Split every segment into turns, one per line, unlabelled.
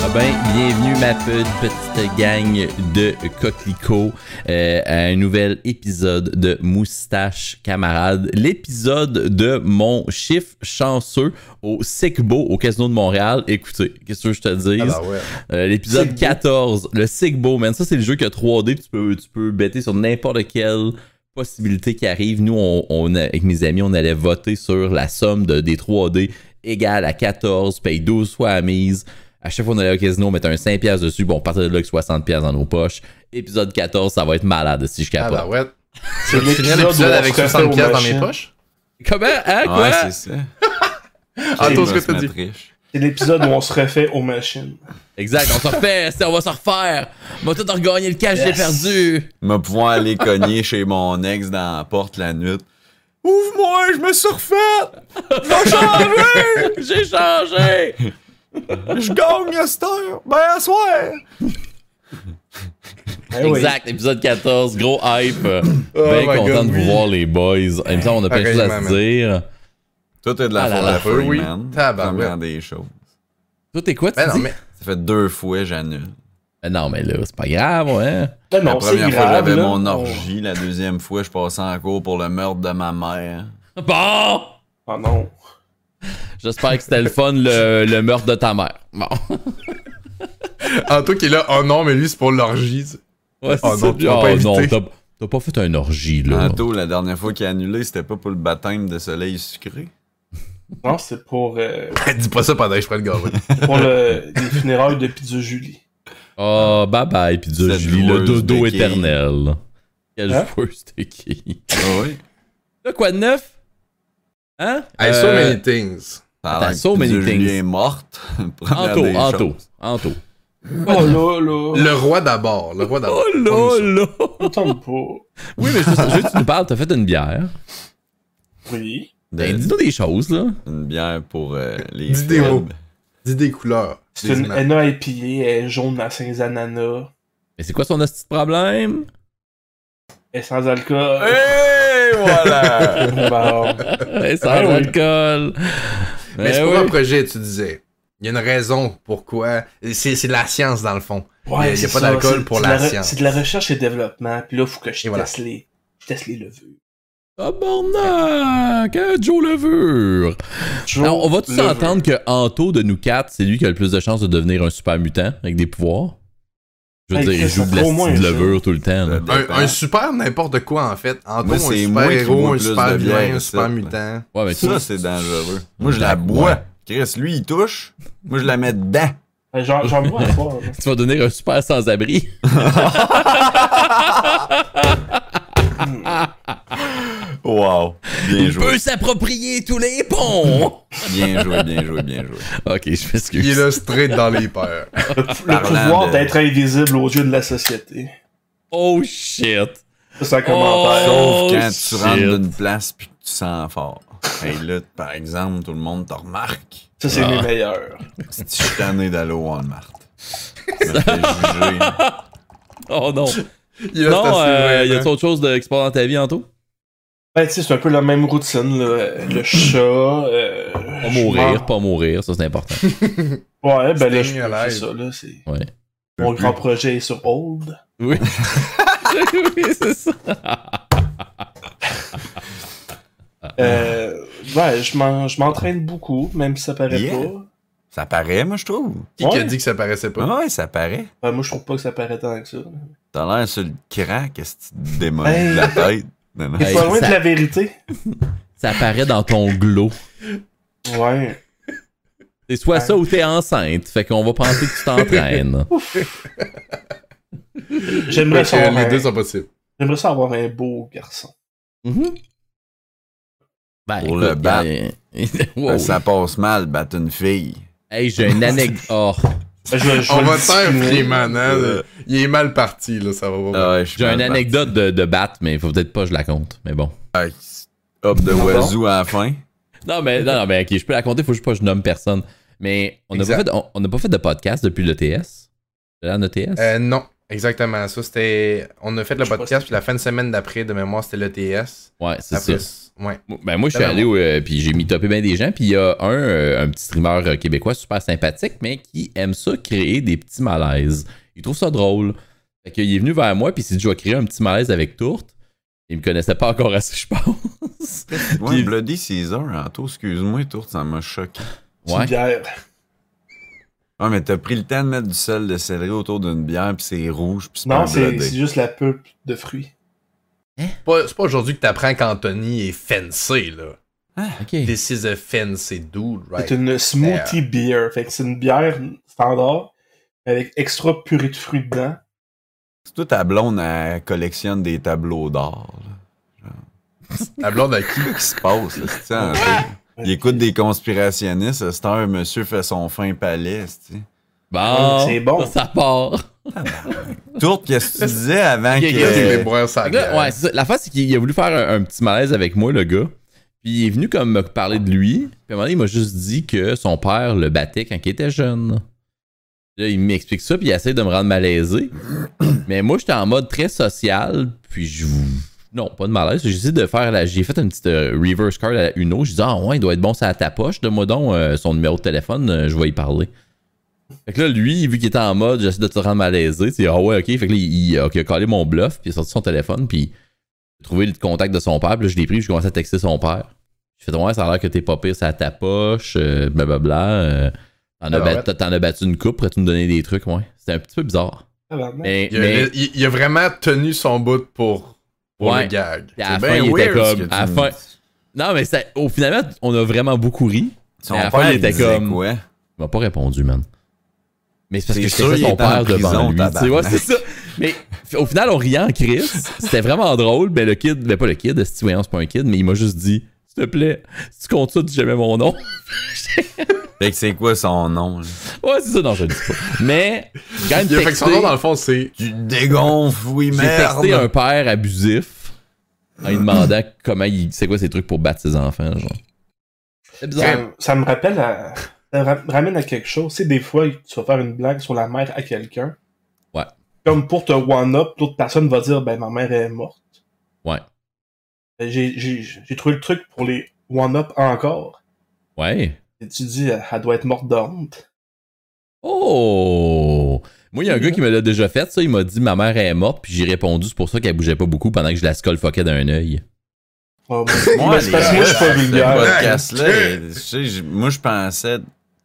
Ah ben, Bienvenue ma petite gang de coquelicots euh, à un nouvel épisode de Moustache Camarade, l'épisode de mon chiffre chanceux au SICBO au Casino de Montréal. Écoutez, qu'est-ce que je te dis?
Ah ouais.
Euh, l'épisode 14, le SICBO, man. Ça, c'est le jeu qui a 3D, puis tu peux, tu peux bêter sur n'importe quelle possibilité qui arrive. Nous, on, on a- avec mes amis, on allait voter sur la somme de, des 3D égale à 14, paye 12 fois à mise. À chaque fois qu'on allait au casino, on mettait un 5$ piastres dessus, bon, on partait de là avec 60$ piastres dans nos poches. Épisode 14, ça va être malade si je
Ah
capote.
bah ouais.
C'est
Finir l'épisode avec 60 pièces dans mes poches.
Comment? Hein,
Ah
quoi?
ouais, c'est ça.
Ah, toi,
Ils
ce
vont
que
se
t'as dit.
mettre riches.
C'est l'épisode où on se refait aux machines.
exact, on se refait, c'est- on va se refaire. On va tout regagner le cash que j'ai
Yes.
perdu.
Je vais pouvoir aller cogner chez mon ex dans la porte la nuit. Ouvre-moi, je me suis refait!
J'ai changé! J'ai changé!
Je gagne à cette heure! Ben, à soir!
Eh oui.
Exact, épisode 14, gros hype. Bien
Ah Oh my God,
content de vous
oui.
voir, les boys. En même temps, on a plein de choses à se
Pareillement,
dire.
Toi, t'as de la
Ah là
faute
là.
à feu,
Oui,
man.
tabarouette.
T'en prends des choses.
Toi, t'es quoi, tu
Ben non,
dis?
mais
Ça fait deux fois, j'annule.
Mais non, mais là, c'est pas grave, ouais.
Ah Non,
La
non, c'est
première fois,
grave.
j'avais
là.
mon orgie. La deuxième fois, je passais en cours pour le meurtre de ma mère.
Bon!
Oh oh non.
J'espère que c'était le fun, le, le meurtre de ta mère. Bon.
Ah, Anto qui est là, oh non, mais lui, c'est pour l'orgie. tu sais.
Ouais, c'est
Oh
ça.
non, tu m'as pas
non,
invité. Ah,
t'as t'as pas fait un orgie, là.
Tantôt, la dernière fois qu'il a annulé, c'était pas pour le baptême de soleil sucré.
Non, c'est pour, euh,
Dis pas ça pendant que je prends le gavé.
pour le, les funérailles de Pizza Julie.
Oh, bye bye, puis Dieu,
Cette
Julie, le
joueuse
dodo
de qui?
éternel. Quelle
Hein?
joueuse, t'es qui?
Ah oui.
Là, quoi de neuf? Hein?
Hey, so
Euh,
many things.
Ça a
Attends,
l'air
so
que
many
Julie
things.
est morte. Première
Anto,
des
Anto,
choses.
Anto.
Oh là là.
Le roi d'abord. Le roi d'abord.
Oh là là!
On tombe pas.
Oui, mais juste, juste, tu nous parles, t'as fait une bière.
Oui.
De-
Ben, dis-nous des choses, là.
Une bière pour euh, les
Dis des mots.
faibles.
Dis des couleurs.
C'est
Des
une
images.
NA IPA, elle est jaune à 5 ananas.
Mais c'est quoi son petit problème?
Elle est sans alcool.
Hey, voilà!
Bon.
Euh, sans
Ah oui.
alcool.
Mais
Eh
Ben, c'est pour
oui.
un projet, tu disais. Il y a une raison pourquoi. C'est c'est de la science, dans le fond. Il y a- il y a
c'est
pas
ça,
d'alcool
c'est-
pour
c'est de
la
re-
science.
C'est de la recherche et développement. Puis là, faut que je
Et voilà.
teste les, je teste les levures.
Tabarnak! Ah, hein, Joe Levure! Alors, on va tous
Levure.
entendre que Anto de nous quatre, c'est lui qui a le plus de chances de devenir un super mutant avec des pouvoirs. Je veux
Hey,
dire, il
Chris,
joue de
ça
la
fait au moins
petite
ça.
levure tout le temps. là.
Ça
Un,
dépend.
un super n'importe quoi, en fait. Anto,
Moi,
un
c'est moi
super
qui
héros,
bois
un
plus
super
de bière
vilain, un
que
super
ça.
mutant.
Ouais, mais
Ça, c'est dangereux. Moi, je la bois. Chris, lui, il touche. Moi, je la mets dedans.
Euh, J'en j'en vois à soir, là.
tu vas devenir un super sans-abri.
Wow. Bien
Il peut
joué.
s'approprier tous les ponts!
Bien joué, bien joué, bien joué.
ok, je m'excuse.
Il est là straight dans les peurs.
Le, le
Parlant
pouvoir
de-
d'être invisible aux yeux de la société.
Oh shit!
Ça, c'est un commentaire.
Oh,
Sauf quand tu
shit.
rentres d'une place puis que tu sens fort. Et là, par exemple, tout le monde te remarque.
Ça, c'est
Ah.
mes meilleurs.
Si tu es tanné d'aller au Walmart. Je me fais juger.
Oh non!
Il est là, c'est
non,
assez
euh,
vrai,
y
hein.
a-t-il autre chose de, qui se passe dans ta vie, Anto?
Ben, tu sais, c'est un peu la même routine, là. Euh, Le chat. Euh,
Pas
je
mourir,
mange-
pas mourir, ça c'est important.
Ouais, ben là,
Staying
je c'est
alive.
ça, là. c'est-
Ouais.
Mon grand projet est sur hold.
Oui. oui, c'est ça.
Euh, ouais, je m'en- je m'entraîne beaucoup, même si ça paraît
Yeah.
pas.
Ça paraît, moi, je trouve.
Qui qui a
Ouais.
dit que ça paraissait pas?
Ah ouais, ça paraît.
Ben, moi, je trouve pas que ça paraît tant que ça.
T'as l'air sur le cran, qu'est-ce que tu te démolis
Hey.
de la tête? Non, non.
Hey,
C'est pas loin
ça-
de la vérité.
Ça apparaît dans ton glow.
Ouais.
C'est soit ça ou t'es enceinte. Fait qu'on va penser que tu t'entraînes.
J'aimerais
Fait que
savoir
euh, les deux
un-
sont possibles.
j'aimerais ça avoir un beau garçon.
Mhm. Ben,
Pour le
gars, il- Wow.
Ben, Ça passe mal, battre une fille.
Hey, j'ai une anecdote. Oh,
Ben, je vais- je
On
vais le
va faire
discipliner.
Freeman, hein?
Euh.
Il est mal parti, là, ça va pas.
Ah ouais, je suis
j'ai
mal
une
parti.
anecdote de, de battre, mais il faut peut-être pas que je la compte. Mais bon.
Ah.
Hey, Hop de oiseau à la fin.
Non, mais, non, non, mais ok, je peux la compter. Faut juste pas que je nomme personne. Mais on n'a pas,
Exact.
fait- on- on n'a pas fait de podcast depuis l'ETS. De la ETS.
Euh, non. Exactement, ça c'était. On a fait le
Je sais pas
podcast,
si-
puis la fin de semaine d'après, de mémoire, c'était l'ETS.
Ouais, c'est ça.
Après, c- ouais.
Ben moi, je suis
Ben,
allé, euh, puis j'ai mis topé bien des gens, puis il y a un, euh, un petit streamer euh, québécois super sympathique, mais qui aime ça créer des petits malaises. Il trouve ça drôle. Fait qu'il est venu vers moi, puis il s'est dit, je vais créer un petit malaise avec Tourte. Il me connaissait pas encore assez, je pense.
Ouais,
Puis-
Bloody Caesar, Anto, excuse-moi, Tourte, ça m'a choqué.
C'est une
Ouais.
bière.
Ouais, mais t'as pris le temps de mettre du sel de céleri autour d'une bière, puis c'est rouge, puis c'est pas
Non,
un
c'est c'est
bloody.
juste la pulpe de fruits.
C'est pas, c'est pas aujourd'hui que t'apprends qu'Anthony est fencé, là.
Ok.
This is a fancy dude, right?
C'est une
euh,
smoothie beer. Fait que c'est une bière standard avec extra purée de fruits dedans.
C'est toi, ta blonde, elle collectionne des tableaux d'art. là.
La blonde à qui?
Qu'est-ce qui se passe, là, c'est ça, Anto? Il écoute des conspirationnistes, à cette heure, monsieur fait son fin palais, tu sais.
Bon,
C'est bon.
Ça part.
Tourte, qu'est-ce que tu disais avant
Quelqu'un qui voulait
que...
boire sa
Là,
bière.
ouais, c'est ça. La face, c'est qu'il a voulu faire un, un petit malaise avec moi, le gars. Puis il est venu comme me parler de lui. Puis à un moment donné, il m'a juste dit que son père le battait quand il était jeune. Là, il m'explique ça, puis il essaie de me rendre malaisé. Mais moi, j'étais en mode très social, puis je. Non, pas de malaise. J'essaie de faire la. J'ai fait une petite euh, reverse card à Uno. Je dis, ah ouais, il doit être bon, ça à ta poche. Donne-moi donc euh, son numéro de téléphone, euh, je vais y parler. Fait que là, lui, vu qu'il était en mode, j'essaie de te rendre malaisé, tu sais, ah ouais, ok. Fait que là, il, il- ok, il a collé mon bluff, puis il a sorti son téléphone, puis j'ai trouvé le contact de son père, puis là, je l'ai pris, puis j'ai commencé à texter son père. Je fais, ouais, ça a l'air que t'es pas pire, ça à ta poche, euh, blablabla. euh, T'en as,
Ah
bat-
ouais.
t'en as battu une coupe, pourrais-tu me donner des trucs, ouais. C'était un petit peu bizarre.
Tabarnak.
Mais,
Il a,
mais-
il- il a vraiment tenu son bout pour, pour
Ouais.
le gag.
Puis à la
C'est
fin,
bien
il était
weird, ce
comme-
que
à la
tu-
fin- non, mais ça- au final, on a vraiment beaucoup ri.
Son
Mais à la
père,
fin, il
il
était
disait
comme-
quoi?
Il m'a pas répondu, man. Mais c'est parce
C'est
que je
sûr,
faisais
il
son
est en
père devant
prison,
lui. Tu sais, ouais,
tabarnak.
c'est ça. Mais f- au final, on riait en crise. C'était vraiment drôle. Mais le kid, mais pas le kid, si voyons, c'est pas un kid, mais il m'a juste dit S'il te plaît, si tu comptes ça, dis jamais mon nom.
Fait que c'est quoi son nom? là?
ouais, c'est ça, non, je le dis pas. Mais, j'ai quand même,
Il a fait que son
texté-
nom, dans le fond, c'est.
Tu dégonfles, oui,
j'ai texté un
merde!
père abusif en lui demandant comment il. C'est quoi ces trucs pour battre ses enfants, genre. C'est
Ça,
bizarre.
me- ça me rappelle à- ça ra- me ramène à quelque chose. Tu sais, des fois, tu vas faire une blague sur la mère à quelqu'un.
Ouais.
Comme pour te one-up, l'autre personne va dire Ben, ma mère est morte. Ben,
Ouais.
J'ai- J'ai j'ai trouvé le truc pour les one-up encore.
Ouais.
Et tu dis euh, Elle doit être morte de honte.
Oh! Moi, il y a un gars qui me l'a déjà fait, ça. Il m'a dit ma mère est morte, puis j'ai répondu c'est pour ça qu'elle bougeait pas beaucoup pendant que je la scoldfoquais d'un œil.
Oh, ben,
Moi,
ben, c'est parce que moi, je suis pas vulgaire.
podcast-là, je sais, j- moi, je pensais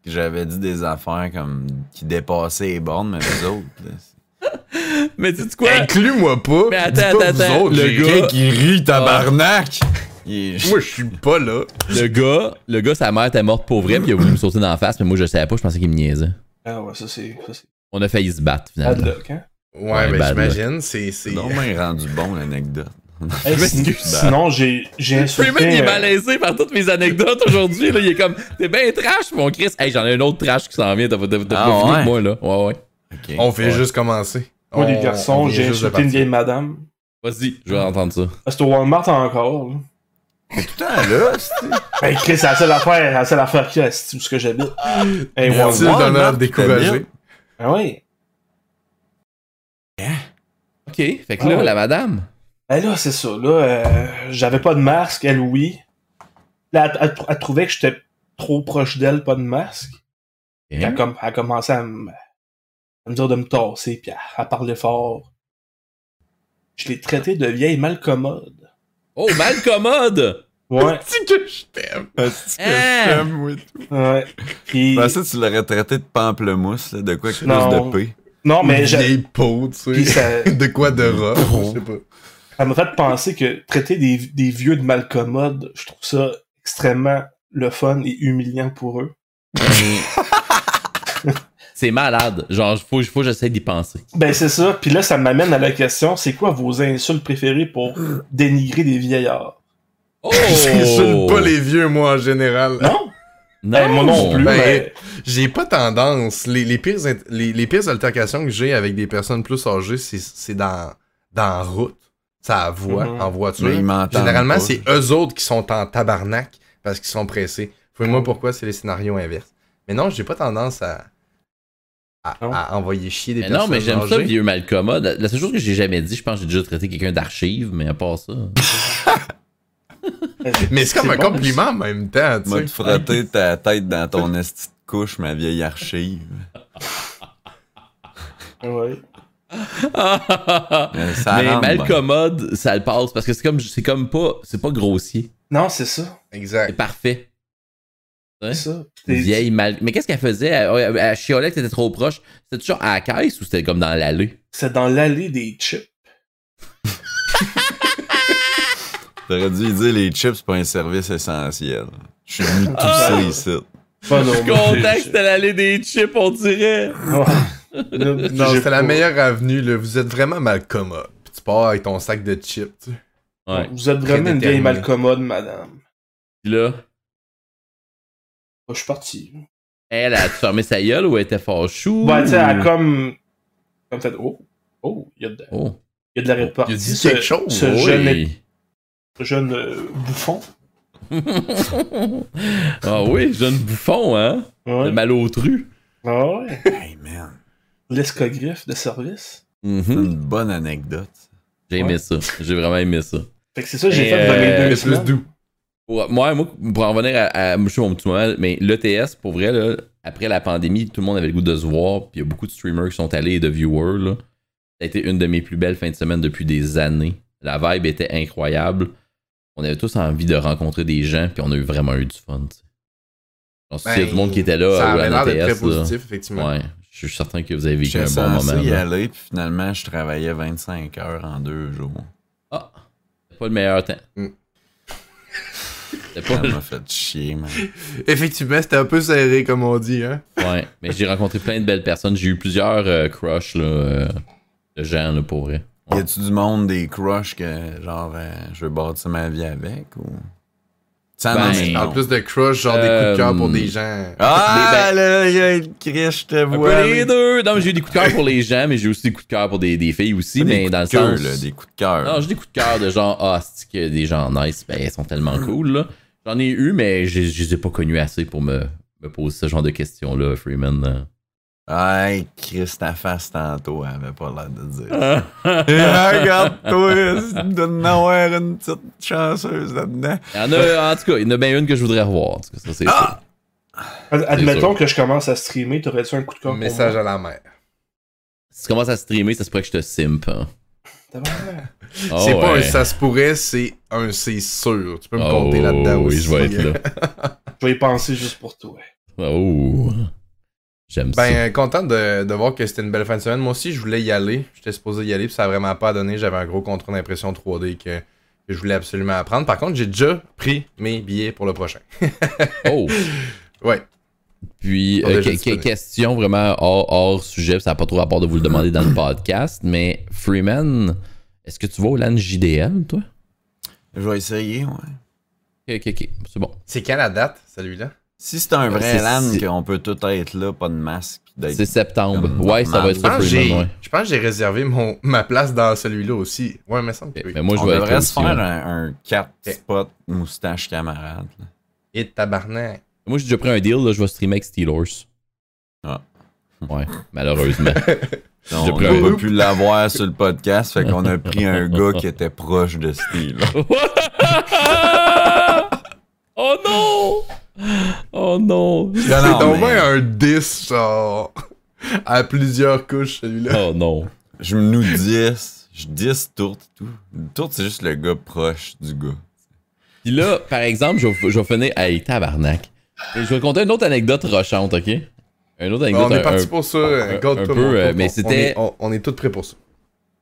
que j'avais dit des affaires comme qui dépassaient les bornes, mais les autres. là, c'est-
Mais tu quoi?
Inclus-moi pas.
Mais
dis
attends,
pas
attends,
vous
attends,
autres,
le
j'ai
gars- Ah.
rien
Quelqu'un qui rit, tabarnak! Il est-
Moi, je suis pas là.
Le gars, le gars, sa mère était morte pour vrai, puis il a voulu me sauter dans la face, mais moi je savais pas, je pensais qu'il me niaisait.
Ah ouais, ça c'est. ça, c'est
On a failli se battre
bad
finalement.
luck, hein.
Ouais,
Ouais,
ben,
bad
j'imagine, c'est. c'est-
Non, mais il est rendu bon, l'anecdote.
Hey, sin-
m'excuse.
Eh, sinon, j'ai j'ai insulté.
Freeman, il est
euh,
malaisé par toutes mes anecdotes aujourd'hui. là. Il est comme, t'es bien trash, mon Chris. Hey, j'en ai un autre trash qui s'en vient. T'as pas, t'as- t'as
Ah,
pas fini
ouais?
avec moi, là. Ouais, ouais.
Ok.
On fait
Ouais.
juste commencer.
Moi, les
On-
garçons,
on vient
j'ai
juste de
insulté une
partir.
vieille madame.
Vas-y, je vais entendre ça.
Ah, C'est au Walmart encore. là.
Putain, là, c'est-
Ben, Chris, c'est la seule affaire, la seule affaire qu'il y a, c'est où ce que j'habite. Hey, Walmart.
Merci.
Utile
Ouais,
de leur
Marc,
décourager.
t'habilles.
Ah oui.
Ok, fait que là,
Ah ouais.
la madame.
Ben là, c'est ça. Là, euh, j'avais pas de masque, elle, oui. Là, elle, elle- elle trouvait que j'étais trop proche d'elle, pas de masque.
Hein?
Elle, comme, elle commençait à me, à me dire de me tasser, puis à, à parler fort. Je l'ai traité de vieille malcommode.
Oh, mal commode!
Ouais,
Dis que je t'aime.
Est-ce Ah, que
Hein?
je t'aime, oui.
ouais. Puis,
Ben, ça, tu l'aurais traité de pamplemousse, là, de quoi que plus
Non.
de paix.
non, mais
Une
j'a-
vieille peau, tu
puis
sais.
ça,
De quoi de rat, je sais pas.
ça m'a fait penser que traiter des, des vieux de malcommode, je trouve ça extrêmement le fun et humiliant pour eux.
C'est malade. Genre, faut, faut que j'essaie d'y penser.
Ben c'est ça, puis là ça m'amène à la question, c'est quoi vos insultes préférées pour dénigrer des vieillards?
Oh!
J'insulte pas les vieux, moi, en général.
Non?
Non,
Ben, moi non plus,
Ben,
mais
J'ai pas tendance. Les, les pires, int- les, les pires altercations que j'ai avec des personnes plus âgées, c'est- c'est dans, dans la route. Ça voix,
Mhm.
en
Tu vois,
voiture.
il m'entend.
Généralement,
pas.
c'est eux autres qui sont en tabarnak parce qu'ils sont pressés. Fouille-moi pourquoi c'est les scénarios inverses. Mais non, j'ai pas tendance à. à,
Non.
à envoyer chier des
Mais non,
personnes
mais j'aime ça,
âgées.
vieux malcommode. La seule chose que j'ai jamais dit, je pense que j'ai déjà traité quelqu'un d'archive, mais à part ça.
Mais c'est comme un
bon,
compliment en même temps, tu
M'a
sais.
te frotter ta tête dans ton esti de couche, ma vieille archive.
ça. Ouais. Ah.
Mais ça
mais
rentre, ben.
malcommode, ça le passe parce que c'est comme, c'est comme pas, c'est pas grossier.
Non, c'est
Hein?
ça.
C'est
Exact.
parfait.
C'est ça. T'es-
Vieille mal. Mais qu'est-ce qu'elle faisait? Elle, elle, elle chiolait que t'étais trop proche. C'était toujours à la caisse ou c'était comme dans l'allée?
C'est dans l'allée des chips.
T'aurais dû lui dire les chips, c'est pas un service essentiel. Je suis venu
Ah.
tousser ici.
Pas non,
l'allée des chips, on dirait.
Non, c'était la meilleure avenue, là. Vous êtes vraiment mal commode. Puis tu pars avec ton sac de chips, tu sais.
Ouais.
Vous êtes vraiment une
Prédéterminé.
vieille malcommode, madame.
Puis là,
Moi, je suis parti.
elle a fermé sa gueule ou euh, elle était fâchou?
Ben, tu sais, elle a comme. Comme fait. Oh, oh, il y a de,
Oh.
il y a de la répartie.
Il a dit
Ce-
quelque chose,
Ce
oui.
jeune,
Oui.
jeune euh, bouffon.
Ah oui, jeune bouffon, hein?
Ouais.
Le malotru.
Ah ouais.
Hey man,
L'escogriffe de service.
c'est
Mm-hmm.
Mhm.
une bonne anecdote.
J'ai aimé ça. J'ai vraiment aimé ça.
Fait que c'est ça que j'ai
Et,
fait dans
euh,
mes deux
Mais plus
semaines.
doux.
Pour, moi, moi, pour en revenir à, à- je sais mon petit moment, mais l'ETS, pour vrai, là, après la pandémie, tout le monde avait le goût de se voir, puis il y a beaucoup de streamers qui sont allés et de viewers. Là. Ça a été une de mes plus belles fins de semaine depuis des années. La vibe était incroyable. On avait tous envie de rencontrer des gens, puis on a eu vraiment eu du fun. tu sais. Genre, s'il y a
Ben,
du monde qui était là,
Ça
euh,
avait
à
l'air d'être très
l'ETS, là,
positif, effectivement.
ouais, je suis certain que vous avez vécu
J'étais
un bon
censé
moment.
y
là.
aller, puis finalement, je travaillais 25 heures en deux jours.
Ah, c'est pas le meilleur temps.
Mm.
C'est
Ça
pas le
m'a fait chier, man.
Effectivement, c'était un peu serré, comme on dit, hein.
Ouais, mais j'ai rencontré plein de belles personnes. J'ai eu plusieurs euh, crushs là, euh, de gens là, pour vrai.
Y a-tu du monde des crushs que, genre, euh, je veux bâtir ma vie avec ou. Ça,
Ben,
non, mais
En
non.
plus de crush, genre des coups de cœur
Euh,
pour des gens.
Ah,
Ben-
là, y a une crush, je te
Un
vois.
peu les deux. Non, mais j'ai eu des coups de cœur pour les gens, mais j'ai aussi des coups de cœur pour des, des filles aussi, mais
des
dans le
coups de cœur,
sens.
là, des coups de cœur.
Non, j'ai des coups de cœur de genre ah, c'est que des gens nice, ben ils sont tellement
Mm.
cool là. J'en ai eu, mais je, je les ai pas connus assez pour me, me poser ce genre de questions là, Freeman.
Hey, Chris, ta face tantôt, elle avait pas l'air de dire.
hein. Il
Regarde-toi, de n'avoir une petite chanceuse là-dedans.
y en a, en tout cas, il y en a bien une que je voudrais revoir. En tout cas, ça
Ah!
c'est sûr.
Ad- Admettons
sûr.
que je commence à streamer, t'aurais dû un coup de
ah,
cœur
Message
pour
à la mère.
Si tu commences à streamer, ça se pourrait que je te simp. hein.
moi. Tabarnak.
Ah
c'est pas un
ouais.
ça se pourrait, c'est un c'est sûr. Tu peux me
Oh,
compter là-dedans
oui,
aussi. hein.
je vais être là.
Je vais y penser juste pour toi.
Oh, j'aime ça.
Ben, content de, de voir que c'était une belle fin de semaine. Moi aussi, je voulais y aller. J'étais supposé y aller, puis ça a vraiment pas donné. J'avais un gros contrat d'impression 3D que, que je voulais absolument apprendre. Par contre, j'ai déjà pris mes billets pour le prochain. euh,
Oh,
Ouais.
puis
Oh,
euh,
déjà
que- que-
disponible.
question vraiment hors, hors sujet, ça n'a pas trop rapport de vous le demander dans le podcast, mais Freeman, est-ce que tu vas au LAN JDM, toi?
Je vais essayer, ouais.
Ok, ok, ok, c'est bon.
C'est quand la date, celui-là?
Si c'est un vrai
Ben, C'est-
LAN
c'est-
qu'on peut tout être là, pas de masque, pis d'être.
C'est septembre.
Comme
Ouais, ça va être
Je
ça,
pense que j'ai-
Freeman, ouais.
je pense que j'ai réservé mon, ma place dans celui-là aussi. Ouais, il me semble que
Ok,
oui.
Mais moi, je
On
vais être là
devrait se
aussi, hein.
faire
ouais.
un, un 4
Ok.
spot moustache camarade. là.
Et tabarnak.
Moi, j'ai déjà pris un deal, là, je vais streamer avec Steelers.
Ah.
Ouais, malheureusement.
On
J'ai pris
n'a
un-
pas pu l'avoir sur le podcast, fait qu'on a pris un gars qui était proche de Steve.
oh non! Oh non! hein.
Non,
C'est
non,
donc
mais
bien un 10, genre, à plusieurs couches, celui-là.
Oh non.
Je me nous 10, je 10 Tourte tout. Tourte, c'est juste le gars proche du gars.
Puis là, par exemple, je vais, je vais finir. Hey, tabarnak. Et je vais te conter une autre anecdote rochante, ok? Une autre anecdote.
on est
un-
parti
un-
pour ça. hein,
un-
garde-toi,
un peu,
mon
euh,
pote,
mais
on- on
c'était-
est- On, on est tous prêts pour ça.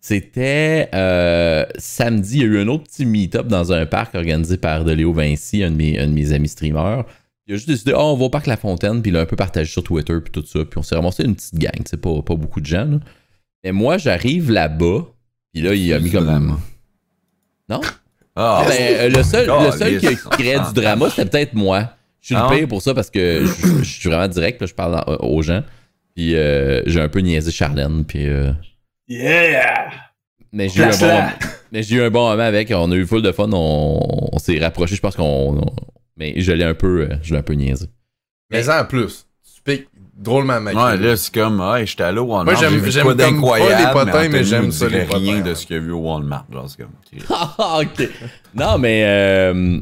C'était euh, samedi, il y a eu un autre petit meet-up dans un parc organisé par De Léo Vinci, un de mes, un de mes amis streamers. Il a juste décidé, Ah, on va au parc La Fontaine, puis il a un peu partagé sur Twitter, puis tout ça. Puis on s'est ramassé une petite gang, c'est pas, pas beaucoup de gens. là. Mais moi, j'arrive là-bas, puis là, il a
Du
mis comme.
drama.
Non?
Ah,
Ah, ben, euh, le seul, le seul qui
Caliste.
créait du drama, c'était peut-être moi. Je suis
Ah
le
ouais?
pire pour ça parce que je, je suis vraiment direct, là, je parle en- aux gens. Puis euh, j'ai un peu niaisé Charlène. Puis, euh,
Yeah!
mais j'ai eu, un bon
Place-la.
moment- mais j'ai eu un bon moment avec. On a eu full de fun. On, on s'est rapprochés. Je pense qu'on. on- mais je l'ai un peu, euh, je l'ai un peu niaisé.
Mais en plus, tu piques drôlement maquillé.
ben,
Ouais, là, c'est comme, ah, j'étais allé au Walmart.
Moi, j'aime-
j'ai vu
j'aime
quoi
comme pas
d'incroyable,
les potins,
Anthony
mais j'aime
me
ça,
dirait
les potins,
rien
ouais.
de ce qu'il a vu au Walmart. Genre, c'est comme. ok.
Ah, ok. Non, mais euh,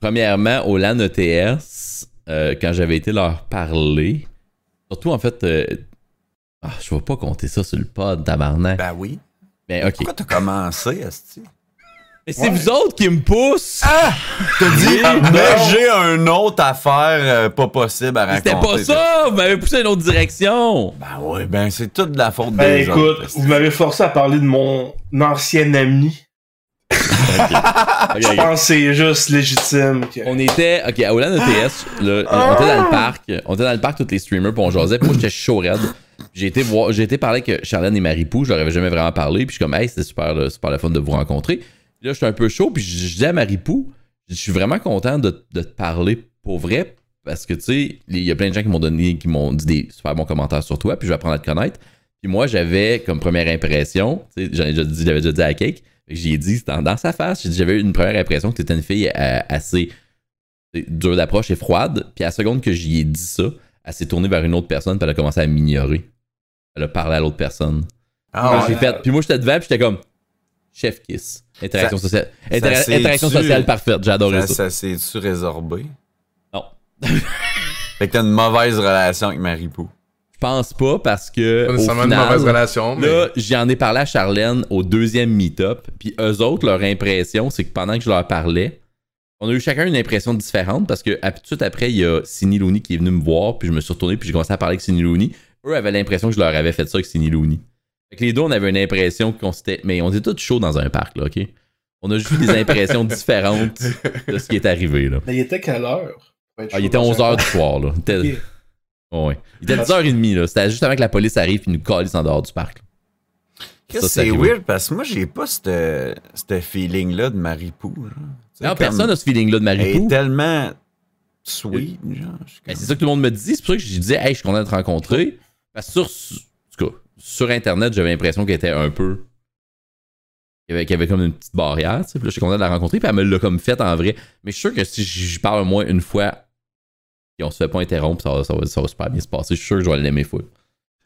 premièrement, au LAN ETS, euh, quand j'avais été leur parler, surtout en fait, euh, ah, je vais pas compter ça sur le pod, tabarnak.
Ben oui.
Mais ok.
Pourquoi t'as commencé, Asti?
Mais c'est vous autres qui me poussent!
T'as dit,
Ah,
non.
mais j'ai un autre affaire euh, pas possible à raconter.
C'était pas ça! Vous m'avez poussé dans une autre direction!
Ben oui, ben c'est toute de la faute
Ben
des
écoute,
autres.
vous m'avez forcé à parler de mon ancien ami.
Ok,
Je
ok.
pense que c'est juste légitime. que-
On était, ok, à Hollande ETS, là, on était dans le parc, on était dans le parc, tous les streamers, puis on jasait, puis moi j'étais chaud raide. J'ai été voir, j'ai été parler avec Charlène et Marie-Pou, je leur avais jamais vraiment parlé, puis je suis comme, hey, c'était super, le- super le fun de vous rencontrer. Puis là, j'étais un peu chaud, puis je je dis à Marie-Pou, je suis vraiment content de, de te parler pour vrai, parce que tu sais, il y a plein de gens qui m'ont donné, qui m'ont dit des super bons commentaires sur toi, puis je vais apprendre à te connaître. Puis moi, j'avais comme première impression, tu sais, j'en ai déjà dit, j'avais déjà dit à Cake, j'ai dit, c'était dans sa face, j'ai dit, j'avais eu une première impression que tu étais une fille euh, assez dure d'approche et froide. Puis à la seconde que j'y ai dit ça, elle s'est tournée vers une autre personne, puis elle a commencé à m'ignorer. Elle a parlé à l'autre personne.
Ah
J'ai
ouais.
fait, puis moi, j'étais devant, puis j'étais comme chef kiss. Interaction sociale. Intera-
s'est
interaction
tu-
sociale parfaite, j'ai adoré
Ça,
ça.
ça s'est-tu résorbé?
Non.
Fait que t'as une mauvaise relation avec Marie-Pou.
Je pense pas parce que.
Pas
Au
nécessairement
final,
une mauvaise relation, mais.
Là, j'en ai parlé à Charlène au deuxième meet-up. Puis eux autres, leur impression, c'est que pendant que je leur parlais, on a eu chacun une impression différente parce que à- tout de suite après, il y a Sini Looney qui est venu me voir. Puis je me suis retourné. Puis j'ai commencé à parler avec Sini Looney. Eux avaient l'impression que je leur avais fait ça avec Sini Looney. Fait que les deux, on avait une impression qu'on s'était. Mais on était tous chauds dans un parc, là, OK? On a juste eu des impressions différentes de ce qui est arrivé, là.
Mais il était quelle heure?
Ah, il était 11h du soir, là. Il était,
Ok.
ouais. il était 10h30, là. C'était juste avant que la police arrive et nous calisse en dehors du parc. là. Ça,
Chris,
c'est
C'est
arrivé.
weird parce que moi, j'ai pas ce ce feeling-là de Marie-Pou. genre. C'est
Non,
comme-
personne n'a ce feeling-là de
Elle
Marie-Pou.
est tellement sweet, genre. je suis
Ben, c'est
comme-
ça que tout le monde me dit. C'est pour ça que je disais, hey, je suis content de te rencontrer. Parce que sur, sur- en tout cas, sur Internet, j'avais l'impression qu'elle était un peu. qu'il y avait- qu'il y avait comme une petite barrière. tu sais. Puis là, je suis content de la rencontrer. Puis elle me l'a comme faite en vrai. Mais je suis sûr que si j'y parle au moins une fois, et on se fait pas interrompre, ça va, ça va- ça va super bien se passer. Je suis sûr que je vais l'aimer full.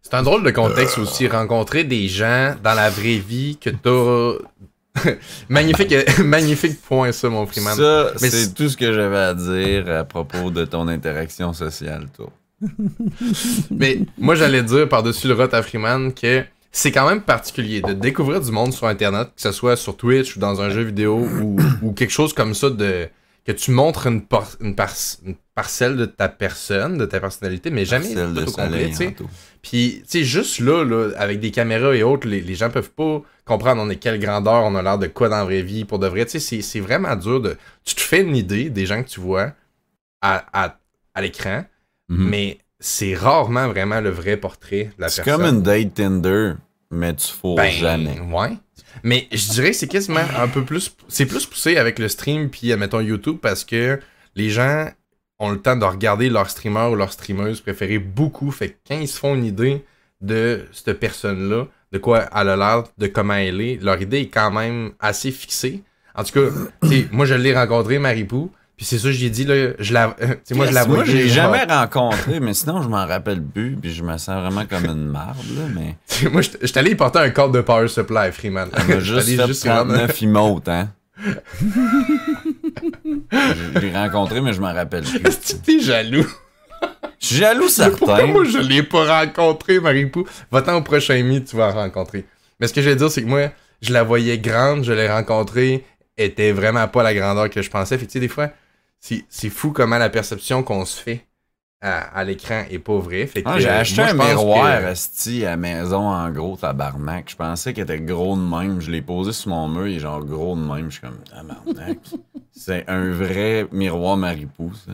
C'est un drôle de
euh,
contexte aussi, rencontrer des gens dans la vraie vie que t'as. magnifique, euh, magnifique point, ça, mon Freeman.
Ça,
Mais
c'est
c'est-
tout ce que j'avais à dire à propos de ton interaction sociale, toi.
Mais moi, j'allais dire par-dessus le rot à Freeman que c'est quand même particulier de découvrir du monde sur Internet, que ce soit sur Twitch ou dans un jeu vidéo ou, ou quelque chose comme ça, de que tu montres une, por- une, par- une parcelle de ta personne, de ta personnalité, mais jamais
Celle de
tout au complet,
Soleil, hein.
tu sais.
Anto.
Puis, tu sais, juste là, là, avec des caméras et autres, les, les gens peuvent pas comprendre on est quelle grandeur, on a l'air de quoi dans la vraie vie, pour de vrai. Tu sais, c'est- c'est vraiment dur de. Tu te fais une idée des gens que tu vois à, à, à l'écran,
Mhm.
mais c'est rarement vraiment le vrai portrait de la
C'est
personne.
comme une date Tinder, mais tu fous
Ben,
jamais.
Ouais. Mais je dirais que c'est quasiment un peu plus. C'est plus poussé avec le stream puis, admettons, YouTube parce que les gens ont le temps de regarder leur streamer ou leur streameuse préférée beaucoup. Fait que quand ils se font une idée de cette personne-là, de quoi elle a l'air, de comment elle est, leur idée est quand même assez fixée. En tout cas, tu sais, moi je l'ai rencontrée, Marie-Pou, puis c'est ça, j'ai dit, là, je la. tu sais, moi je la
Yes,
vois.
j'ai
je-
jamais rencontré, mais sinon, je m'en rappelle plus, puis je me sens vraiment comme une marde, là, mais
moi, je je t'allais y porter un corps de power supply, Freeman.
elle
Je
m'a juste
t'allais
fait
juste y rendre-
39 emotes, hein. je l'ai rencontré, mais je m'en rappelle plus.
Est-ce que t'es jaloux?
Je suis jaloux,
Pourquoi
certain.
moi je l'ai pas rencontré, Marie-Pou? Va-t'en au prochain mi, tu vas la rencontrer. Mais ce que je vais dire, c'est que moi, je la voyais grande, je l'ai rencontrée, elle était vraiment pas la grandeur que je pensais. Fait que, tu sais, des fois, c'est c'est fou comment la perception qu'on se fait à, à l'écran est pas vraie. Fait que,
Ah, j'ai
euh,
acheté
moi,
un
je pense
miroir
que-
esti, à maison en gros tabarnak. Je pensais qu'il était gros de même. Je l'ai posé sur mon mur, il est genre gros de même. Je suis comme tabarnak. C'est un vrai miroir maripou, ça.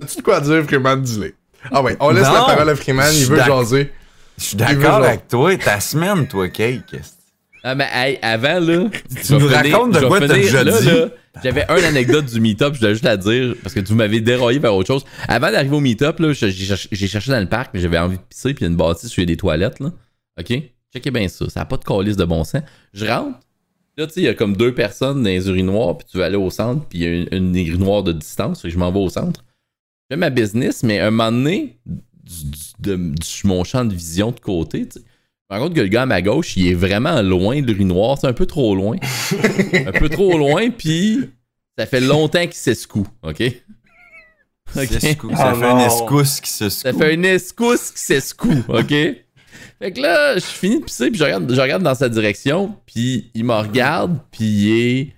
T'as-tu de quoi dire, Freeman? Dis-le. Ah ouais, on laisse
Non.
la parole à Freeman,
Je
il
suis
veut
d'accord.
jaser.
Je suis
Il veut genre-
d'accord avec toi. Ta semaine, toi, cake. esti.
Ah, mais hey, avant, là. je
nous
vais
racontes
finir-
de
je vais
quoi t'as
finir-
déjà
là,
dit.
là, J'avais une anecdote du meet-up, je voulais juste la dire, parce que vous m'avez déroyé vers autre chose. Avant d'arriver au meet-up, là, je- j'ai cherché- j'ai cherché dans le parc, mais j'avais envie de pisser, puis il y a une bâtisse où il y a des toilettes, là. OK? Checkez bien ça, ça n'a pas de calice de bon sens. Je rentre, là, tu sais, il y a comme deux personnes dans les urinoirs, puis tu vas aller au centre, puis il y a une, une urinoir de distance, fait que je m'en vais au centre. fais ma business, mais un moment donné, du, du- de, du- mon champ de vision de côté, tu sais, je me rends compte que le gars à ma gauche, il est vraiment loin de rue Noire. C'est un peu trop loin. un peu trop loin, puis ça fait longtemps qu'il s'escoue, OK? OK?
S'escou-
Ah
Ça fait un
non.
escousse qui se
Ça fait un escousse qui s'escoue, OK? Fait que là, je finis de pisser, puis je regarde, je regarde dans sa direction, puis il me regarde, puis il est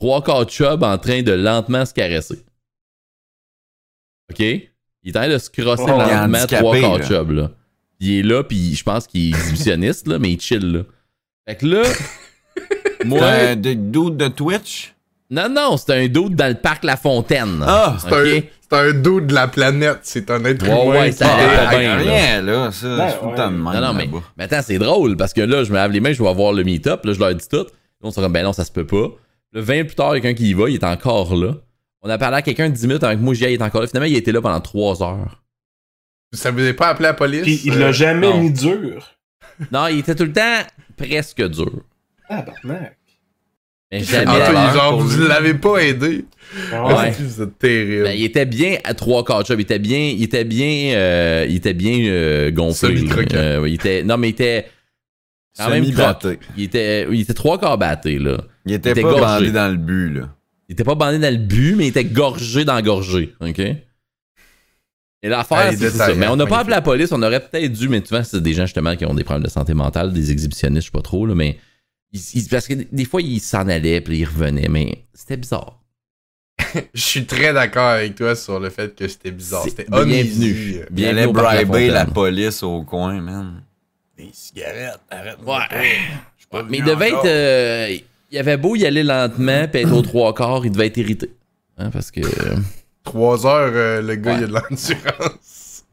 trois quarts de chub en train de lentement se caresser. OK? Il est en train de se crosser
Oh, il est
lentement
handicapé,
trois quarts de
là.
chub, là. Il est là, puis je pense qu'il est exhibitionniste, là, mais il chill, là. Fait que là, moi...
Un des dudes de Twitch?
Non, non, c'est un doute dans le parc La Fontaine.
Ah!
C'est un-
Ok.
c'est un, dos de la planète, c'est un être
Ouais,
humain.
ouais, ça
qui
allait
est-
pas bien, là.
Ah, Rien, là. Ça,
Ouais,
c'est tout le temps de
ouais.
même.
Non, non, mais,
là-bas.
mais attends, c'est drôle parce que là, je me lave les mains, je vais voir le meet-up, là, je leur dis tout. Là, on se comme, ben non, ça se peut pas. Le 20 plus tard, il y a quelqu'un qui y va, il est encore là. On a parlé à quelqu'un 10 minutes avec moi, j'y ai, il est encore là. Finalement, il était là pendant 3 heures.
Ça vous est pas appelé la police?
Puis il
euh,
l'a jamais
non.
mis dur.
Non, il était tout le temps presque dur.
Ah,
Ah,
barnac.
Mais
en
jamais.
fait,
à l'heure
genre,
pour
vous
lui.
l'avez pas aidé.
Ouais.
Est-ce que Vous êtes terrible.
Ben, il était bien à trois quarts de job. Il était bien, il était bien, euh, il était bien euh, gonflé.
Semi-croquant.
Euh, ouais, il était, non, mais il était quand même
Semi-batté.
Il était, il était trois quarts batté, là.
Il était
Il était
pas
gorgé.
bandé dans le but, là.
Il était pas bandé dans le but, mais il était gorgé dans la gorgée. OK? Et
Ah,
l'affaire,
les
c'est c'est
détails,
ça. Mais on n'a
hein,
pas
magnifique.
appelé la police, on aurait peut-être dû, mais tu vois, c'est des gens justement qui ont des problèmes de santé mentale, des exhibitionnistes, je sais pas trop, là, mais. ils- ils- parce que des fois, ils s'en allaient, puis ils revenaient, mais c'était bizarre.
Je suis très d'accord avec toi sur le fait que c'était bizarre.
C'est-
C'était
bienvenue.
uneasy.
Il
Bienvenue
allait
au Parc La
briber la
Fontaine.
police au coin, man. Des cigarettes, arrête.
Ouais, mais il devait être. euh, il avait beau y aller lentement, puis être aux trois quarts, il devait être irrité. Hein, parce que.
Trois heures, euh, le gars,
Ouais.
il a de l'endurance.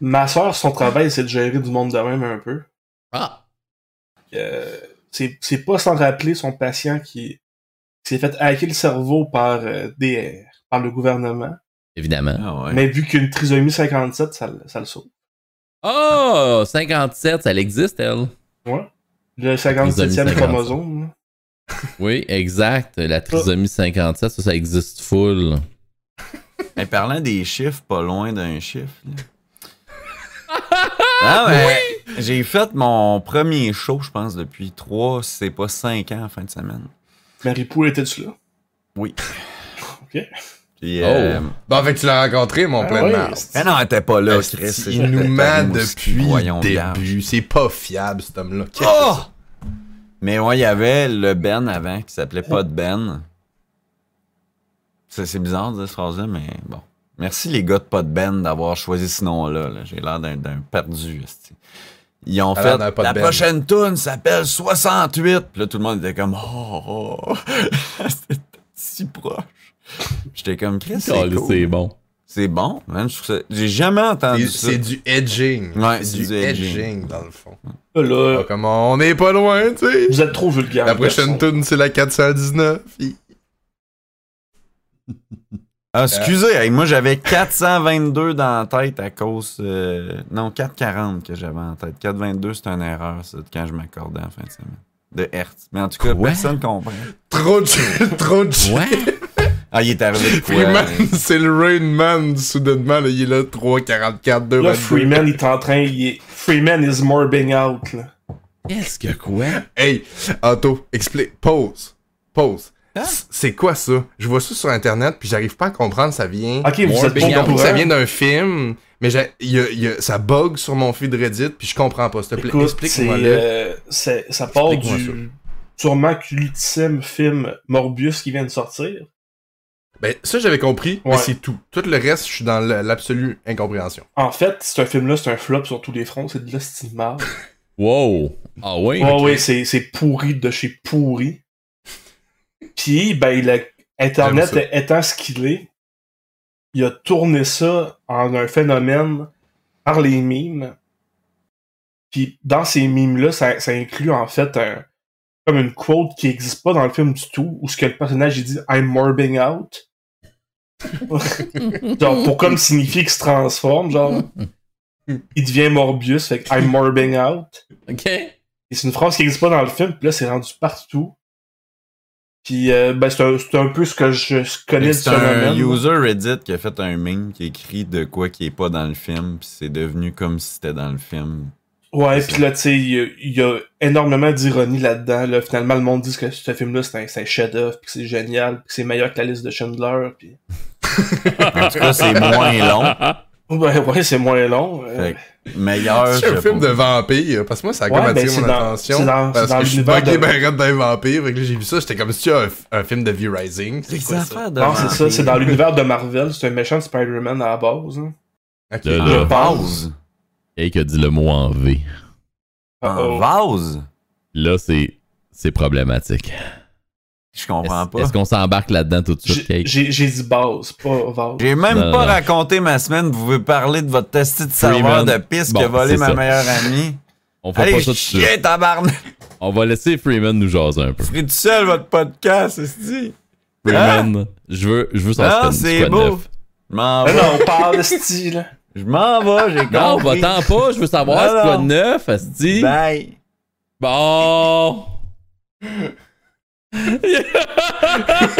Ma soeur, son travail, c'est de gérer du monde de même un peu.
Ah!
Euh, c'est c'est pas sans rappeler son patient qui s'est fait hacker le cerveau par euh, DR, par le gouvernement.
Évidemment.
Ah ouais.
Mais vu qu'une trisomie 57, ça, le- ça le sauve.
Oh! 57, elle existe, elle.
Le 57e
57.
chromosome.
Oui, exact. La trisomie 57, ça, ça existe full.
Hey, parlant des chiffres, pas loin d'un chiffre. là. Ah ouais. J'ai fait mon premier show, je pense, depuis 3, c'est pas 5 ans en fin de semaine.
Marie-Pou était-tu là?
Oui.
Ok.
Puis, euh,
Bon, fait que tu l'as rencontré, mon
Ah
plein
ouais,
de merde.
c'est-
eh non, elle était pas là,
Asti,
Chris.
Il
J'étais
nous ment
tellement
depuis
voyant
le
vierge.
début. C'est pas fiable, cet homme-là. Qu'est-ce que
Oh! Mais ouais, il y avait le Ben avant qui s'appelait pas de Ben. Ça, C'est bizarre de dire cette phrase-là, mais bon. Merci les gars de pas de Ben d'avoir choisi ce nom-là. là. J'ai l'air d'un- d'un perdu. esti. Ils ont
Ça a
fait
l'air d'un pas de
la
Ben.
prochaine tune s'appelle 68. Puis là, tout le monde était comme Oh, oh. c'était si proche. J'étais comme Chris, c'est
Caliste, C'est
cool.
bon.
C'est bon, man. Je trouve ça- J'ai jamais entendu
c'est?
ça.
C'est du edging.
Ouais,
c'est
c'est
du,
du
edging.
edging.
dans le fond.
Là, là,
Bon, comme on est pas loin, tu sais.
vous êtes trop vulgaire.
La prochaine
personne.
tune, c'est la 419. Puis-
Ah, excusez, hey, moi j'avais 422 dans la tête à cause. euh, non, 440 que j'avais en tête. 422, c'est une erreur, ça, de quand je m'accordais en fin de semaine. De Hertz. Mais en tout cas,
Quoi?
personne comprend.
Trop de chill, trop de chill.
Ouais!
Ah, il est arrivé de quoi?
Freeman,
hein?
c'est le Rain Man, soudainement, là, il est là, 3, 44, 2,
Là, Freeman, il est en train. Il est... Freeman is morbing out. Là.
Qu'est-ce que quoi?
Hey, Anto, explique, pause, pause.
Hein?
C- C'est quoi ça? Je vois ça sur internet, puis j'arrive pas à comprendre, ça vient.
Ok, vous êtes
Morbing
pas
J'ai
au
out,
compris que
courant.
ça vient d'un film, mais j'ai- il y a- il y a- ça bug sur mon feed Reddit, puis je comprends pas, s'il te plaît.
Écoute, c'est,
Explique-moi le.
euh, c'est- ça part
Explique-moi
du sûrement que l'ultime film Morbius qui vient de sortir.
Ben, ça, j'avais compris, mais
Ouais.
c'est tout. Tout le reste, je suis dans le- l'absolue incompréhension.
En fait, ce film-là, c'est un flop sur tous les fronts, c'est de l'estime marde.
Wow! Ah oui?
Ouais, ouais, c'est, c'est pourri de chez pourri. Puis, ben, il a- Internet
J'aime
étant ce qu'il est, il a tourné ça en un phénomène par les mimes. Puis, dans ces mimes-là, ça, ça inclut en fait un- comme une quote qui n'existe pas dans le film du tout, où ce que le personnage il dit I'm morbing out. genre, pour comme signifier qu'il se transforme, genre, il devient Morbius, fait que I'm morbing out.
Ok.
Et c'est une phrase qui n'existe pas dans le film, puis là, c'est rendu partout. Puis euh, ben, c'est un, c'est un peu ce que je je connais du
C'est un
phénomène.
user Reddit qui a fait un meme qui écrit de quoi qui est pas dans le film, puis c'est devenu comme si c'était dans le film.
Ouais,
C'est
puis là, tu sais, il y, a- il y a énormément d'ironie là-dedans. Là. Finalement, le monde dit que ce film-là, c'est un, c'est un chef-d'œuvre, puis que c'est génial, puis que c'est meilleur que la liste de Schindler. Puis...
En tout cas, c'est moins long.
Ouais, ouais, c'est moins long. euh.
Fait que meilleur.
C'est
je
un film
sais
de vampire, parce que moi, ça a
Ouais,
comme
ben,
attiré
c'est
mon
dans- c'est
attention.
dans- c'est
parce
dans
que je suis
l'univers
bugué
de-
ben raide d'un vampire. Fait que là, j'ai vu ça, j'étais comme si un, un film de View Rising.
pas.
C'est quoi ça?
Des affaires de
Non, c'est ça,
vampires.
c'est dans l'univers de Marvel, c'est un méchant de Spider-Man à la base. hein.
Ok.
Le-
En
le-
vase.
Et que dit le mot en V.
En Ah,
Uh-oh.
vase.
Là, c'est c'est problématique.
Je comprends
Est-ce
pas.
est-ce qu'on s'embarque là-dedans tout de suite,
J'ai
Cake?
j'ai- j'ai dit base, pas vase.
J'ai même
Non,
pas
non.
raconté ma semaine. Vous pouvez parler de votre testi de serveur
Freeman.
de piste qui a
Bon,
volé
c'est
ma
ça.
meilleure amie.
On fait
Allez,
pas ça tout de suite.
chier, tabarnak!
On va laisser Freeman nous jaser un peu.
Vous serez tout seul, votre podcast, c'est dit.
Freeman, je veux, je veux son
Non,
spin-
c'est
squad
beau.
neuf.
Je m'en
Ah
vais.
non, on parle de style.
Je m'en vais, j'ai compris.
Non, va-t'en pas, je veux savoir
Non,
c'est quoi
non. Ben-
de neuf, Asti.
Bye.
Bon.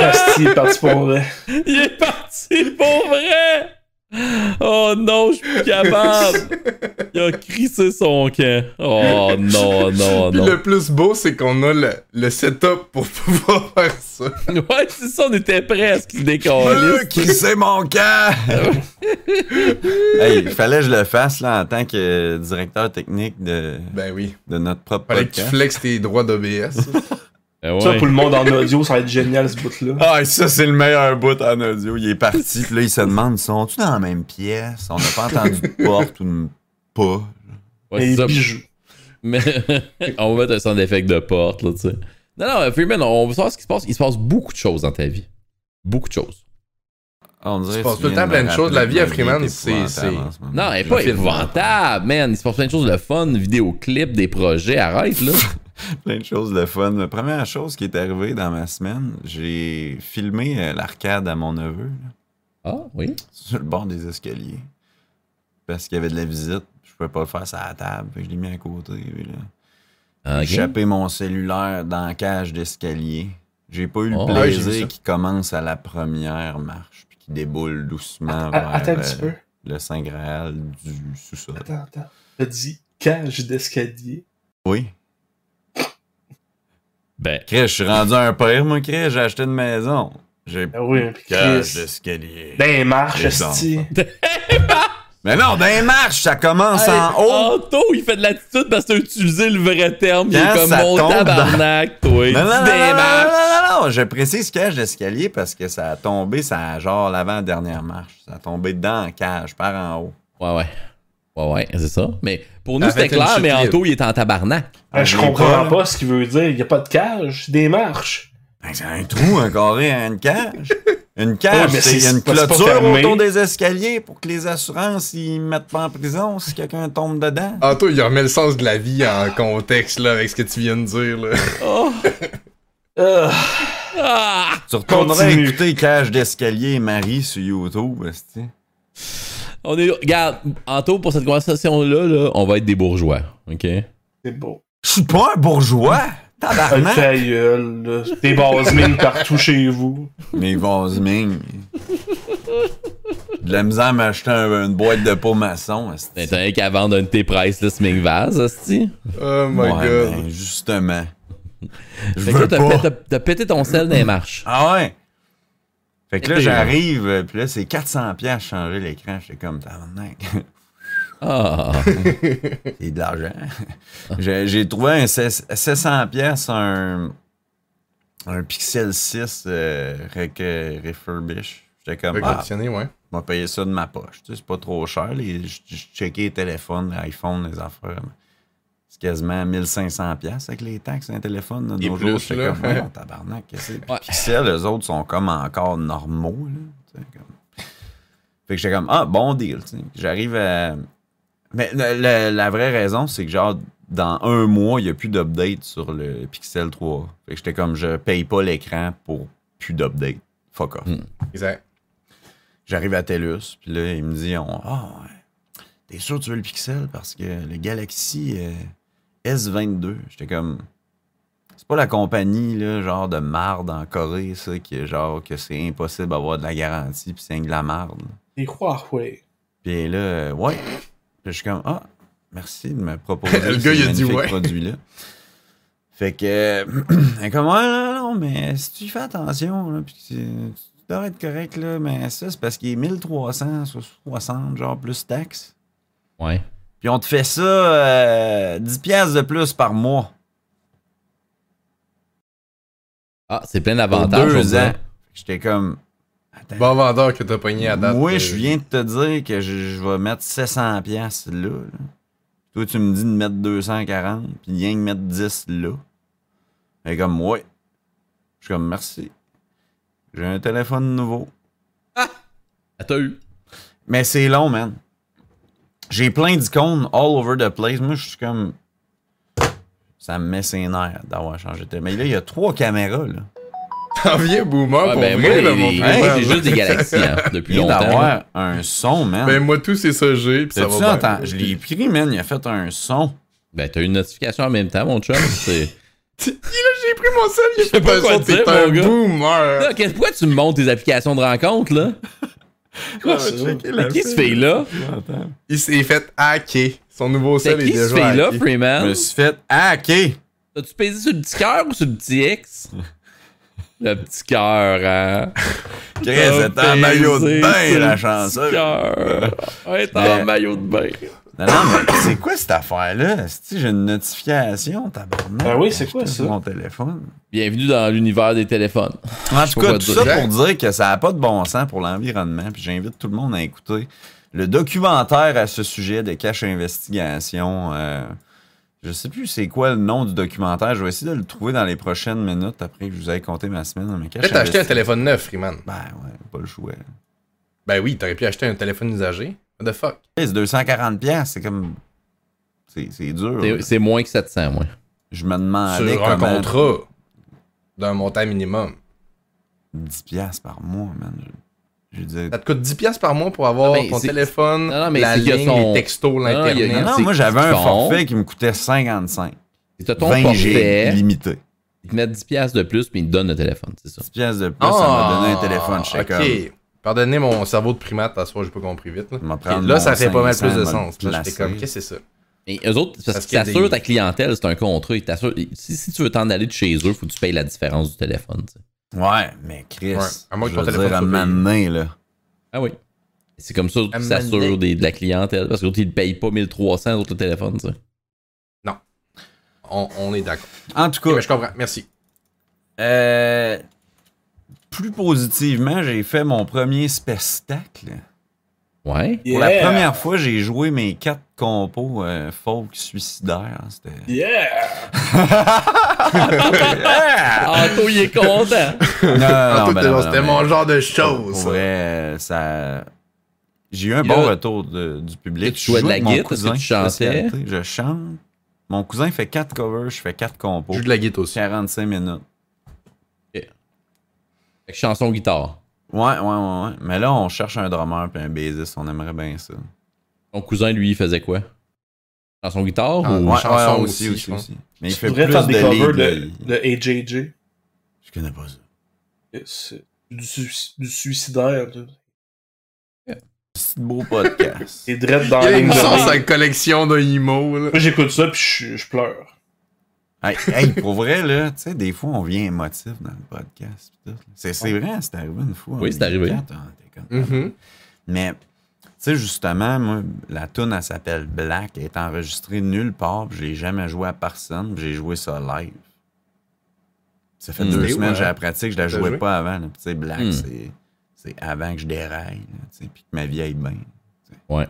Asti est parti pour vrai.
Il est parti pour vrai! Oh non, je suis plus capable! Il a crissé son camp. Oh non, non,
Puis
non.
le plus beau, c'est qu'on a le, le setup pour pouvoir faire ça.
Ouais, c'est ça, on était presque
Voilà,
décollé.
qui Euh, c'est mon camp? hey, il fallait que je le fasse là, en tant que directeur technique de,
Ben oui.
de notre propre
Fallait que tu
podcast.
flexes tes droits d'OBS.
Ben
Ça,
ouais.
pour le monde en audio, ça va être génial ce bout-là.
Ah, et ça, c'est le meilleur bout en audio. Il est parti, puis là, il se demande sont-tu dans la même pièce On n'a pas entendu de porte ou de pas.
Ouais,
Et
c'est Ah, ça.
bijoux.
Mais on va mettre un son d'effet de porte, là, tu sais. Non, non, Freeman, on veut savoir ce qui se passe. Il se passe beaucoup de choses dans ta vie. Beaucoup de choses.
On
Il
dirait
se
que
passe
tu
tout le
viens
temps
de
plein
me
de choses. La
rappeler
vie à
que
Freeman,
est
c'est-
épouvantable
c'est-
en ce moment.
Non, elle est pas
film.
épouvantable, man. Il se passe plein de choses de fun, vidéoclips, des projets. Arrête, là.
plein de choses de fun. La première chose qui est arrivée dans ma semaine, j'ai filmé euh, l'arcade à mon neveu là,
Ah, oui.
sur le bord des escaliers. Parce qu'il y avait de la visite, je pouvais pas le faire sur la table, fait que je l'ai mis à côté. puis là,
Ok.
J'ai échappé mon cellulaire dans la cage d'escalier. J'ai pas eu le
Oh.
Ah,
Ouais, j'ai vu
plaisir
ça.
qui commence à la première marche puis qui déboule doucement vers
Ah, Attends un petit
euh,
peu.
le Saint Graal du sous-sol.
Attends, attends. T'as dit cage d'escalier.
Oui.
Ben,
Chris, je suis rendu un père, moi, Chris. J'ai acheté une maison. J'ai
Ben oui, puis
cage
Chris. Ben-
d'escalier.
Dans les marches,
Des
esti.
enfants. Mais non, dans les marches, ça commence
Hey,
en haut.
Oh,
Anto, il fait de l'attitude parce que t'as utilisé le vrai terme. Il
Quand
est comme
ça
mon
tombe dans-
tabarnak, toi.
Non, non, non,
Tu
non,
démarches.
non, non, non, non, je précise cage d'escalier parce que ça a tombé, ça a genre l'avant-dernière marche. Ça a tombé dans la cage, par en haut.
Ouais, ouais. Ouais, ouais, c'est ça. Mais pour nous,
Avec
c'était
une
clair,
chute
mais
libre.
Anto, il est en tabarnak.
Ben, je
Ah, j'ai
comprends
pas,
pas ce qu'il veut dire. Il a pas de cage, c'est des marches.
Ben, c'est un trou, un carré, une cage. Une
Ah Ouais,
cage,
mais
c'est- il y a
c'est-
une
c'est pas
clôture
fermé.
autour des escaliers pour que les assurances ils mettent pas en prison si quelqu'un tombe dedans.
Ah,
Anto, Ah, il remet le sens de la vie en contexte là, avec ce que tu viens de dire. Là.
Oh.
Euh,
Ah.
Tu retournerais
Continue.
écouter Cage d'escalier et Marie sur YouTube, esti.
On est. Regarde, Anto, pour cette conversation-là, là, on va être des bourgeois. OK?
c'est beau.
Je suis pas un bourgeois!
Un
Tabarnak!
ta gueule, là. Des bases mines partout chez vous.
Mes vases ming. De la misère à m'acheter un- une boîte de peau maçon. esti.
T'as rien qu'à vendre un de tes priceless Ming Vase, hostie.
Oh my
Ouais,
god.
ben, justement. Je
Fait que là,
veux
t'as
pas.
fait- t'as- t'as pété ton sel dans les marches.
Ah ouais? Fait que là,
Et-
j'arrive, euh, puis là, c'est 400 pièces changer l'écran. J'étais comme, tabarnak,
Ah.
c'est de l'argent. J'ai j'ai trouvé un 16 700 pièces un, un Pixel 6 euh, rec- refurbish. J'étais comme, ah,
Reconditionné, ouais.
Je vais payer ça de ma poche. Tu sais, c'est pas trop cher. Les, je, je checkais les téléphones, l'iPhone, les affaires. C'est quasiment 1500$ piastres avec les taxes un téléphone. là, de
Et
nos
plus,
jours, c'est
là.
comme, voyons, tabarnak, qu'est-ce que c'est? Puis
Ouais.
Pixel, eux autres sont comme encore normaux. Là, tu sais, comme. Fait que j'étais comme, ah, bon deal. tu sais. J'arrive à. Mais le- le- la vraie raison, c'est que genre, dans un mois, il n'y a plus d'update sur le Pixel 3. Fait que j'étais comme, je paye pas l'écran pour plus d'update. Fuck off.
Exact.
J'arrive à TELUS, puis là, il me dit on- Ah, ouais. t'es sûr que tu veux le Pixel parce que le Galaxy euh, S22. J'étais comme C'est pas la compagnie, là, genre de marde en Corée, ça, qui est genre que c'est impossible d'avoir de la garantie, puis c'est de la marde.
Les Huawei.
Puis là, euh, ouais. Puis je suis comme, ah, merci de me proposer
Le gars,
ces
il a dit
magnifiques
ouais.
produits-là. Fait que, euh, elle est comme, ouais, non, non, mais si tu fais attention, là, puis tu, tu devrais être correct, là, mais ça, c'est parce qu'il est 1360, genre, plus taxes.
ah. Ouais.
Puis on te fait ça euh, 10 piastres de plus par mois.
Ah, c'est plein
Pour
d'avantages. on
deux
dirait.
ans. J'étais comme, attends.
Bon vendeur que t'as pogné à date.
Moi,
euh,
je viens de te dire que je, je vais mettre 700 pièces là, là. Toi, tu me dis de mettre 240, puis rien que mettre 10 là. Et comme, ouais. Je suis comme, merci. J'ai un téléphone nouveau.
Ah, t'as eu.
Mais c'est long, man. J'ai plein d'icônes all over the place. Moi, je suis comme... Ça me met ses nerfs d'avoir changé de téléphone. Mais là, il y a trois caméras, là.
T'en viens
Ah,
boomer
Ouais,
pour
ben,
vrai,
moi,
là,
les-
mon
les-
frère.
j'ai juste des galaxies hein, depuis
Il y a
longtemps.
d'avoir un son, man.
Ben, moi, tout, c'est ça, j'ai, pis ça
T'as-tu
va bien.
entendu? Je l'ai pris, man. Il a fait un son.
Ben, t'as eu une notification en même temps, mon chum. C'est.
J'ai pris mon seul, il
sais
fait
pas
pas
quoi
ça,
dire,
t'es
mon
un
gars.
boomer.
Là, qu'est- pourquoi tu me montres tes applications de rencontre, là?
Quoi
Ah,
ça?
checker la
Mais qui se
fille.
fait là?
Il s'est fait hacker. Son nouveau
C'est
seul est
Ben, qui se
déjà
fait là,
hacké.
Je
Freeman?
Oh.
me suis fait hacker.
T'as-tu pesé sur le petit cœur ou sur le petit X? Le petit cœur, hein?
Chris,
Oh,
c'était en maillot de bain, la chanceuse.
Ouais, t'es
en
en maillot de bain.
Non, non, mais c'est quoi cette affaire-là? Si j'ai une notification, tabarnak.
Ben oui, c'est quoi
J'étais
ça?
sur Mon téléphone.
Bienvenue dans l'univers des téléphones.
En
sais
tout
pas
cas,
quoi
tout
dire.
ça pour dire que ça n'a pas de bon sens pour l'environnement, puis j'invite tout le monde à écouter le documentaire à ce sujet de Cache Investigation. euh, je sais plus c'est quoi le nom du documentaire. Je vais essayer de le trouver dans les prochaines minutes après que je vous ai compté ma semaine. Mais Cache
Peut-être acheté un
Investi-
téléphone neuf, Freeman.
Ben ouais, pas le choix.
Ben oui, t'aurais pu acheter un téléphone usagé. What the fuck?
Hey, C'est 240$, piastres, c'est comme. C'est c'est dur.
C'est-
là.
C'est moins que 700, moi.
Je me
Ah,
demandais
Sur un
comment.
contrat d'un montant minimum.
10$ piastres par mois, man. Je, je veux dire-
Ça te coûte 10$ piastres par mois pour avoir
Non, mais
ton
Ah, ben, c'est-
téléphone,
Non, non, mais
la
c'est qu'il y a
ligne,
son-
les textos,
non, il y a-
l'internet.
Non, non,
c'est-
moi j'avais un
c'est fort.
forfait qui me coûtait 55.
Et T'as ton
20 G
forfait,
limité.
ils te mettent 10$ piastres de plus, puis ils te donnent le téléphone, c'est ça.
10 piastres de plus, ça
Ah,
m'a donné un téléphone. J'étais
Ok. Pardonnez mon cerveau de primate, à ce soir, j'ai pas compris vite. Là,
comme, je vais prendre
Ok, là,
mon
ça fait pas mal
500,
plus de
je vais le
sens. Là, J'étais
placer.
comme, qu'est-ce que c'est ça?
Mais eux autres, c'est parce
Parce
qu'ils
qu'il y a
t'assurent
des-
ta clientèle, c'est un contrat, ils t'assurent. Si, si tu veux t'en aller de chez eux, faut que tu payes la différence du téléphone, tu sais.
Ouais, mais Chris,
Ouais, à moins que
je
ton
veux
téléphone
dire, à un
soit
moment
payé.
donné, là.
Ah oui. C'est comme ça
À
qu'ils
un moment
s'assurent des- de la clientèle, parce que l'autre, ils ne payent pas 1300 sur le téléphone, tu sais.
On, on est d'accord.
En tout cas,
Ok, mais je comprends. Merci.
euh, plus positivement, j'ai fait mon premier spectacle.
Ouais.
Pour
Yeah.
la première fois, j'ai joué mes quatre compos euh, folk suicidaires. hein, C'était.
Yeah!
Ah, toi, il est content.
Non,
En tout,
non, non, ben non, ben non,
C'était
mais-
mon genre de
Pour
chose.
vrai, euh, ça. J'ai eu un
Puis
bon
là,
retour de- du public.
tu jouais de
joue
la
avec mon
guitare, est-ce que tu chantais?
spécialité. Je chante. Mon cousin fait 4 covers, je fais 4 compos.
Je joue de la guitare aussi.
45 minutes.
Fait que chanson guitare.
Ouais, ouais, ouais, ouais. Mais là, on cherche un drummer puis un bassiste. On aimerait bien ça.
Ton cousin, lui, il faisait quoi? Chanson guitare
Ah,
ou.
ouais. chanson aussi, je pense.
Mais il
Tu
fait
devrais
plus
faire des
de
covers
lead.
de,
là.
de AJJ.
Je connais pas ça.
C'est du, suici- du suicidaire. là.
C'est beau podcast.
C'est direct dans
Il
la
a
ligne
une
de
chance
bain.
à une collection de emo. là.
Moi, j'écoute ça, puis je, je pleure.
hey, hey, pour vrai, là, tu sais, des fois, on vient émotif dans le podcast. pis tout, là. C'est c'est vrai, c'est arrivé une fois.
Oui,
on
c'est
est
arrivé.
quatre, hein, t'es comme-
Mhm.
Mais, tu sais, justement, moi, la tune elle s'appelle Black, elle est enregistrée nulle part, puis je l'ai jamais jouée à personne, puis j'ai joué ça live. Ça fait
Mm.
deux
Vidéo,
semaines que j'ai
ouais.
la pratique, je la
T'as
jouais
joué?
pas avant. là. Puis, Tu sais, Black,
Mm.
c'est- c'est avant que je déraille, là, tu sais, puis que ma vie aille bien.
Ouais.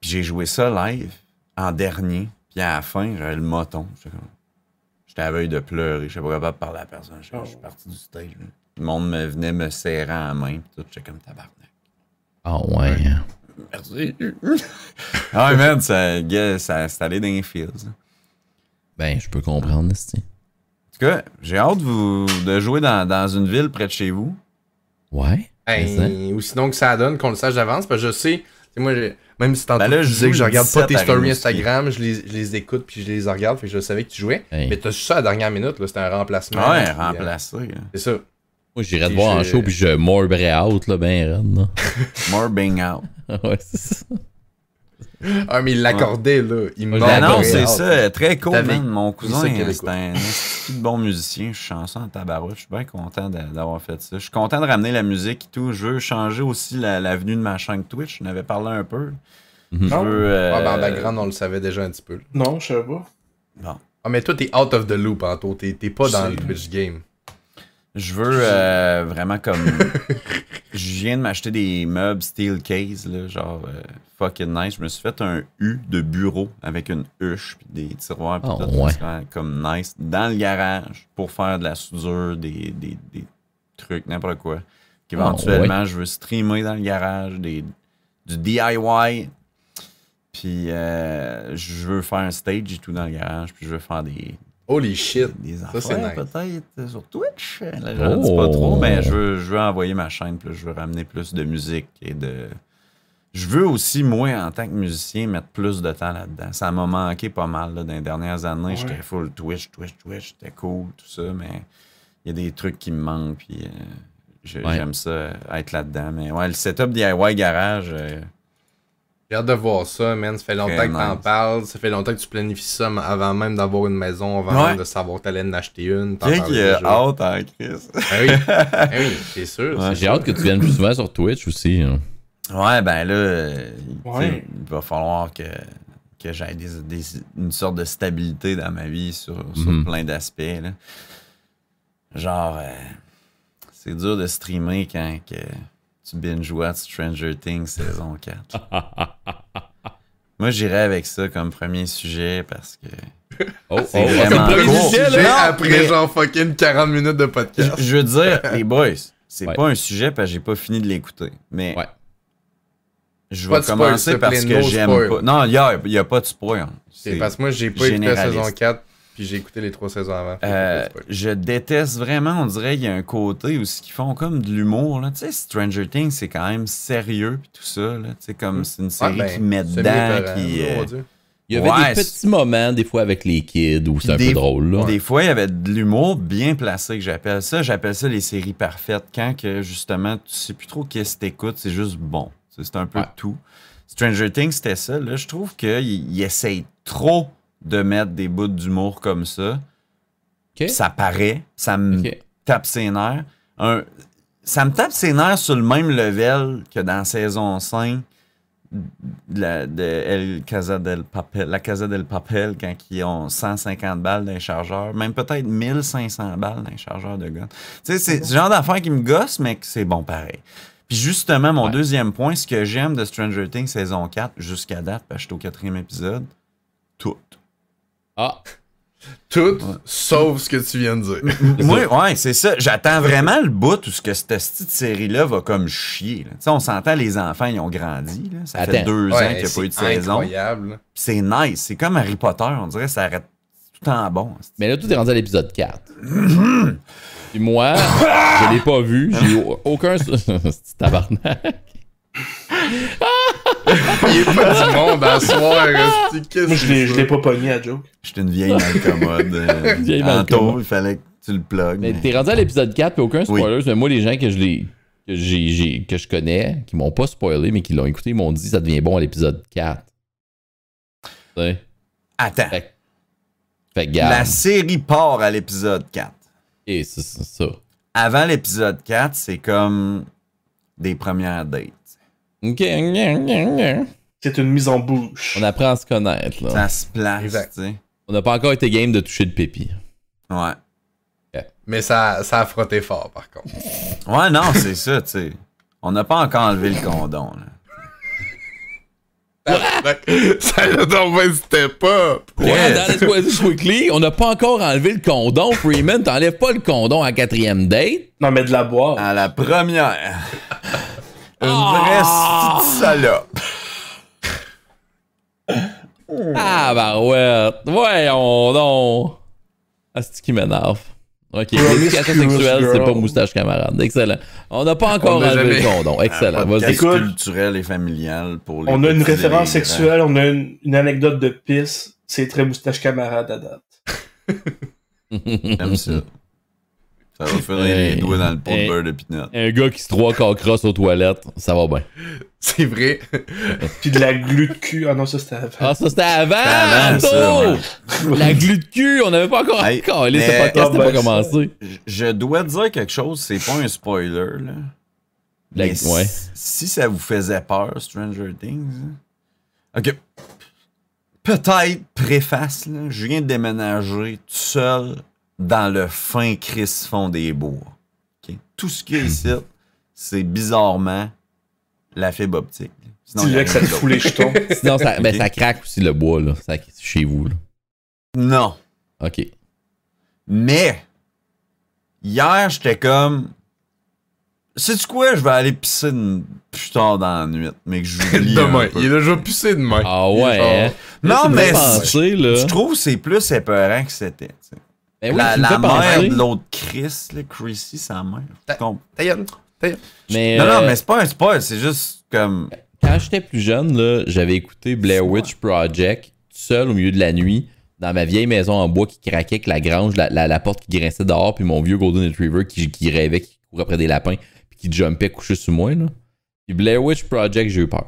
Puis j'ai joué ça live en dernier, puis à la fin, j'avais le moton. J'étais comme- J'étais à la veille de pleurer, je pas capable de parler à personne. Je je suis parti du stage. là. Le monde me venait me serrer en main, puis tout, j'étais comme tabarnak.
Ah ouais.
Merci. ah ouais, man, ça, gars, ça, c'est allé dans les hein. feels. En
Ben, je peux comprendre, c'est.
tout cas, j'ai hâte de vous, de jouer dans, dans une ville près de chez vous.
Ouais.
Hey,
Mais ça-
Ben, ou sinon que ça donne, qu'on le sache d'avance, parce que je sais, Tu sais, moi, j'ai- même si tantôt
Ben là,
tu
je
disais que
joue
je regarde pas
17
tes
à
stories
Rimouski.
Instagram, je les, je les écoute puis je les regarde, fait que je savais que tu jouais.
Hey.
Mais t'as juste ça à la dernière minute, là, c'était un remplacement.
Ouais,
Puis, euh,
remplacé. hein.
C'est ça.
Moi, j'irais te
Et
voir en
je-
show, puis je morberais out, là, ben, raide,
Morbing out.
là. Ouais, c'est ça.
Ah, mais il l'accordait, là. Il me
Ben
Ben
non,
non,
mais
c'est
out,
ça. Très cool,
T'avais-
man. Mon cousin,
C'est ça qu'il y avait
c'est
quoi.
un esti de bon musicien. Je suis chanceux en tabarouche. Je suis bien content d'a- d'avoir fait ça. Je suis content de ramener la musique et tout. Je veux changer aussi la- l'avenue de ma chaîne Twitch. Je n'avais parlé un peu.
Mhm.
Je veux, euh,
Ah, ben, en background, on le savait déjà un petit peu. là.
Non, je sais pas.
Ah, mais toi, t'es out of the loop, Anto. T'es t'es pas
Je
dans
sais.
le Twitch game.
Je veux euh, vraiment comme. je viens de m'acheter des meubles steel case, là, genre euh, fucking nice. Je me suis fait un U de bureau avec une huche, puis des tiroirs, puis
Ah,
tout.
ouais.
C'est vraiment comme nice. Dans le garage pour faire de la soudure, des, des, des trucs, n'importe quoi.
Ah
Éventuellement, je veux streamer dans le garage des, du DIY. Puis euh, je veux faire un stage et tout dans le garage, puis je veux faire des,
Holy shit.
des
Ça, c'est
affaires
nice.
peut-être euh, sur Twitch. hein, Là,
Oh.
j'en dis pas trop, mais je veux, je veux envoyer ma chaîne, puis là, je veux ramener plus de musique et de. Je veux aussi, moi, en tant que musicien, mettre plus de temps là-dedans. Ça m'a manqué pas mal là, dans les dernières années.
Ouais.
J'étais full Twitch, Twitch, Twitch, c'était cool, tout ça, mais il y a des trucs qui me manquent, puis euh, je-
Ouais.
j'aime ça euh, être là-dedans. Mais ouais, le setup DIY Garage, euh,
J'ai hâte de voir ça, man. Ça fait longtemps
Très
que t'en
nice.
parles. Ça fait longtemps que tu planifies ça mais avant même d'avoir une maison, avant
Ouais.
même de savoir que t'allais en acheter une. t'en
bien
parlais
qu'il y ait
déjà.
hâte en crise.
Ah oui, Ah oui c'est sûr.
Ouais.
c'est
J'ai hâte que tu viennes plus souvent sur Twitch aussi. hein.
Ouais, ben là, euh, tu
Ouais.
sais, il va falloir que, que j'aille des, des- une sorte de stabilité dans ma vie sur, sur
Mhm.
plein d'aspects. là. Genre, euh, c'est dur de streamer quand que tu binge-watch Stranger Things saison 4. Moi, j'irais avec ça comme premier sujet parce que
Oh, oh,
Ah, C'est vraiment
comme premier
cool.
sujet,
J'ai
là.
après
mais-
genre fucking 40 minutes de podcast.
Je, je veux dire, les boys, c'est
Ouais.
pas un sujet parce que j'ai pas fini de l'écouter. Mais
Ouais.
je
Pas
vais
de spoil, s'il
commencer
te
parce
plaît,
que
no
j'aime
spoil.
pas. Non, il y a, il y a pas de spoil.
C'est parce que moi, j'ai pas écouté la
généraliste.
saison 4, puis j'ai écouté les trois saisons avant. ben, Fait que
Euh,
c'est pas-
je déteste vraiment, on dirait qu'il y a un côté où ce qu'ils font comme de l'humour. là. Tu sais, Stranger Things, c'est quand même sérieux puis tout ça. Là. Tu sais, comme c'est une série
Ouais,
qui
ben,
met dedans.
semi-épeurant,
Qui,
mon
euh,
Dieu.
Il y avait
Ouais,
des petits moments, des fois, avec les kids, où c'est un
Des-
peu drôle, là.
Des fois, il y avait de l'humour bien placé que j'appelle ça. J'appelle ça les séries parfaites. Quand que justement, tu sais plus trop qu'est-ce que t'écoutes, c'est juste bon. Tu sais, C'est un peu
Ouais.
tout. Stranger Things, c'était ça. Là, je trouve qu'il essaye trop de mettre des bouts d'humour comme ça.
Ok.
Ça paraît. Ça me
Ok.
tape ses nerfs. Un- ça me tape ses nerfs sur le même level que dans saison 5 de la, de El Casa del Papel, la Casa del Papel quand ils ont 150 balles d'un chargeur, même peut-être 1500 balles d'un chargeur de gun. Tu sais, c'est ce genre d'affaire qui me gosse, mais que c'est bon pareil. Puis justement, mon
Ouais.
deuxième point, ce que j'aime de Stranger Things saison 4 jusqu'à date, parce que je suis au quatrième épisode, tout.
Ah,
Tout
Ouais.
sauf ce que tu viens de dire.
Moi, ouais, c'est ça. J'attends vraiment le bout où ce que cette petite série-là va comme chier. là. Tu sais, on s'entend, les enfants, ils ont grandi. là. Ça fait
Attends.
deux ans qu'il n'y a
c'est
pas eu de saison. Puis
incroyable.
C'est nice. C'est comme Harry Potter. On dirait que ça arrête tout en bon.
mais là, tout est rendu à l'épisode 4. Puis moi, je l'ai pas vu, j'ai eu aucun. sou- C'est tabarnak.
Il est pas du monde à soir. esti, qu'est-ce
Moi, je
que
l'ai-
c'est
je l'ai pas pogné à joke.
Je suis une vieille malcommode. euh,
Vieille
Anto,
malcommode.
il fallait que tu le plugues.
Mais
mais-
t'es rendu à l'épisode 4, puis aucun
Oui.
spoiler. Mais moi, les gens que je l'ai- que j'ai, j'ai- que je connais, qui m'ont pas spoilé, mais qui l'ont écouté, ils m'ont dit ça devient bon à l'épisode 4. Tu sais?
Attends.
Fait Fait que,
La
garde.
série part à l'épisode 4.
Et c'est c'est ça.
Avant l'épisode 4, c'est comme des premières dates.
Ok, gna, gna, gna.
C'est une mise en bouche.
On apprend à se connaître, là.
Ça se place,
Exact.
tu sais.
On n'a pas encore été game de toucher le pépi.
Ouais.
Mais ça, ça a frotté fort, par contre.
Ouais, non, c'est ça, tu sais. On n'a pas encore enlevé le condom. Là.
ça l'a donc bien step up.
Ouais,
Ouais.
dans les Wesley's Weekly, on n'a pas encore enlevé le condom. Freeman, t'enlèves pas le condom à la quatrième date.
Non, mais de la boire.
À la première. Une
Ah!
vraie petite salope.
Ah, bah ouais. Voyons donc. Ah, c'est qui m'énerve. Ok,
Promiscuous
l'éducation sexuelle, c'est pas
girl.
moustache camarade. Excellent. On n'a pas encore
On n'a
enlevé le
jamais-
condom. Excellent.
Un
Vas-y.
podcast
Écoute,
culturel et familial pour les
On a une
petits et les
référence
grands.
sexuelle, on a une, une anecdote de pisse. C'est très moustache camarade à date.
J'aime ça. Ça va faire les
Hey.
doigts dans le pot de
Hey.
beurre de pinot.
Un gars qui se trois quarts crosse aux toilettes, ça va bien.
C'est vrai.
Puis de la glu de cul. Ah non, ça c'était avant.
Ah, ça c'était avant!
avant, ça,
Anto!
ouais.
La glu de cul, on n'avait pas encore.
Hey,
encore les
mais-
ce podcast
Ah,
n'était pas
ben,
commencé.
Je- Je dois dire quelque chose, c'est pas un spoiler, là.
La-
Mais si-
ouais.
Si ça vous faisait peur, Stranger Things. hein. Ok. Peut-être préface, là. Je viens de déménager tout seul dans le fin Chris fond des bois. Ok. Tout ce qui est ici, c'est bizarrement la fibre optique. là. Sinon,
Tu
il y a
dirais que ça te
rien d'autre.
fout les jetons.
Sinon, ça, ben,
Ok.
ça craque aussi le bois, là. Ça, chez vous, là.
Non.
OK.
Mais hier, j'étais comme. Sais-tu quoi? Je vais aller pisser une- plus tard dans la nuit, mais que j'oublie. un
Demain.
peu.
Il est déjà pucé demain.
Ah ouais,
genre-
hein?
Non,
Tu me fais
mais je
penser, là.
trouve que c'est plus épeurant que c'était. tu sais.
Ben oui,
la
tu me
la
fais
mère
penser.
de l'autre Chris, là, Chrissy, sa mère. Je
Ta-
comprends.
Ta gueule.
Mais,
Non, non,
euh,
mais c'est pas un spoil, c'est juste comme.
quand j'étais plus jeune, là, j'avais écouté Blair Witch Project tout seul au milieu de la nuit dans ma vieille maison en bois qui craquait avec la grange, la, la- la porte qui grinçait dehors, puis mon vieux Golden Retriever qui, qui rêvait, qui courait après des lapins, puis qui jumpait couché sous moi. Là. Puis Blair Witch Project, j'ai eu peur.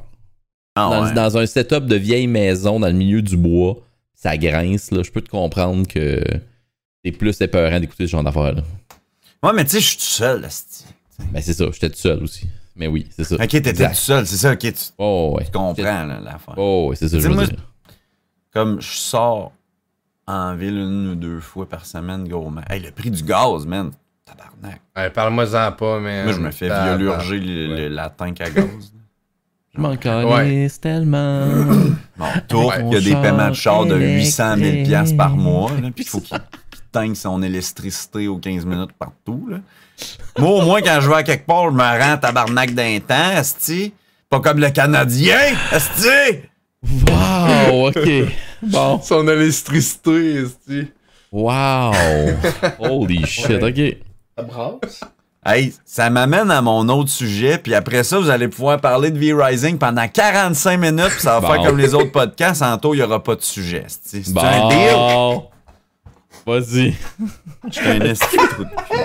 Ah,
dans,
ouais.
dans un setup de vieille maison dans le milieu du bois, ça grince, là. Je peux te comprendre que c'est plus épeurant d'écouter ce genre d'affaires, là.
Ouais, mais tu sais, je suis tout seul, là, c'ti.
Ben, c'est ça, j'étais tout seul aussi. Mais oui, c'est ça.
Ok, t'étais
Exact.
tout seul, c'est ça, ok, tu tu
Oh, ouais.
comprends, là, l'affaire.
Oh, ouais, c'est ça, je
Dis-moi-
veux dire.
comme je sors en ville une ou deux fois par semaine, gros, man. Hey, le prix du gaz, man. Tabarnak.
Ouais, Parle-moi-en pas, mais.
Moi, je
Euh,
me fais
Ah,
violurger le- le- la tank à gaz.
Je m'en
calisse
tellement.
Bon, tour,
Ouais.
il y a des
Mon
paiements de char de
électrique.
800 000 piastres par mois, là, puis il faut qu'il tangue son électricité aux 15 minutes partout, là. Moi, au moins, quand je vais à quelque part, je me rends tabarnak d'un temps, asti. Pas comme le Canadien, asti!
Wow, ok. Bon.
Son électricité, esti.
Wow. Holy shit, ok.
Ça brasse.
Hey, ça m'amène à mon autre sujet, puis après ça, vous allez pouvoir parler de V-Rising pendant 45 minutes, puis ça va
Bon.
faire comme les autres podcasts. En tôt, il n'y aura pas de sujet. C'est c'est un deal.
Bon. Vas-y.
Je suis un esti de trou de cul.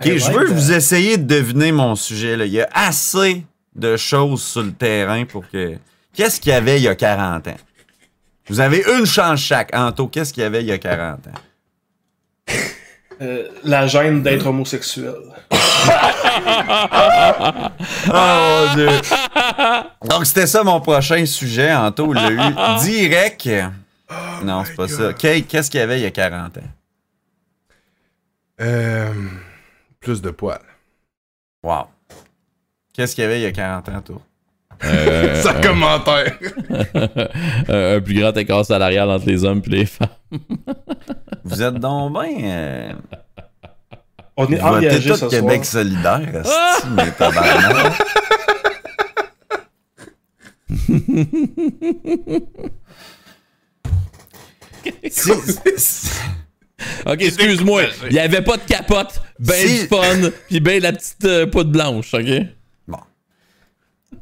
Ok,
Hey,
je
ouais,
veux
ben-
vous essayer de deviner mon sujet. Là. Il y a assez de choses sur le terrain pour que. Qu'est-ce qu'il y avait il y a 40 ans? Vous avez une chance chaque. Anto, qu'est-ce qu'il y avait il y a 40 ans?
Euh, la gêne d'être homosexuel.
Oh mon Dieu. Donc c'était ça mon prochain sujet, Anto l'a eu direct. non, c'est pas ça. Kate, qu'est-ce qu'il y avait il y a 40 ans?
Euh, Plus de poils.
Wow. Qu'est-ce qu'il y avait il y a 40 ans, toi?
Euh,
Sans commentaire.
un plus grand écart salarial entre les hommes et les femmes.
Vous êtes donc bien
On est
euh, votez
engagé
tout
ce
Québec
soir.
solidaire, esti, mais tabarnak. Si- si-
Ok, excuse-moi. Il n'y avait pas de capote, ben
Si-
du fun, puis ben la petite euh, poudre blanche, ok?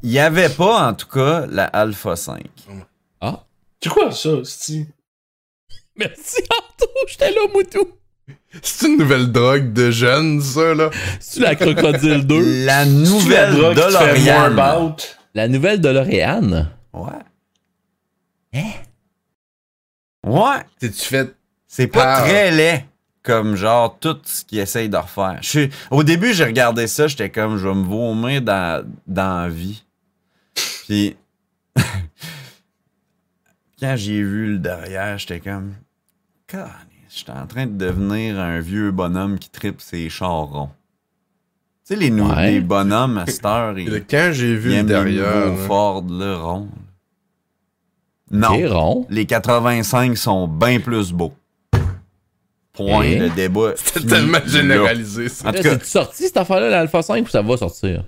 Il n'y avait pas, en tout cas, la Alpha 5.
Ah.
C'est quoi ça, Sty?
Merci, Anto. J'étais là, Moutou.
C'est une nouvelle drogue de jeunes, ça, là.
C'est la Crocodile 2.
La
C'est-tu la
nouvelle
drogue qui te fait
DeLorean.
warm out?
La nouvelle de L'Oréane.
Ouais. Hein? Ouais.
T'es-tu fait.
C'est pas
Ah.
très laid comme genre tout ce qu'ils essayent de refaire. Je suis- Au début, j'ai regardé ça, j'étais comme je vais me vomir dans, dans la vie. Puis quand j'ai vu le derrière, j'étais comme God, j'étais en train de devenir un vieux bonhomme qui tripe ses charrons. Tu sais, les, nou-
Ouais.
les bonhommes à cette heure, ils-
Le- Quand j'ai
il
vu le
aime les
derrière.
nouveaux
là.
Ford, le rond. Non.
C'est rond.
Les 85 sont bien plus beaux. Point.
Eh?
Le débat.
C'est
fini
tellement
là.
généralisé, ça.
En
Là,
tout cas,
C'est sorti cette affaire-là, l'Alpha 5, ou ça va sortir?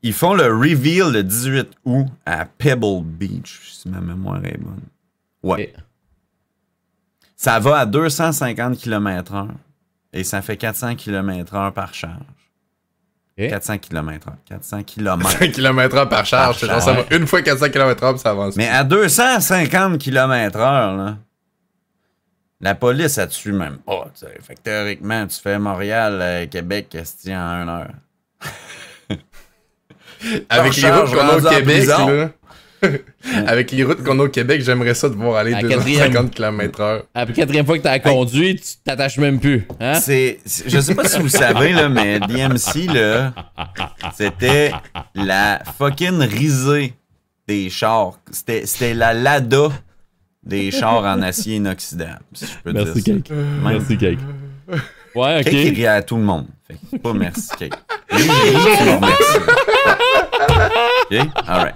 ils font le reveal le 18 août à Pebble Beach, si ma mémoire est bonne. Ouais.
Eh.
Ça va à 250 km/h et ça fait 400 km/h par charge.
Eh?
400 km/h. 400 km.
100 km/h par
Ah,
charge. c'est genre, ça va une fois 400 km/h, puis ça avance.
Mais à 250 km/h, là, la police, elle te suit même pas. tu sais. Fait que théoriquement, tu fais Montréal-Québec en une heure.
Avec les
par
routes
charge,
qu'on a
rendu
au
en
Québec,
prison.
là. Avec les routes qu'on a au Québec, j'aimerais ça devoir aller
À
250 km/h.
Après la quatrième fois que t'as conduit, tu t'attaches même plus. Hein?
C'est, c'est- je sais pas si vous savez, là, mais DMC, là, c'était la fucking risée des chars. C'était, c'était la Lada des chars en acier inoxydable, si je peux
Merci,
dire.
Cake. Merci, Cake. Ouais,
ça. Cake, il
Ah, ok.
rit à tout le monde. Fait que pas merci, Cake. Lui, il rit, tu le remercies. OK? All right.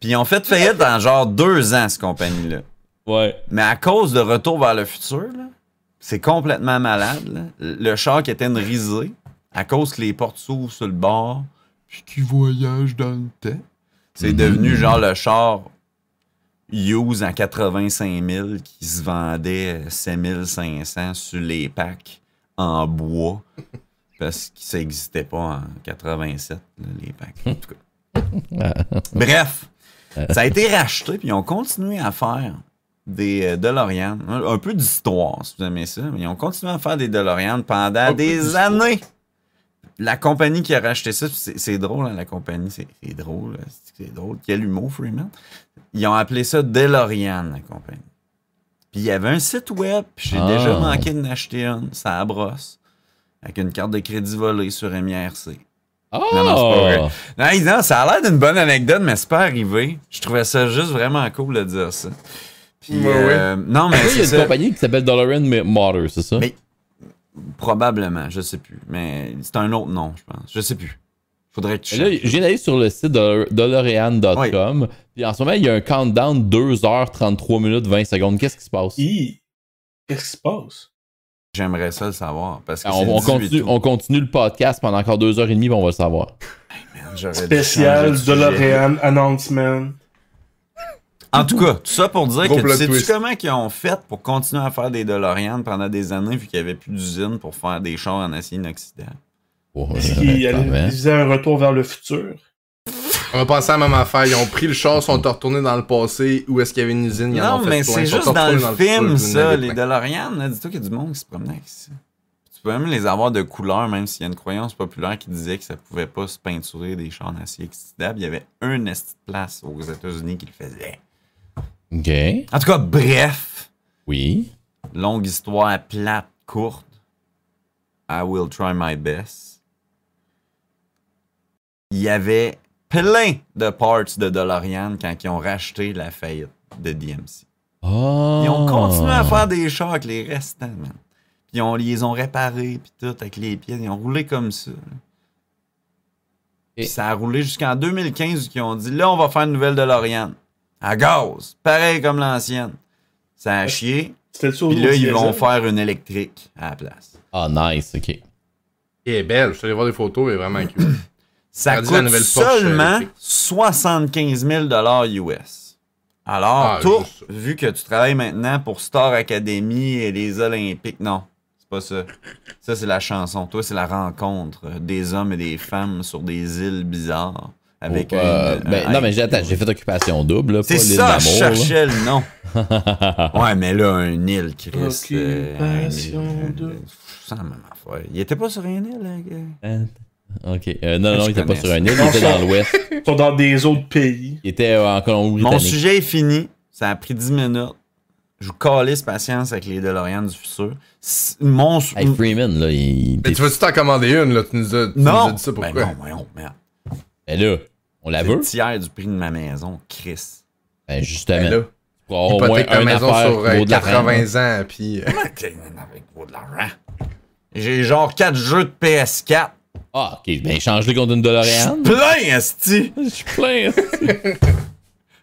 Puis ils ont fait faillite en genre deux ans, cette compagnie-là.
Ouais.
Mais à cause de Retour vers le futur, là, c'est complètement malade. là. Le char qui était une risée, à cause que les portes s'ouvrent sur le bord, puis qu'il voyage dans le temps, c'est
Mhm.
devenu genre le char use en 85 000 qui se vendait 7500 sur les packs en bois. Parce que ça n'existait pas en 87, là, les packs. En tout cas. Bref, ça a été racheté, puis ils ont continué à faire des euh, DeLorean. Un, un peu d'histoire, si vous aimez ça. Mais ils ont continué à faire des DeLorean pendant
Un peu
des
d'histoire.
années. La compagnie qui a racheté ça, puis c'est c'est drôle, hein, la compagnie, c'est c'est drôle. hein, c'est- C'est drôle. Quel humour, Freeman. Ils ont appelé ça DeLorean, la compagnie. Puis il y avait un site web, puis j'ai
Ah.
déjà manqué d'en acheter un, ça à brosse, avec une carte de crédit volée sur MIRC.
Oh!
Non, non, c'est pas vrai. Non, il- non, ça a l'air d'une bonne anecdote, mais c'est pas arrivé. Je trouvais ça juste vraiment cool de dire ça. Puis,
Ouais,
euh, non, mais
Là, il y
c'est
a une
ça.
compagnie qui s'appelle DeLorean Motor, c'est ça?
Mais- Probablement, je sais plus. Mais c'est un autre nom, je pense. Je sais plus. Faudrait que tu
Là,
cherches.
j'ai d'aller sur le site de DeLorean.com. Puis en ce moment, il y a un countdown 2h33 minutes 20 secondes. Qu'est-ce qui se passe?
Hi. Qu'est-ce qui se passe?
J'aimerais ça le savoir. Parce que
Ah, On,
c'est
on
le 18
continue,
août.
on continue le podcast pendant encore 2h30 puis on va le savoir.
J'aurais dû changer
Spécial
de
de
sujet.
L'Oréal announcement.
En tout cas, tout ça pour dire
Gros
que
plot
tu sais-tu
twist.
comment qu'ils ont fait pour continuer à faire des DeLorean pendant des années vu qu'il n'y avait plus d'usine pour faire des chars en acier inoxydable?
Oh, euh,
Ben,
Est-ce qu'il
Ouais, quand
allait-
même.
il faisait un retour vers le futur?
On va penser à la même affaire. Ils ont pris le char, sont retournés dans le passé. Où est-ce qu'il y avait une usine? Ils en
Non,
ont fait
mais
plein.
c'est
Ils sont
juste dans le
retournés
film,
futur, ils en
ça,
avaient
les
plein.
DeLorean. là, Dis-toi qu'il y a du monde qui se promenait avec ça. Tu peux même les avoir de couleur, même s'il y a une croyance populaire qui disait que ça pouvait pas se peinturer des chars en acier oxydable. Il y avait un esti de place aux États-Unis qui le faisait.
Ok.
En tout cas, bref,
Oui.
longue histoire plate, courte. I will try my best. Il y avait plein de parts de DeLorean quand ils ont racheté la faillite de DMC.
Oh.
Ah.
Ils ont continué
Ah.
à faire des chars avec les restants, man. Puis on, ils les ont réparés, puis tout, avec les pièces. Ils ont roulé comme ça. là.
Et-
Puis ça a roulé jusqu'en 2015, qui ont dit là, on va faire une nouvelle DeLorean. À gaz. Pareil comme l'ancienne. Ça a chié.
C'était ça au
Puis là, ils
diesel?
vont faire une électrique à la place.
Ah, nice, ok.
Elle est belle. Je suis allé voir des photos, elle est vraiment cute.
Ça
Rendu la
coûte
nouvelle Porsche euh,
seulement
électrique.
75 000 US. Alors,
Ah,
toi,
juste ça.
vu que tu travailles maintenant pour Star Academy et les Olympiques, non, c'est pas ça. Ça, c'est la chanson. Toi, c'est la rencontre euh, des hommes et des femmes sur des îles bizarres. Avec
Oh, euh,
une-
ben,
un-
non, mais j'attends, j'ai fait occupation double, là, pas
C'est
l'île
ça, je
d'amour. là.
cherchais le nom. ouais, mais là, un île, Chris. euh, un île,
Occupation
euh,
double.
C'est la même affaire. Il était pas sur une île, hein, gars?
ok. Euh, non, non,
Je
il était pas
connais
sur
ça.
un île, il était dans l'ouest.
Ils sont dans des autres pays.
Il était euh, en
Mon
Colombie-Britannique.
sujet est fini. Ça a pris 10 minutes. Je vous calisse patience avec les DeLorean du futur. S- Mon su-
Hey, Freeman, là, il.
Mais tu veux-tu t'en commander une, là? Tu nous as, tu
non!
nous as dit ça pourquoi?
Ben non, voyons, merde.
Ben là, on la
C'est
veut?
le tiers du prix de ma maison, Chris.
Ben
Ben
justement.
là,
Pour avoir au moins
hypothèque ta
un
maison
affaire
sur euh,
qui vaut de la
80 ans, puis... euh,
Avec gros de l'argent. J'ai genre 4 jeux de PS4.
Ah, ok. Ben change-le contre une
Je suis
DeLorean.
plein, esti!
Je suis plein.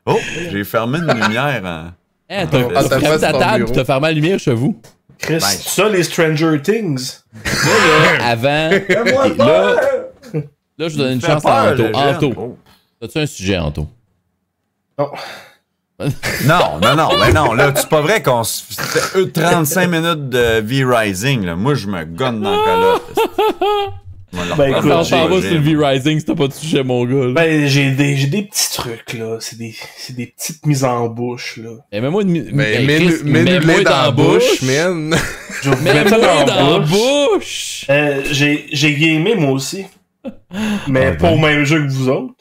Oh, j'ai fermé une lumière. hein.
Hey,
Ah, t'as
Eh, t'as t'as
fait
pris ta
ton
table
bureau.
pis t'as fermé la lumière chez vous.
Chris,
Ben.
ça, les Stranger Things.
Moi, là, avant. ok, là, là, je vous donne une
Fait
chance
peur,
à
le
Anto.
Oh. jeune.
Anto,
Oh.
as-tu un sujet, Anto?
Non.
Non, non, non, mais non, là, c'est pas vrai qu'on se fait eux, 35 minutes de V-Rising, là. Moi, je me gonne dans le calotte. Moi, leur
Ben,
parle
écoute,
de
On s'en va
GG,
sur le V-Rising si t'as pas de sujet, mon gars. là.
Ben, j'ai des, j'ai des petits trucs, là. C'est des, c'est des petites mises en bouche, là.
Eh, Mets-moi une.
Mais
eh, Chris,
mets-nous
mets-moi
ben, lait dans la bouche, man.
Je vous mets ça
Mets-moi dans la
bouche.
bouche!
Euh, j'ai, j'ai gamé, moi aussi. Mais
Ah,
pas au même jeu que vous autres.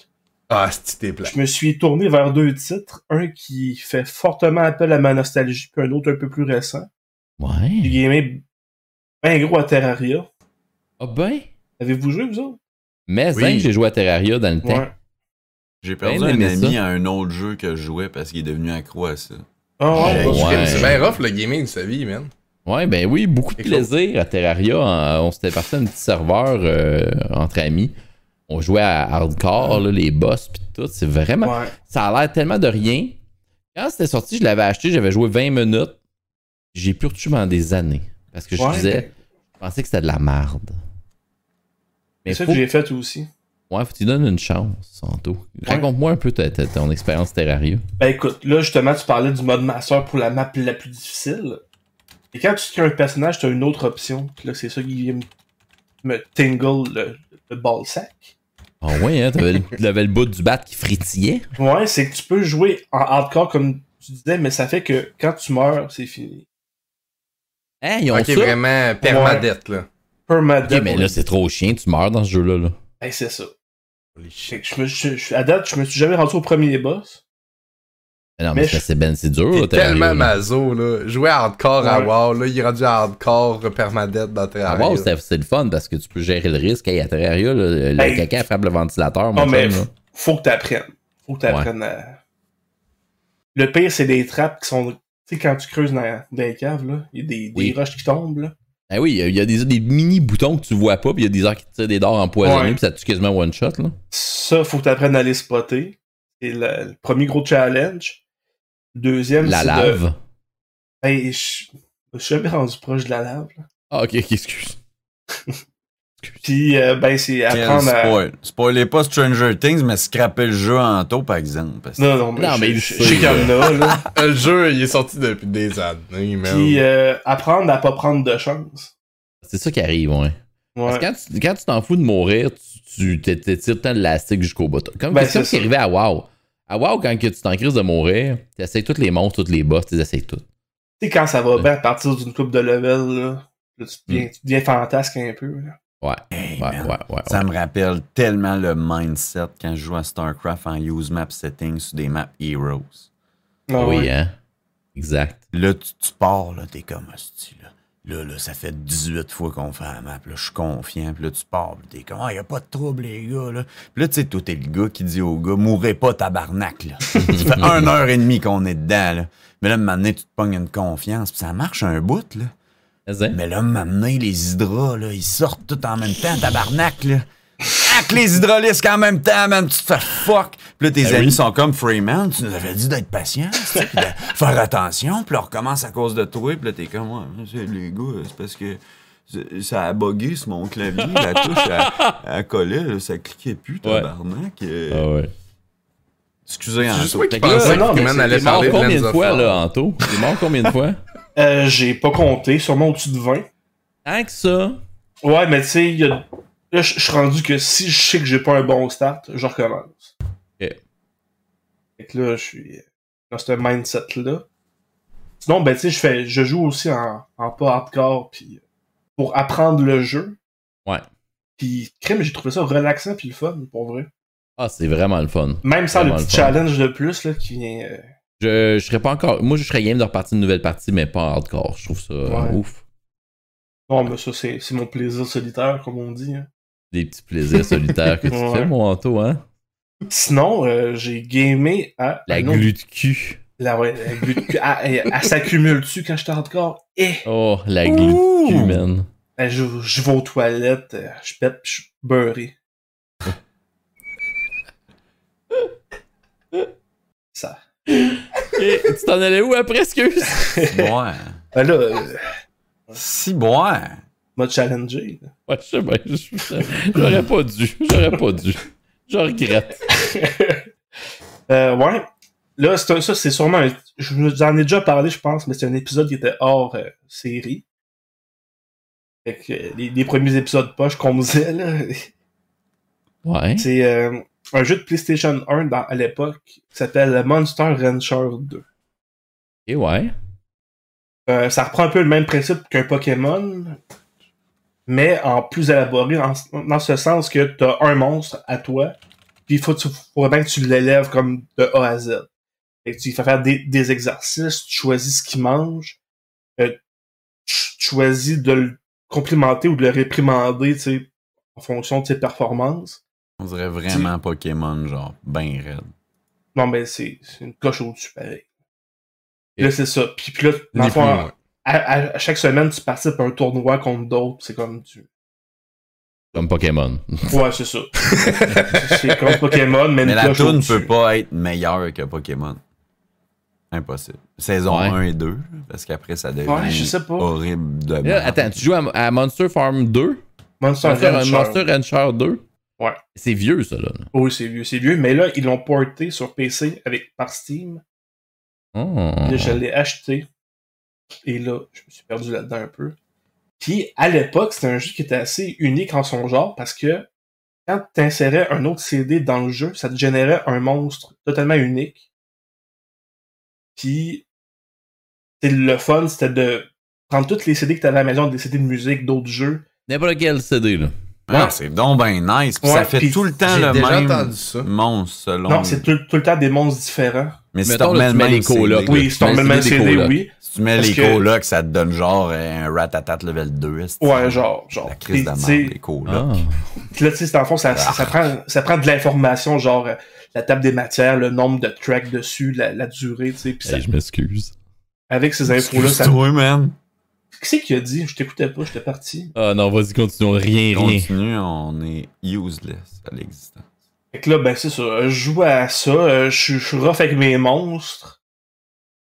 Ah, c'est t'es plat.
Je me suis tourné vers deux titres. Un qui fait fortement appel à ma nostalgie, puis un autre un peu plus récent. J'ai
Ouais.
gamé ben gros à Terraria.
Ah ben?
Avez-vous joué, vous autres?
Mais
Oui.
hein, j'ai joué à Terraria dans le temps.
Ouais.
J'ai perdu
Ben,
un
aimé
ami
ça.
à un autre jeu que je jouais parce qu'il est devenu accro à ça.
Ah ouais,
Ouais.
bah,
C'est bien rough le gaming de sa vie, man.
Ouais, ben oui, beaucoup de
Et cool.
plaisir à Terraria. En- On s'était parti à un petit serveur euh, entre amis. On jouait à hardcore, là, les boss pis tout. C'est vraiment.
ouais.
Ça a l'air tellement de rien. Quand c'était sorti, je l'avais acheté, j'avais joué 20 minutes. J'ai pu retoucher pendant des années. Parce que je
Ouais,
disais, je pensais que c'était de la marde. Mais
C'est ça
faut,
que j'ai fait aussi.
ouais, faut que tu donnes une chance, Santo. Raconte-moi un peu ta- ta- ton expérience Terraria.
Ben écoute, là justement, tu parlais du mode master pour la map la plus difficile. Et quand tu crées un personnage, tu as une autre option. Puis Là, c'est ça qui vient me- me tingle le, le ball sack.
Ah ouais, hein, t'avais le, t'avais le bout du bat qui frétillait.
Ouais, c'est que tu peux jouer en hardcore comme tu disais, mais ça fait que quand tu meurs, c'est fini.
Hein, ils ont
Ok,
ça?
vraiment permadette, là.
Permadeath.
Ok, mais là, c'est trop chien, tu meurs dans ce jeu-là. là.
Ben, c'est ça.
Holy shit.
Fait que je me, je- je- à date, je me suis jamais rendu au premier boss.
Mais Non, mais,
Mais
c'est
je-
parce que c'est ben, c'est dur.
T'es
là,
tellement
Terraria, là.
mazo, là. Jouer hardcore à
Ouais.
WoW, là, il est rendu hardcore permadette dans tes
À base, Ah, c'est- c'est le fun parce que tu peux gérer le risque. Hey, à Terraria, là, le, le
Hey.
caca frappe le ventilateur.
Non,
Mon
Ah, mais
chum, là.
faut que tu apprennes. Faut que tu apprennes à. Le pire, c'est des trappes qui sont. Tu sais, quand tu creuses dans, dans les caves, là, il y a des, des
Oui.
roches qui tombent. Là.
Ah oui, il y a- il y a des, des mini boutons que tu vois pas, puis il y a des heures qui te tirent des dards empoisonnés,
Ouais.
puis ça te tue quasiment one shot. Là.
Ça, faut que tu apprennes à les spotter. C'est le, le premier gros challenge. Deuxième,
La
c'est
lave.
de. Hey, je je suis jamais rendu proche de la lave. là.
Ah, ok, ok, excuse.
Puis, euh, ben, c'est
Quel
apprendre à.
spoil. Spoilez pas Stranger Things, mais scraper le jeu en taux, par exemple. parce que-
Non, non, mais,
Non,
je-
mais il
je
sait,
je sais qu'il y en a. Là.
Le jeu, il est sorti depuis des années,
Ben
man.
Puis, euh, apprendre à pas prendre de chance.
C'est ça qui arrive, ouais. Parce
Ouais.
que quand tu quand tu t'en fous de mourir, tu, tu t'é- t'étires tant de l'élastique jusqu'au bout. Comme
Ben,
c'est ça
c'est
qui est arrivé
ça.
à WoW. À WoW, quand que tu t'en crises de mourir, tu essayes tous les monstres, tous les boss, tu les essayes tous.
Tu sais, quand ça va bien à partir d'une coupe de level, là, là, tu,
Mm.
deviens, tu deviens fantasque un peu. Là.
Ouais,
Hey,
ouais, ouais,
man.
ouais.
Ça me rappelle tellement le mindset quand je joue à StarCraft en use map setting sur des maps Heroes.
ouais.
Ah
oui,
ouais.
hein. Exact.
Là, tu, tu pars, là, t'es comme hostie, là. Là, là, ça fait 18 fois qu'on fait la map, là, je suis confiant, puis là, tu pars, puis t'es comme, ah, y a pas de trouble, les gars, là. Puis là, tu sais, toi, t'es le gars qui dit au gars, mourrez pas, tabarnak, là. ça fait une heure et demie qu'on est dedans, là. Mais là, à un moment donné, tu te pognes une confiance, puis ça marche un bout, là.
Mais, hein?
Mais là, m'amener les hydras, là, ils sortent tout en même temps, tabarnak, là. Hack les hydraulisques en même temps, même, tu te fais fuck. Puis là, tes amis sont comme Freeman, tu nous avais dit d'être patient, tu sais, puis de faire attention, puis là, on recommence à cause de toi, puis là, t'es comme, ouais, c'est les gars, c'est parce que c'est- ça a bugué sur mon clavier, la touche, elle, elle collait, là, ça cliquait plus,
Ouais.
tabarnak. euh,
Ah ouais.
Excusez,
C'est
en
juste moi qui
Fait que là,
pensais
non,
que
mais
Freeman
c'est-
allait
T'es mort
parler de
combien
Lens
de
of
fois,
Fire.
là, Anto? T'es mort combien de fois?
Euh, J'ai pas compté, sûrement au-dessus de 20.
Tant que ça.
Ouais, mais tu sais, il y a- là, je je suis rendu que si je sais que j'ai pas un bon start, je recommence.
Ok.
Fait que là, je suis dans ce mindset-là. Sinon, ben tu sais, je fais, je joue aussi en, en pas hardcore, puis euh, pour apprendre le jeu.
Ouais.
Puis, crème, j'ai trouvé ça relaxant puis le fun, pour vrai.
Ah, c'est vraiment le fun.
Même sans le
Vraiment
petit
le fun.
challenge de plus, là, qui vient... euh,
Je, je serais pas encore. Moi, je serais game de repartir une nouvelle partie, mais pas en hardcore. Je trouve ça euh,
Ouais.
ouf.
Non, mais ben, ça, c'est c'est mon plaisir solitaire, comme on dit. hein.
Des petits plaisirs solitaires que tu
Ouais.
fais, mon Anto, hein?
Sinon, euh, j'ai gamé à.
La
à- Ah non,
glu de cul.
La, ouais, la glu de cul. Ah, elle, elle s'accumule-tu quand j'étais hardcore? Eh!
Oh, la glu de cul,
Ouh.
man.
Ben, je, je vais aux toilettes, euh, je pète, pis je suis beurré. Ça.
Et tu t'en allais où après, excuse?
boire.
Ben là, euh,
Si boire.
m'a challengé. là.
Ouais, je sais pas. je- je- J'aurais pas dû. J'aurais pas dû. Je regrette.
Euh, ouais. Là, c'est un- ça, c'est sûrement un. Je vous en ai déjà parlé, je pense, mais c'est un épisode qui était hors euh, série. Fait que euh, les, les premiers épisodes poche qu'on faisait, là.
Ouais.
C'est euh, un jeu de PlayStation 1 dans- à l'époque qui s'appelle Monster Rancher 2.
Et ouais.
Euh, ça reprend un peu le même principe qu'un Pokémon, mais en plus élaboré, en- dans ce sens que t'as un monstre à toi, puis il faut, que tu- faut bien que tu l'élèves comme de A à Z. Et tu lui fais faire des, des exercices, tu choisis ce qu'il mange, euh, tu, tu choisis de le complimenter ou de le réprimander, tu sais, en fonction de ses performances.
On dirait vraiment Pokémon, genre, ben raide.
Non, mais c'est c'est une coche au-dessus, pareil. Puis Là, c'est ça. Puis, puis là, dans
Ni plus,
le fond,
ni
à,
moins.
à- à chaque semaine, tu participes à un tournoi contre d'autres. C'est comme tu.
Comme Pokémon.
Ouais, c'est ça. c'est comme Pokémon, mais,
Mais
une
la
cloche
toune
au-dessus.
peut pas être meilleure que Pokémon. Impossible. Saison
Ouais.
1 et 2, parce qu'après ça devient
Ouais, je sais pas.
horrible de
Là,
merde.
attends, tu joues à, à Monster Farm 2?
Monster
Monster, euh,
Rancher.
Monster Rancher 2?
Ouais.
C'est vieux, ça, là.
Oui, c'est vieux, c'est vieux. Mais là, ils l'ont porté sur PC avec, par Steam.
Oh.
Là, je l'ai acheté. Et là, je me suis perdu là-dedans un peu. Puis, à l'époque, c'était un jeu qui était assez unique en son genre parce que quand tu insérais un autre CD dans le jeu, ça te générait un monstre totalement unique. Puis, c'est le fun, c'était de prendre toutes les CD que tu avais à la maison, des CD de musique, d'autres jeux.
N'importe quel CD, là.
Ah, c'est donc ben nice. Puis
Ouais,
ça fait
puis
tout le temps
J'ai
le
déjà
même
entendu ça.
monstre selon.
Non, c'est tout, tout le temps des monstres différents.
Mais si tu
Mettons, là,
remets
tu
le
mets
même
les colocs,
CD,
là.
Oui, si on
tu
met le
mets
même
des
CD,
colocs.
oui.
Si tu mets
Parce
les
que-
colocs, ça te donne genre un Ratatat level 2. est-ce que-
Ouais, genre, genre.
La
Puis,
crise de la
tu
mort,
sais,
les colocs.
Ah.
Puis là, tu sais, c'est en fond, ça, ça, ça prend, ça prend de l'information, genre euh, la table des matières, le nombre de tracks dessus, la, la durée, tu sais. Puis ça-
Hey, je m'excuse.
avec ces infos-là, ça.
Excuse-toi, man.
Qui c'est qui a dit Je t'écoutais pas, j'étais parti.
Ah non, vas-y, continuons. Rien, rien.
Continue, on est useless à l'existence.
Fait que là, ben, c'est ça. euh, Je joue à ça, euh, je suis- je suis rough avec mes monstres.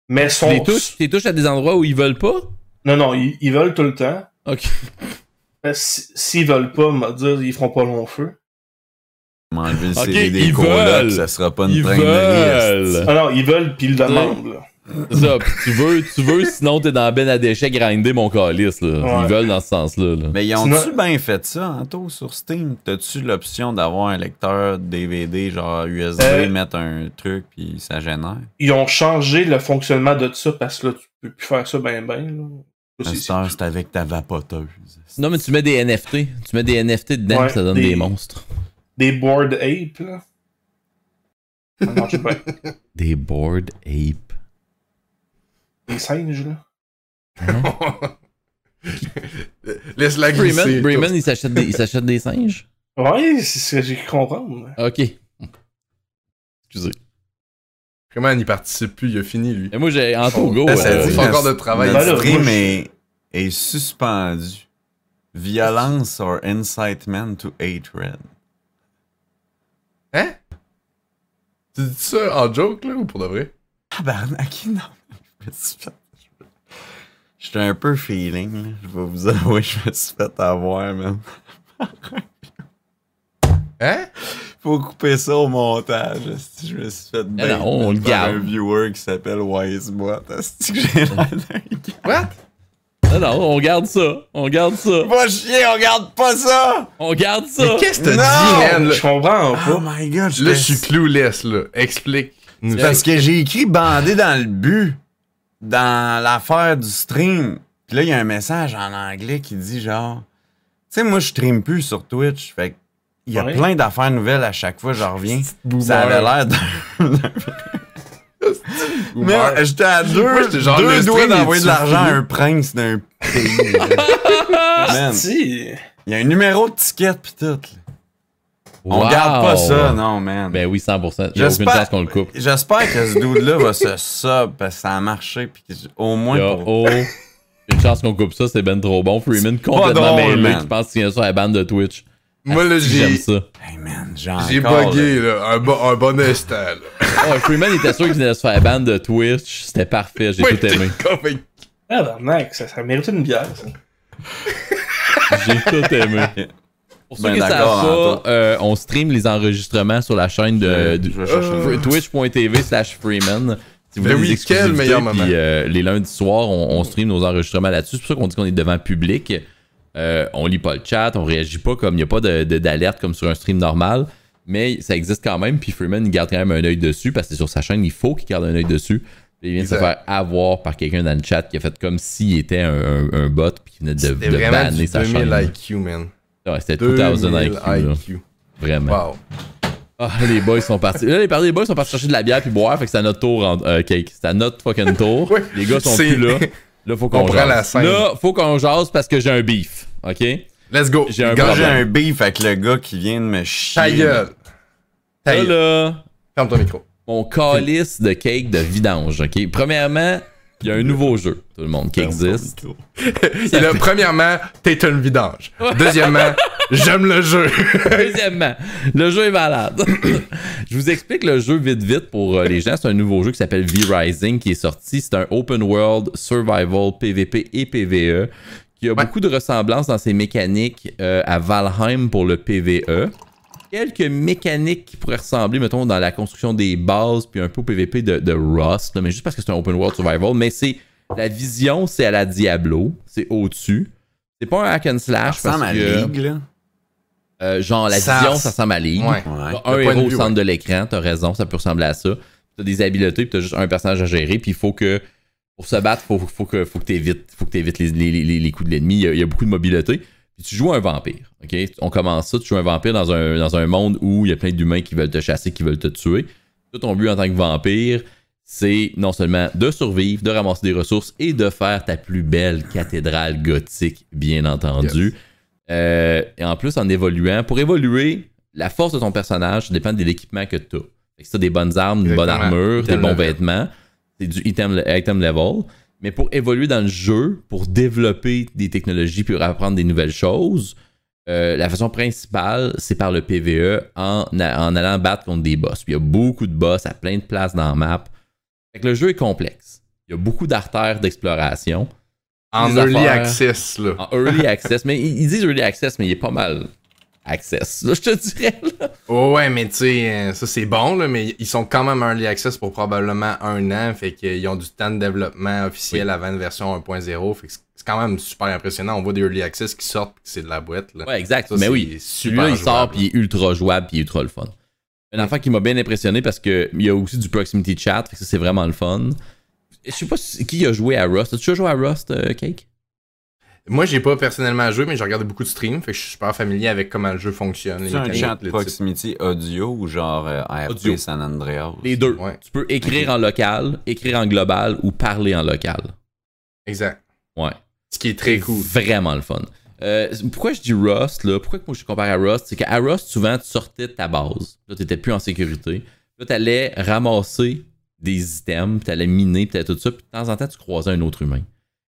Mais
Tu les
sont.
touches, tu les touches à des endroits où ils veulent pas?
Non, non, ils, ils veulent tout le temps.
Ok.
Euh, si- S'ils veulent pas, me dire, ils feront pas long feu.
M'enlever le
Ok,
CD des
ils veulent.
colocs, ça sera pas
Ils
une traîne de
veulent.
liste.
Ah non, ils veulent, puis ils le demandent, là.
C'est ça, pis tu veux, tu veux, sinon t'es dans la benne à déchets grinder mon calice, là.
Ouais.
Ils veulent dans ce sens-là, là.
Mais ils ont-tu
Sinon-
bien fait ça, Anto, sur Steam? T'as-tu l'option d'avoir un lecteur DVD, genre USB,
Euh.
mettre un truc, puis ça génère?
Ils ont changé le fonctionnement de ça parce que là, tu peux plus faire ça ben ben, là.
À
Ah,
C'est-
cette heure, c'est avec ta vapoteuse.
Non, mais tu mets des NFT. Tu mets des NFT dedans,
Ouais,
pis ça donne
des-
des monstres.
Des board ape, là. Ça marche bien.
Des bored ape.
Des singes, là.
Hmm.
Laisse la
Bremen,
glisser.
Bremen, il s'achète des, il s'achète des singes?
Ouais, c'est ce que j'ai cru comprendre.
Ok. Excusez.
Comment il participe plus, il a fini lui.
Et moi, j'ai en tout go.
ben,
Ah, ça
euh,
dit, encore de travail.
Ben là,
Le stream
moi, je-
est, est suspendu. Violence or incitement to hatred.
Hein? Tu dis ça en joke là ou pour de vrai?
Tabarnak, non. Je me suis fait... J'étais un peu feeling, là. je vais vous avouer, je me suis fait avoir, man.
Hein?
Faut couper ça au montage. esti, Je me suis fait bait
non, on le
par
garde.
un viewer qui s'appelle Wisebot. Est-ce que j'ai l'air d'un gars?
What?
Non, non, on garde ça. On garde ça.
Va chier, on regarde pas ça!
On garde ça.
Mais qu'est-ce que
Non!
t'as dit, man? Là,
Je comprends
Oh
pas.
my god,
Là, je
j'étais-
suis clueless là. Explique. Nous
Parce que j'ai écrit bandé dans le but, dans l'affaire du stream. Puis là, il y a un message en anglais qui dit genre, tu sais, moi, je stream plus sur Twitch. Fait que il y a
Ouais.
plein d'affaires nouvelles à chaque fois, j'en reviens. Ça avait l'air d'un. Mais
Boomer.
j'étais à
Moi,
deux,
j'étais genre, le
deux doigts
stream,
d'envoyer de
est-tu
l'argent à
fou?
un prince d'un pays.
Ah,
Man,
Si.
il y a un numéro de ticket pis tout. là. On
Wow.
garde pas ça, non, man.
Ben oui, 100%. J'ai aucune
J'espère-
chance qu'on le coupe.
J'espère que ce dude-là va se sub parce que ça a marché puis que- au moins
Y'a
pour
oh, une chance qu'on coupe ça, c'est ben trop bon. Freeman complètement
drôle,
mêlé
man.
qui pense qu'il y a ça à la bande de Twitch.
Moi là,
J'aime
j'ai.
ça.
Hey man, j'ai encore.
J'ai bugué là. Un, bon- un bon instant là.
Oh, Freeman était sûr qu'il venait de se faire ban de Twitch. C'était parfait, j'ai
Ouais,
tout aimé.
t'es convaincu.
Ah, ben, mec, ça, ça mérite une bière, ça.
J'ai tout aimé. Pour Pour ceux
Ben
qui ne
d'accord,
savent
Anto.
pas, euh, on stream les enregistrements sur la chaîne de, de-
Je vais chercher.
Fr- twitch.tv slash freeman. Si vous
Ben
voulez
oui,
des
quel
exclusivités,
meilleur moment.
puis, euh, les lundis soirs, on, on stream nos enregistrements là-dessus. C'est pour ça qu'on dit qu'on est devant public. Euh, on lit pas le chat, on réagit pas comme il n'y a pas de- de- d'alerte comme sur un stream normal. Mais ça existe quand même. Puis Freeman, il garde quand même un œil dessus parce que c'est sur sa chaîne, il faut qu'il garde un œil dessus. Puis il vient de se
Exact.
faire avoir par quelqu'un dans le chat qui a fait comme s'il était un, un- un bot puis qui venait de,
C'était
de
vraiment du
banner sa chaîne.
2000 IQ, man.
Ouais, c'était 2000
2000
IQ. là.
IQ.
Vraiment.
Wow.
Ah, les boys sont partis. Là, les, par- les boys sont partis chercher de la bière puis boire, fait que c'est à notre tour, en- euh, Cake. C'est à notre fucking tour.
Ouais,
les gars sont
c'est-
plus là. Là, faut
On
qu'on
prend
jase.
la scène.
Là, faut qu'on jase parce que j'ai un beef. OK?
Let's go.
J'ai un
Gars,
Quand j'ai
problème.
un beef avec le gars qui vient de me chier.
Ta gueule. Ta
Là,
gueule.
là,
Ferme ton micro.
mon calice de cake de vidange. OK? Premièrement, il y a un nouveau jeu, tout le monde, qui existe.
Et là, premièrement, t'es une vidange. Deuxièmement, j'aime le jeu.
Deuxièmement, le jeu est malade. Je vous explique le jeu vite vite pour euh, les gens. C'est un nouveau jeu qui s'appelle V-Rising qui est sorti. C'est un open world survival PVP et PVE qui a beaucoup de ressemblances dans ses mécaniques euh, à Valheim pour le PVE. Quelques mécaniques qui pourraient ressembler, mettons, dans la construction des bases, puis un peu au PVP de, de Rust, là, mais juste parce que c'est un open world survival. Mais c'est la vision, c'est à la Diablo, c'est au-dessus. C'est pas un hack and
Ça
slash parce
ressemble à
que
Ligue, là.
euh, genre la
Ça
vision,
res-
ça ressemble à Ligue.
Ouais.
Ouais.
T'as un
Le point de
héros au
vue,
centre de l'écran, t'as raison, ça peut ressembler à ça. T'as des habiletés, puis t'as juste un personnage à gérer, puis il faut que. Pour se battre, faut, faut que faut que t'évites, faut que t'évites les, les, les, les coups de l'ennemi. Il y a- il y, a beaucoup de mobilité. Puis tu joues un vampire. ok On commence ça, tu joues un vampire dans un, dans un monde où il y a plein d'humains qui veulent te chasser, qui veulent te tuer. Tout ton but en tant que vampire, c'est non seulement de survivre, de ramasser des ressources et de faire ta plus belle cathédrale gothique, bien entendu. Euh, et en plus, en évoluant, pour évoluer, la force de ton personnage dépend de l'équipement que tu as. Si tu des bonnes armes, une bonne
Exactement.
armure, des
Item
bons
level.
vêtements, c'est du item, item level. Mais pour évoluer dans le jeu, pour développer des technologies, puis apprendre des nouvelles choses, euh, la façon principale, c'est par le PVE en, a- en allant battre contre des boss. Puis il y a beaucoup de boss à plein de places dans la map. Fait que le jeu est complexe. Il y a beaucoup d'artères d'exploration.
En
Les
early
affaires.
access, là.
En early access, mais ils ils disent early access, mais il est pas mal access. Là, je te dirais. là.
Ouais, ouais, mais tu sais, euh, ça c'est bon, là, mais ils sont quand même early access pour probablement un an, fait qu'ils ont du temps de développement officiel avant une version 1.0, fait que c'est c'est quand même super impressionnant. On voit des early access qui sortent, puis que c'est de la boîte, là.
Ouais, exact.
Ça,
mais
c'est
oui,
super
celui-là, il sort,
jouable.
puis il est ultra jouable, puis il est ultra le fun. Un enfant qui m'a bien impressionné parce qu'il y a aussi du proximity chat, fait que ça, c'est vraiment le fun. Je sais pas si- qui a joué à Rust. As-tu déjà joué à Rust, euh, Cake?
Moi, j'ai pas personnellement joué, mais j'ai regardé beaucoup de streams, fait que je suis super familier avec comment le jeu fonctionne. les
C'est un
mécaniques,
chat
le type.
proximity audio ou genre euh, ARP
Audio.
San Andreas?
Les deux.
Ouais.
Tu peux écrire en local, écrire en global ou parler en local.
Exact.
Ouais.
Ce qui est très cool.
Vraiment le fun. Euh, pourquoi je dis Rust, là? Pourquoi que moi je compare à Rust? C'est qu'à Rust, souvent, tu sortais de ta base. Là, t'étais plus en sécurité. Là, t'allais ramasser des items, puis t'allais miner, puis t'allais tout ça, puis de temps en temps, tu croisais un autre humain.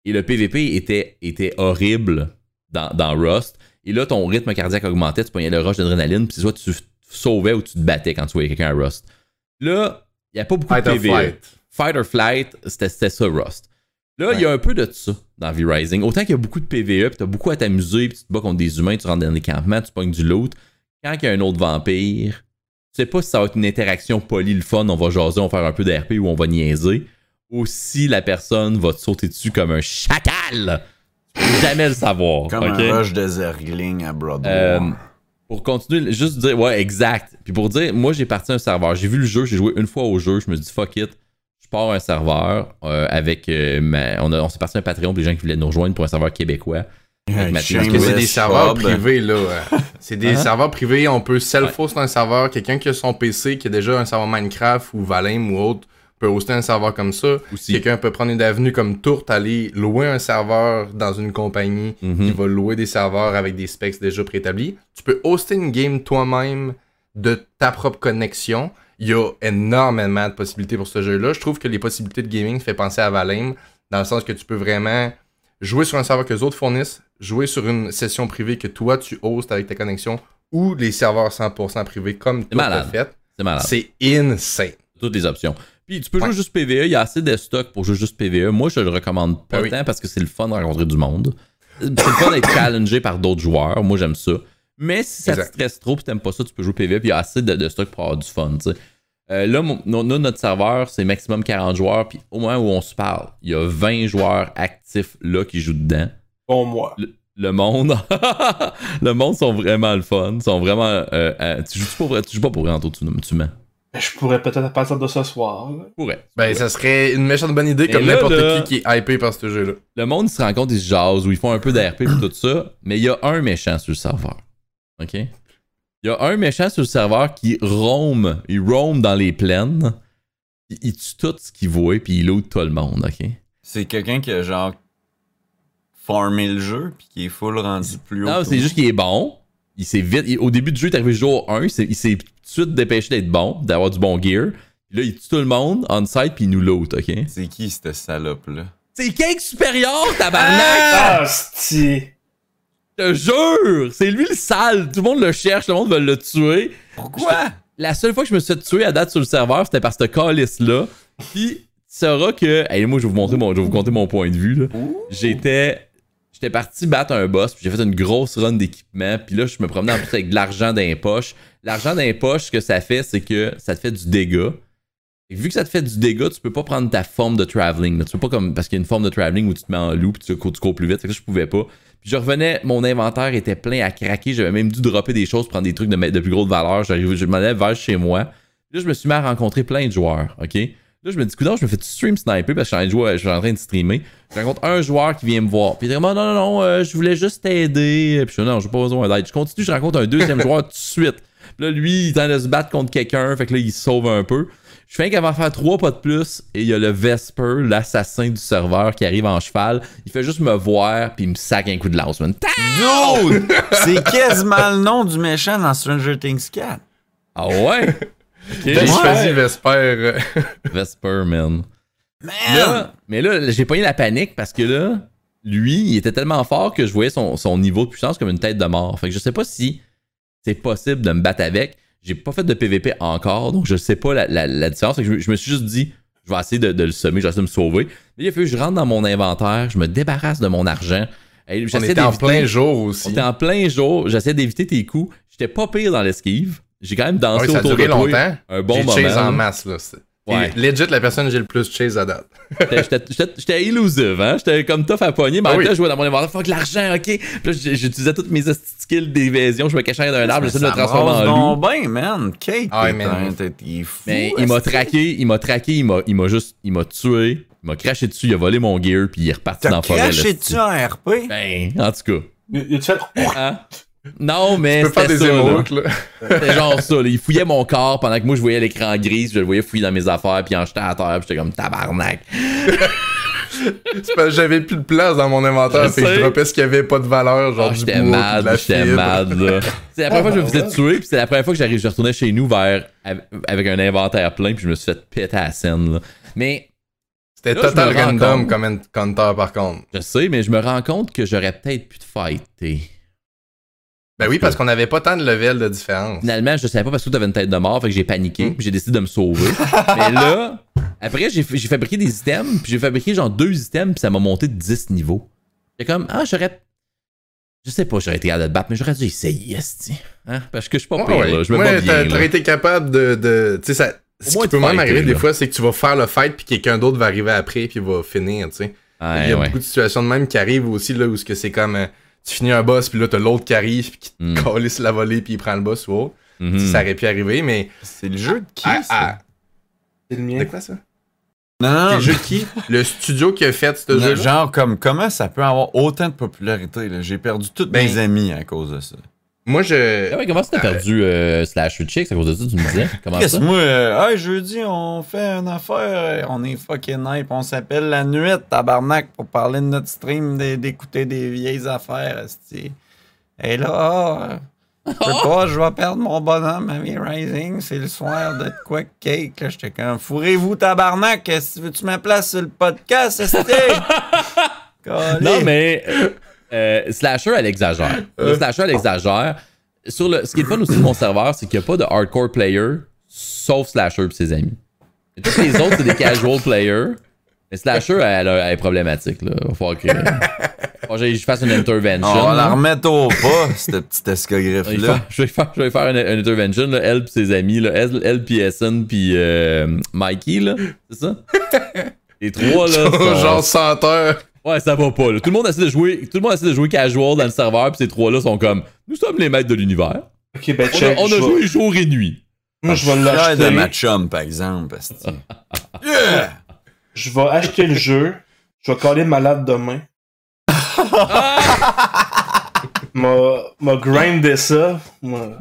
Et le PVP était, était horrible dans, dans Rust. Et là, ton rythme cardiaque augmentait, tu pognais le rush d'adrénaline, puis soit tu f- sauvais ou tu te battais quand tu voyais quelqu'un à Rust. Là, il n'y a pas beaucoup
Fight
de
or
PVE.
flight.
Fight or Flight, c'était c'était ça Rust. Là, il y a un peu de ça dans V-Rising. Autant qu'il y a beaucoup de PVE, puis t'as beaucoup à t'amuser, puis tu te bats contre des humains, tu rentres dans des campements, tu pognes du loot. Quand il y a un autre vampire, tu sais pas si ça va être une interaction polie, le fun, on va jaser, on va faire un peu d'RP ou on va niaiser. Ou si la personne va te sauter dessus comme un chacal. Tu peux jamais le savoir.
Comme
ok?
un rush de Zergling à Broadway.
Euh, pour continuer, juste dire, ouais, exact. Puis pour dire, moi, j'ai parti un serveur. J'ai vu le jeu, j'ai joué une fois au jeu, je me dis, fuck it, je pars un serveur euh, avec. euh, ma- on a- on s'est parti un Patreon pour les gens qui voulaient nous rejoindre pour un serveur québécois.
Un
Mathieu,
Parce que c'est des
Shameless
serveurs
Hub.
privés, là. ouais. C'est des
Hein?
serveurs privés, on peut self-host un serveur. Quelqu'un qui a son PC, qui a déjà un serveur Minecraft ou Valheim ou autre, peut hoster un serveur comme ça.
Aussi.
Quelqu'un peut prendre une avenue comme Tourte, aller louer un serveur dans une compagnie qui
Mhm.
va louer des serveurs avec des specs déjà préétablis. Tu peux hoster une game toi-même de ta propre connexion. Il y a énormément de possibilités pour ce jeu-là. Je trouve que les possibilités de gaming fait penser à Valheim, dans le sens que tu peux vraiment jouer sur un serveur que les autres fournissent, jouer sur une session privée que toi tu hostes avec ta connexion, ou les serveurs 100% privés comme toi t'as
malade. Ah.
fait.
C'est malade.
C'est insane.
toutes les options. Puis tu peux jouer
Ouais.
juste PVE, il y a assez de stock pour jouer juste PVE. Moi, je le recommande pas
Ah oui.
tant parce que c'est le fun de rencontrer du monde. C'est le fun d'être challengé par d'autres joueurs. Moi, j'aime ça. Mais si ça te
Exact.
stresse trop et t'aimes pas ça, tu peux jouer PvE, puis il y a assez de, de stock pour avoir du fun. tu sais. Euh, là, mon- no- no- notre serveur, c'est maximum 40 joueurs, puis au moment où on se parle, il y a 20 joueurs actifs là qui jouent dedans.
Bon, moi.
Le monde, le monde sont vraiment le fun, sont vraiment. euh, euh, tu joues pas pour, tu joues pas pour rien, Anto, tu, tu mens.
Ben, Je pourrais peut-être à partir de ce soir. là.
Pour vrai.
Ben, ça serait une méchante bonne idée,
Mais
comme
là, là-
n'importe qui qui est hypé par ce jeu-là.
Le monde, ils se rencontrent, ils se jasent, ou ils font un peu d'ARP et tout ça, mais il y a un méchant sur le serveur. OK? Il y a un méchant sur le serveur qui roam, il roam dans les plaines, il, il tue tout ce qu'il voit, puis il loot tout le monde, OK?
C'est quelqu'un qui a genre farmé le jeu puis qui est full rendu plus haut.
Non,
que
c'est
nous.
juste qu'il est bon. Il s'est vite. il- au début du jeu, il est arrivé jour 1, il s'est il s'est tout de suite dépêché d'être bon, d'avoir du bon gear. Puis là, il tue tout le monde on-site, puis il nous loot, OK?
C'est qui cette salope là
C'est Cake supérieur, tabarnak!
Ah, c'ti.
Je te jure! C'est lui le sale! Tout le monde le cherche, tout le monde veut le tuer.
Pourquoi
La seule fois que je me suis fait tuer à date sur le serveur, c'était par ce calice-là. Puis, tu sauras que. Hey, moi, je vais vous montrer mon, je vais vous compter mon point de vue. là. J'étais. J'étais parti battre un boss, puis j'ai fait une grosse run d'équipement, puis là, je me promenais en plus avec de l'argent dans les poches. L'argent dans les poches, ce que ça fait, c'est que ça te fait du dégât. Et vu que ça te fait du dégât, tu peux pas prendre ta forme de traveling. là. Tu peux pas comme. Parce qu'il y a une forme de traveling où tu te mets en loup, puis tu, cou- tu cours plus vite. Fait que ça, je pouvais pas. Puis je revenais, mon inventaire était plein à craquer. J'avais même dû dropper des choses, prendre des trucs de, ma- de plus grosse valeur. J'arrivais- Je m'en allais vers chez moi. Là, je me suis mis à rencontrer plein de joueurs, OK? Là, je me dis, coudonc, je me fais stream sniper parce que je suis en train de, jouer- je suis en train de streamer. Je rencontre un joueur qui vient me voir. Puis il dit, non, non, non, euh, je voulais juste t'aider. Puis je dis, non, j'ai pas besoin d'aide. Je continue, je rencontre un deuxième joueur tout de suite. Puis là, lui, il tente de se battre contre quelqu'un. Fait que là, il se sauve un peu. Je fais qu'avant de faire trois pas de plus, et il y a le Vesper, l'assassin du serveur, qui arrive en cheval. Il fait juste me voir, puis il me sac un coup de lance, man. Ta-
Dude C'est quasiment le nom du méchant dans Stranger Things 4.
Ah ouais?
J'ai
Ouais.
choisi Vesper. euh,
Vesper, man.
Man
Là, mais là, j'ai pogné la panique parce que là, lui, il était tellement fort que je voyais son, son niveau de puissance comme une tête de mort. Fait que je sais pas si c'est possible de me battre avec. J'ai pas fait de PVP encore, donc je sais pas la, la- la différence. Fait que je, me- je me suis juste dit, je vais essayer de, de le semer, je vais essayer de me sauver. Mais il a fallu que je rentre dans mon inventaire, je me débarrasse de mon argent. Et
On
j'essaie
était en
d'éviter-
plein jour
on
aussi.
était en plein jour, j'essayais d'éviter tes coups. J'étais pas pire dans l'esquive. J'ai quand même dansé
Ouais, Ah ça a
autour de
duré
toi
longtemps.
un bon
j'ai
moment.
chase en
là.
masse, là. c'est-
Ouais.
Et Legit, la personne que j'ai le plus chase à date.
J'étais- j'étais- J'étais j'étais illusive, hein? J'étais comme tough à pogner, mais en
Ah
même
oui.
temps, je jouais dans mon inventaire, fuck l'argent, ok? Puis là, j'ai- j'utilisais toutes mes hosties de skills d'évasion, je me cachais dans un arbre, j'essayais de me transformer en loup.
Non, ben, man. Cake,
Ah ouais,
t'es
man.
un- t'es- il est fou.
Mais il m'a
est-ce que-
traqué, il m'a traqué, il m'a il m'a juste, il m'a tué, il m'a craché dessus, il a volé mon gear, puis il est reparti dans
T'as
la forêt.
craché
l'hostie.
dessus en RP?
Ben, en tout
Il tu fait.
cas. Hein? Non, mais
Tu peux faire
c'était
des
ça, là.
émotes, là.
C'était genre ça, là. Il fouillait mon corps pendant que moi, je voyais l'écran gris, puis je le voyais fouiller dans mes affaires, puis en jetant à terre, puis j'étais comme tabarnak.
C'est parce que J'avais plus de place dans mon inventaire,
Je
fait que
sais.
je dropais ce qu'il y avait pas de valeur, genre
Ah,
du
j'étais
bois, puis de
mad,
la
j'étais
fibre.
mad, là. C'est la première fois que je me faisais tuer, puis c'est la première fois que j'arrive, je retournais chez nous vers, av- avec un inventaire plein, puis je me suis fait péter à la scène, là. Mais,
C'était
Là, je
total
me rends
random
compte.
comme un counter, par contre.
je sais, mais je me rends compte que j'aurais peut-être pu te fighter.
Ben oui, parce qu'on avait pas tant de level de différence.
Finalement, je savais pas parce que tu avais une tête de mort, fait que j'ai paniqué, puis j'ai décidé de me sauver. mais là, après, j'ai j'ai fabriqué des items, puis j'ai fabriqué genre deux items, puis ça m'a monté de 10 niveaux. J'ai comme, ah, j'aurais. Je sais pas, j'aurais été capable de te battre, mais j'aurais dû essayer, esti. Hein? Parce que je suis pas
Ouais,
pire,
Ah ouais.
là. Je me
Ouais,
bats
t'as-
bien.
t'aurais
là.
été capable de. de- tu sais, ça. Ce
moins de
qui peut même
fighter,
arriver des
là.
fois, c'est que tu vas faire le fight, puis quelqu'un d'autre va arriver après, puis va finir, tu sais.
Ouais,
Il y a
ouais.
beaucoup de situations de même qui arrivent aussi, là, où ce que c'est comme. euh, Tu finis un boss, puis là, t'as l'autre qui arrive, puis qui te
Mm.
calisse la volée, puis il prend le boss ou autre.
Mhm.
Ça aurait pu arriver, mais.
C'est le jeu de qui,
Ah,
ça?
ah.
C'est le
De
mien.
quoi ça
Ah.
Non,
C'est
non,
le jeu de qui Le studio qui a fait ce
non,
jeu.
genre, comme, comment ça peut avoir autant de popularité? là? J'ai perdu tous
Ben-
mes amis à cause de ça.
Moi,
Ah
je.
ouais, comment ça t'as perdu euh, Slash Chicks à cause de ça, tu me disais? Comment
Qu'est-ce
ça?
que moi, euh, hey, jeudi, on fait une affaire, euh, on est fucking hype, on s'appelle la nuit, tabarnak, pour parler de notre stream, d'é- d'écouter des vieilles affaires, esti. Et là, ah, euh, je peux pas, je vais perdre mon bonhomme à mes Rising, c'est le soir de quoi que cake, là, j'étais comme, fourrez-vous, tabarnak, si veux-tu ma place sur le podcast, esti?
Non, mais euh, euh, Slasher, elle exagère. Le Slasher, elle exagère. Sur le, ce qui est le fun aussi de mon serveur, c'est qu'il n'y a pas de hardcore player, sauf Slasher et ses amis. Et tous les autres, c'est des casual players. Mais Slasher, elle, a- elle est problématique. Là. Il va falloir que, faut que j'aille- je fasse une intervention.
On va
là.
la remettre au pas, cette petite
Je vais,
escogriffe-là.
faire, je vais faire- je vais faire une, une intervention, là, elle pis ses amis, là, elle, elle pis Essen pis euh, Mikey, là, c'est ça? Les trois, là, sont-
Genre 100 heures.
ouais, ça va pas, là. Tout le monde essaie de jouer, tout le monde essaie de jouer casual dans le serveur pis ces trois-là sont comme, nous sommes les maîtres de l'univers.
Ok, ben
On a,
check.
on a
je vais-
joué jour et nuit.
Moi, je vais
Fier de ma
l'acheter.
chum, par exemple. parce que- Yeah!
Je vais acheter le jeu. Je vais coller malade demain. M'a m'a grindé ça. M'a-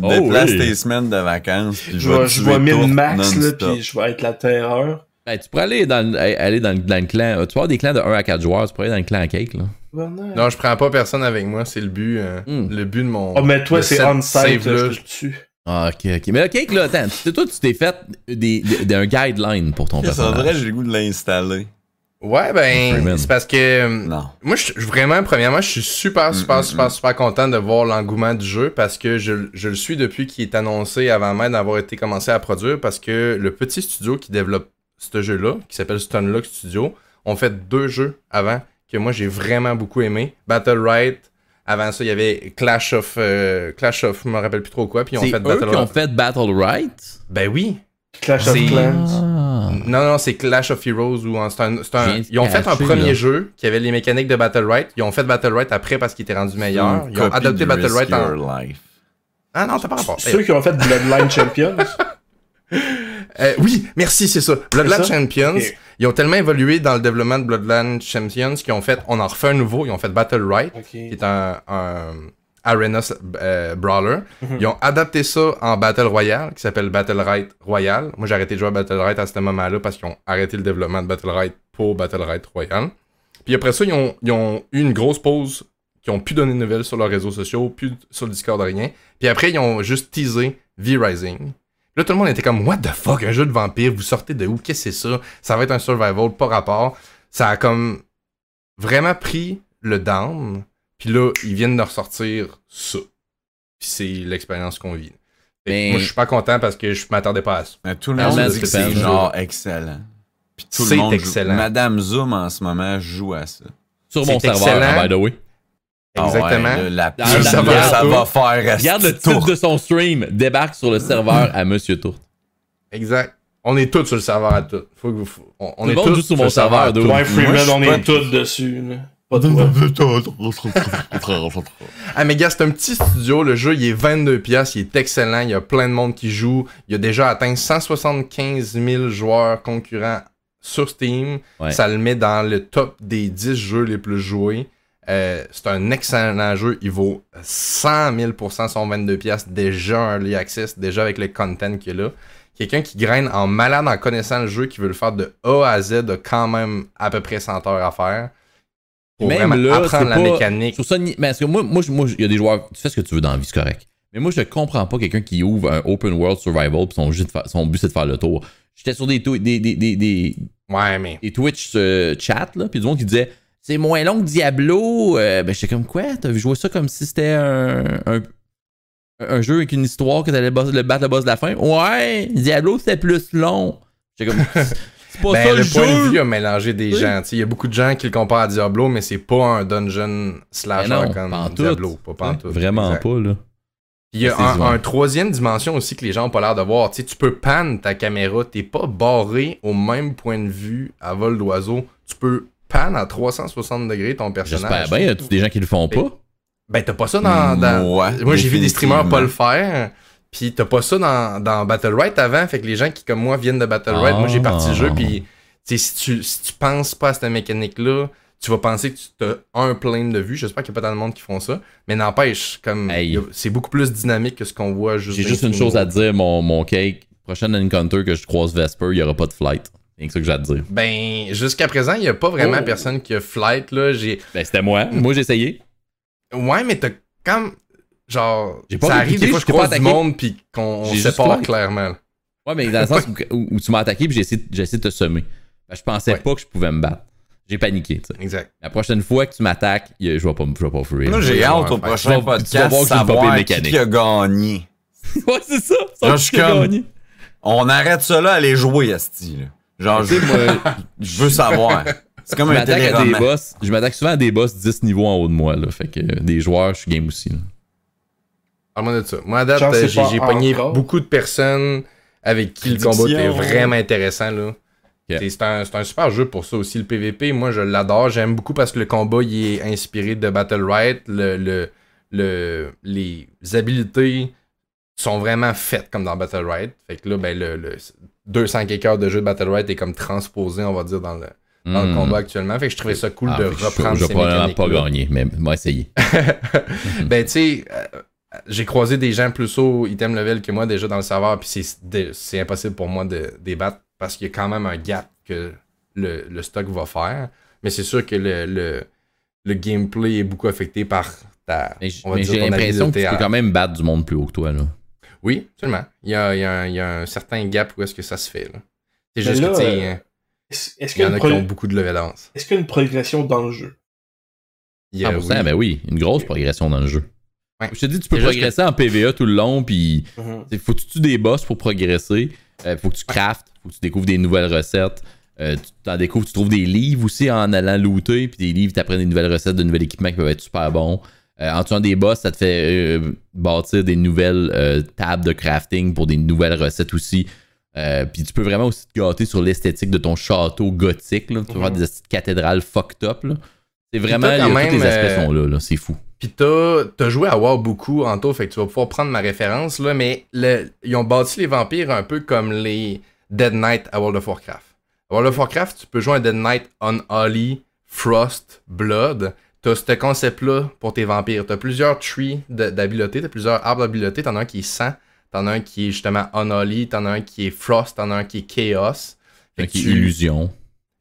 Oh,
Déplace
oui.
tes semaines de vacances. puis
Je vais, je vais
tuer
mettre
tout
max, là,
non-stop.
puis je vais être la terreur.
Ben, tu pourrais aller dans, le- aller dans, le- dans le clan, euh, tu vas avoir des clans de 1 à 4 joueurs, tu pourrais aller dans le clan cake, là.
Non.
Non, je prends pas personne avec moi, c'est le but. euh,
Hmm.
Le but de mon.
Oh, mais toi,
de
c'est
cette
on-site,
save-là.
là, je te tue.
Ah, ok, ok. Mais le cake, là, attends, tu- toi, tu t'es fait des, des- des- un guideline pour ton
C'est
personnage.
vrai, j'ai le goût de l'installer.
Ouais,
Freeman.
ben, c'est parce que. euh,
Non.
Moi, je, je- vraiment, premièrement, je suis
Mm,
super, super, super, super content de voir l'engouement du jeu parce que je, je le suis depuis qu'il est annoncé avant même d'avoir été commencé à produire parce que le petit studio qui développe ce jeu-là, qui s'appelle Stunlock Studio, ont fait deux jeux avant que moi j'ai vraiment beaucoup aimé. Battle Right, avant ça, il y avait Clash of. euh, Clash of, je me rappelle plus trop quoi, puis ils ont
C'est
fait
eux
Battle
qui ont
Right.
fait Battle Right?
Ben oui!
Clash of
C'est-
Clans.
Ah.
Non, non, c'est Clash of Heroes ou en- c'est un- c'est
Je
un-
viens de
Ils ont fait un
catcher,
premier
là.
jeu qui avait les mécaniques de Battle Right. Ils ont fait Battle Right après parce qu'il était rendu meilleur. Ils ont
Copie
adopté
de
Battle
Risk
Right en.
Your Life.
Ah non, t'as pas rapport.
Ceux qui ont fait Bloodline Champions.
Euh, oui, merci, c'est ça. Bloodline
ça?
Champions.
Ok.
Ils ont tellement évolué dans le développement de Bloodline Champions qu'ils ont fait. On en refait un nouveau. Ils ont fait Battle Right,
Ok.
qui est un. un Arena euh, Brawler. Ils ont adapté ça en Battle Royale, qui s'appelle Battle Right Royale. Moi, j'ai arrêté de jouer à Battle Right à ce moment-là parce qu'ils ont arrêté le développement de Battle Right pour Battle Right Royale. Puis après ça, ils ont, ils ont eu une grosse pause, qui ont plus donné de nouvelles sur leurs réseaux sociaux, plus sur le Discord, rien. Puis après, ils ont juste teasé V-Rising. Là, tout le monde était comme, What the fuck, un jeu de vampire, vous sortez de où, qu'est-ce que c'est ça? Ça va être un survival, pas rapport. Ça a comme vraiment pris le down, puis là, ils viennent de ressortir ça. Puis c'est l'expérience qu'on vit. Fait que
Mais-
Moi, je suis pas content parce que je m'attendais pas à ça.
Mais tout le
Herman
monde dit que c'est
Stefan.
genre excellent. Puis tout
C'est
le monde joue-
excellent.
Madame Zoom en ce moment joue à ça.
Sur mon
C'est
serveur,
excellent.
ah, by the way.
Exactement.
Ah ouais, le- la pub,
Ah,
la-
ça, va,
regarde-
ça va faire
Regarde le
tour.
titre de son stream, débarque sur le serveur à Monsieur Tourte.
Exact. On est tous sur le serveur à tout. Faut que vous- faut- on, on
Tout le
est
monde
tous
joue sur mon
le
serveur,
à
dude.
tout.
Ouais,
Moi, je
Freeman,
suis
on
pas-
est tous dessus, là. Pas toi.
Ah mais gars, c'est un petit studio, le jeu il est 22 pièces, il est excellent, il y a plein de monde qui joue, il a déjà atteint 175 000 joueurs concurrents sur Steam,
Ouais.
ça le met dans le top des 10 jeux les plus joués. Euh, c'est un excellent jeu, il vaut 100 000% son 22 pièces déjà un early access, déjà avec le content qu'il y a là. Quelqu'un qui graine en malade en connaissant le jeu, qui veut le faire de A à Z, de quand même à peu près 100 heures à faire. Pour
Même
vraiment
là,
apprendre
c'est
la
pas-
mécanique.
Je trouve ça. ni- Mais parce que moi, moi, je- moi, je- il y a des joueurs. Tu fais ce que tu veux dans la vie, c'est correct. Mais moi, je comprends pas quelqu'un qui ouvre un open world survival puis son, juste de faire- son but c'est de faire le tour. J'étais sur des, twi- des, des, des, des,
Ouais, mais.
des Twitch euh, chat, là, puis du monde qui disait c'est moins long que Diablo. Euh, ben, j'étais comme quoi T'as joué ça comme si c'était un, un, un jeu avec une histoire que t'allais boss- le battre le boss de la fin. Ouais, Diablo, c'était plus long. J'étais comme. C'est pas
Ben,
ça le,
le point de
jeu.
vue a mélangé des
Oui.
gens. tu sais. Il y a beaucoup de gens qui le comparent à Diablo, mais c'est pas un dungeon slasher
Ben non,
comme
pas en tout.
Diablo. Pas pantoute.
Vraiment
Exact.
pas, là.
Il y a
C'est
un,
vrai.
un troisième dimension aussi que les gens ont pas l'air de voir. Tu sais, tu peux pan ta caméra. T'es pas barré au même point de vue à vol d'oiseau. Tu peux pan à 360 degrés ton personnage.
J'espère bien, y a des gens qui le font pas.
Ben, t'as pas ça dans. dans-
Moi,
Moi, j'ai vu des streamers pas le
définitivement.
faire. Puis t'as pas ça dans, dans Battle Right avant. Fait que les gens qui, comme moi, viennent de Battle Right, moi, j'ai parti le jeu.
Ah.
Puis, tu sais, si tu, si tu penses pas à cette mécanique-là, tu vas penser que tu as un plane de vue. J'espère qu'il y a pas tant de monde qui font ça. Mais n'empêche, comme.
Hey.
y a- C'est beaucoup plus dynamique que ce qu'on voit juste.
J'ai
dans
juste
les
une chose
streamers.
à dire, mon, mon cake. Prochaine encounter que je croise Vesper, il n'y aura pas de flight. C'est que ça que j'ai à te dire.
Ben, jusqu'à présent, il y a pas vraiment
Oh.
personne qui a flight, là. J'ai.
Ben, c'était moi. Moi, j'ai essayé.
Ouais, mais t'as comme. Genre.
J'ai pas
ça arrive
répliqué,
des fois,
je
je
t'ai pas
croise du
attaqué.
monde, puis qu'on
J'ai
se
juste
sépare
flight.
clairement.
Ouais, mais dans le sens où, où- où tu m'as attaqué puis j'ai essayé, j'ai essayé de te semer. Ben, je pensais
Ouais.
pas que je pouvais me battre. J'ai paniqué, tu sais.
Exact.
La prochaine fois que tu m'attaques, il y a- je vais pas, me- je vais pas fuir.
Moi, j'ai
Ouais,
hâte
ouais.
au
Tu vas-
prochain
tu vas voir que j'ai
podcast
une
savoir
popée
qui,
mécanique.
qui a gagné.
ouais, c'est ça.
Là,
Ça
je suis
j'ai
comme-
gagné.
On arrête ça là, aller jouer, Asti. là. Genre, je,
Tu sais, moi,
je veux savoir.
je
C'est comme un
m'attaque à des
téléroman.
boss. Je m'attaque souvent à des boss 10 niveaux en haut de moi. Là. Fait que euh, des joueurs, je suis game aussi. là.
Parle-moi de ça. Moi, à date,
J'en sais
euh, j'ai
pas
j'ai pogné
encore.
beaucoup de personnes avec qui le combat
Prédiction.
était vraiment intéressant. là.
Yeah.
C'est- C'est un, c'est un super jeu pour ça aussi. Le PVP, moi, je l'adore. J'aime beaucoup parce que le combat, il est inspiré de Battle Right. Le, le, le- les habilités sont vraiment faites comme dans Battle Right. Fait que là, ben, le, le 200 quelques heures de jeu de Battle Right est comme transposé, on va dire, dans le, dans le
Hmm.
combat actuellement. Fait que je trouvais ça cool
Ah,
de
fait que je-
reprendre
Je vais
ces
probablement pas
mécaniques-là.
gagner, mais moi, essayer.
ben, tu sais, euh, j'ai croisé des gens plus haut item level que moi déjà dans le serveur, puis c'est- de- c'est impossible pour moi de débattre parce qu'il y a quand même un gap que le, le stock va faire. Mais c'est sûr que le, le, le gameplay est beaucoup affecté par ta.
Mais j-
on va
mais
dire
j'ai
ton
l'impression que
habileté
tu peux
à-
quand même battre du monde plus haut que toi. Là.
Oui, absolument. Il y a, il y a un- il y a un certain gap où est-ce que ça se fait. là. C'est
Mais
juste
là,
que, tu sais,
euh,
hein,
Est-ce est-ce
il
qu'il
y
y, a
en
une
a qui
pro-
ont beaucoup de level avance.
est-ce qu'il y a une progression dans le jeu?
Il y a-
100%,
Ah, oui.
ben oui, une grosse progression dans le jeu.
Ouais.
Je te dis, tu peux
C'est juste
progresser en PVE tout le long, puis
Mhm.
T'sais, faut que tu tues des boss pour progresser. Euh, faut que tu craftes. Faut que tu découvres des nouvelles recettes. Euh, tu t'en découvres, tu trouves des livres aussi en allant looter. Puis des livres, t'apprends des nouvelles recettes, de nouveaux équipements qui peuvent être super bons. Euh, en tuant des boss, ça te fait euh, bâtir des nouvelles euh, tables de crafting pour des nouvelles recettes aussi. Euh, puis tu peux vraiment aussi te gâter sur l'esthétique de ton château gothique. Là. Tu peux
Mhm.
avoir des petites cathédrales fucked up. là. C'est vraiment,
toi, quand
il y a-
même,
tous les aspects
euh,
sont là. là. C'est fou.
Puis t'as t'as joué à WoW beaucoup, Anto, fait que tu vas pouvoir prendre ma référence, là, mais le- ils ont bâti les vampires un peu comme les Dead Knight à World of Warcraft. À World of Warcraft, tu peux jouer un Dead Knight on Holly, Frost, Blood. T'as ce concept-là pour tes vampires. T'as plusieurs trees de- d'habileté, t'as plusieurs arbres d'habileté. T'en as un qui est sang, t'en as un qui est justement Unholy, t'en as un qui est Frost, t'en as un qui est Chaos. Fait
Fait
que
qu'il y a
tu-
illusion.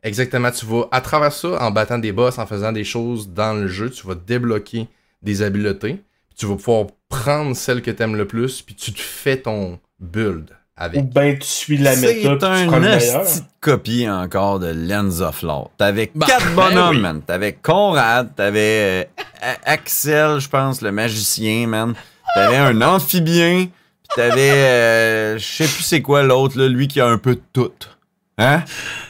Exactement, tu vas à travers ça, en battant des boss, en faisant des choses dans le jeu, tu vas débloquer des habiletés. puis Tu vas pouvoir prendre celle que t'aimes le plus, puis tu te fais ton build
Ou
avec.
ben tu suis la
C'est
méthode, puis tu prends
un
le meilleur.
esti de copie encore de Lens of Lore. T'avais
Bah,
quatre
ben
bonhommes,
oui.
man. T'avais Conrad, t'avais euh, A- Axel, je pense, le magicien, man. T'avais un amphibien, pis t'avais, euh, je sais plus c'est quoi l'autre, là, lui qui a un peu de tout. Hein?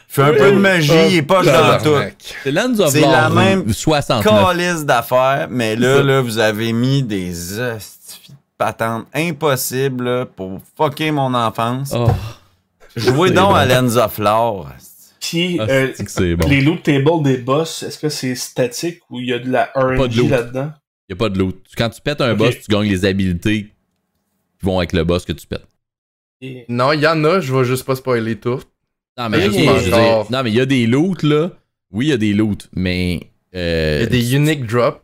Il fait un
Oui.
peu de magie,
Ah,
il est pas dans tout.
Tabarnak.
C'est Lands of
C'est la
Lore,
même
69.
Calice d'affaires, mais là, là, vous avez mis des hosties de patentes impossibles là, pour fucker mon enfance.
Ah.
Oh.
Jouez
C'est
donc
bon.
à Lens of Lore.
Puis
Ah,
euh,
c'est que c'est bon.
les loot tables des boss, est-ce que c'est statique ou il y a de la
Pas de loot.
RNG là-dedans?
Il a pas de loot. Quand tu pètes un
Ok.
boss, tu gagnes les habilités qui vont avec le boss que tu pètes.
Et-
Non, il y en a, je vais juste pas spoiler tout.
Non, mais ok,
Ok.
je veux dire,
Genre.
non, mais il y a des loots, là. Oui, il y a des loots, mais.
Il y
Euh,
a des unique drops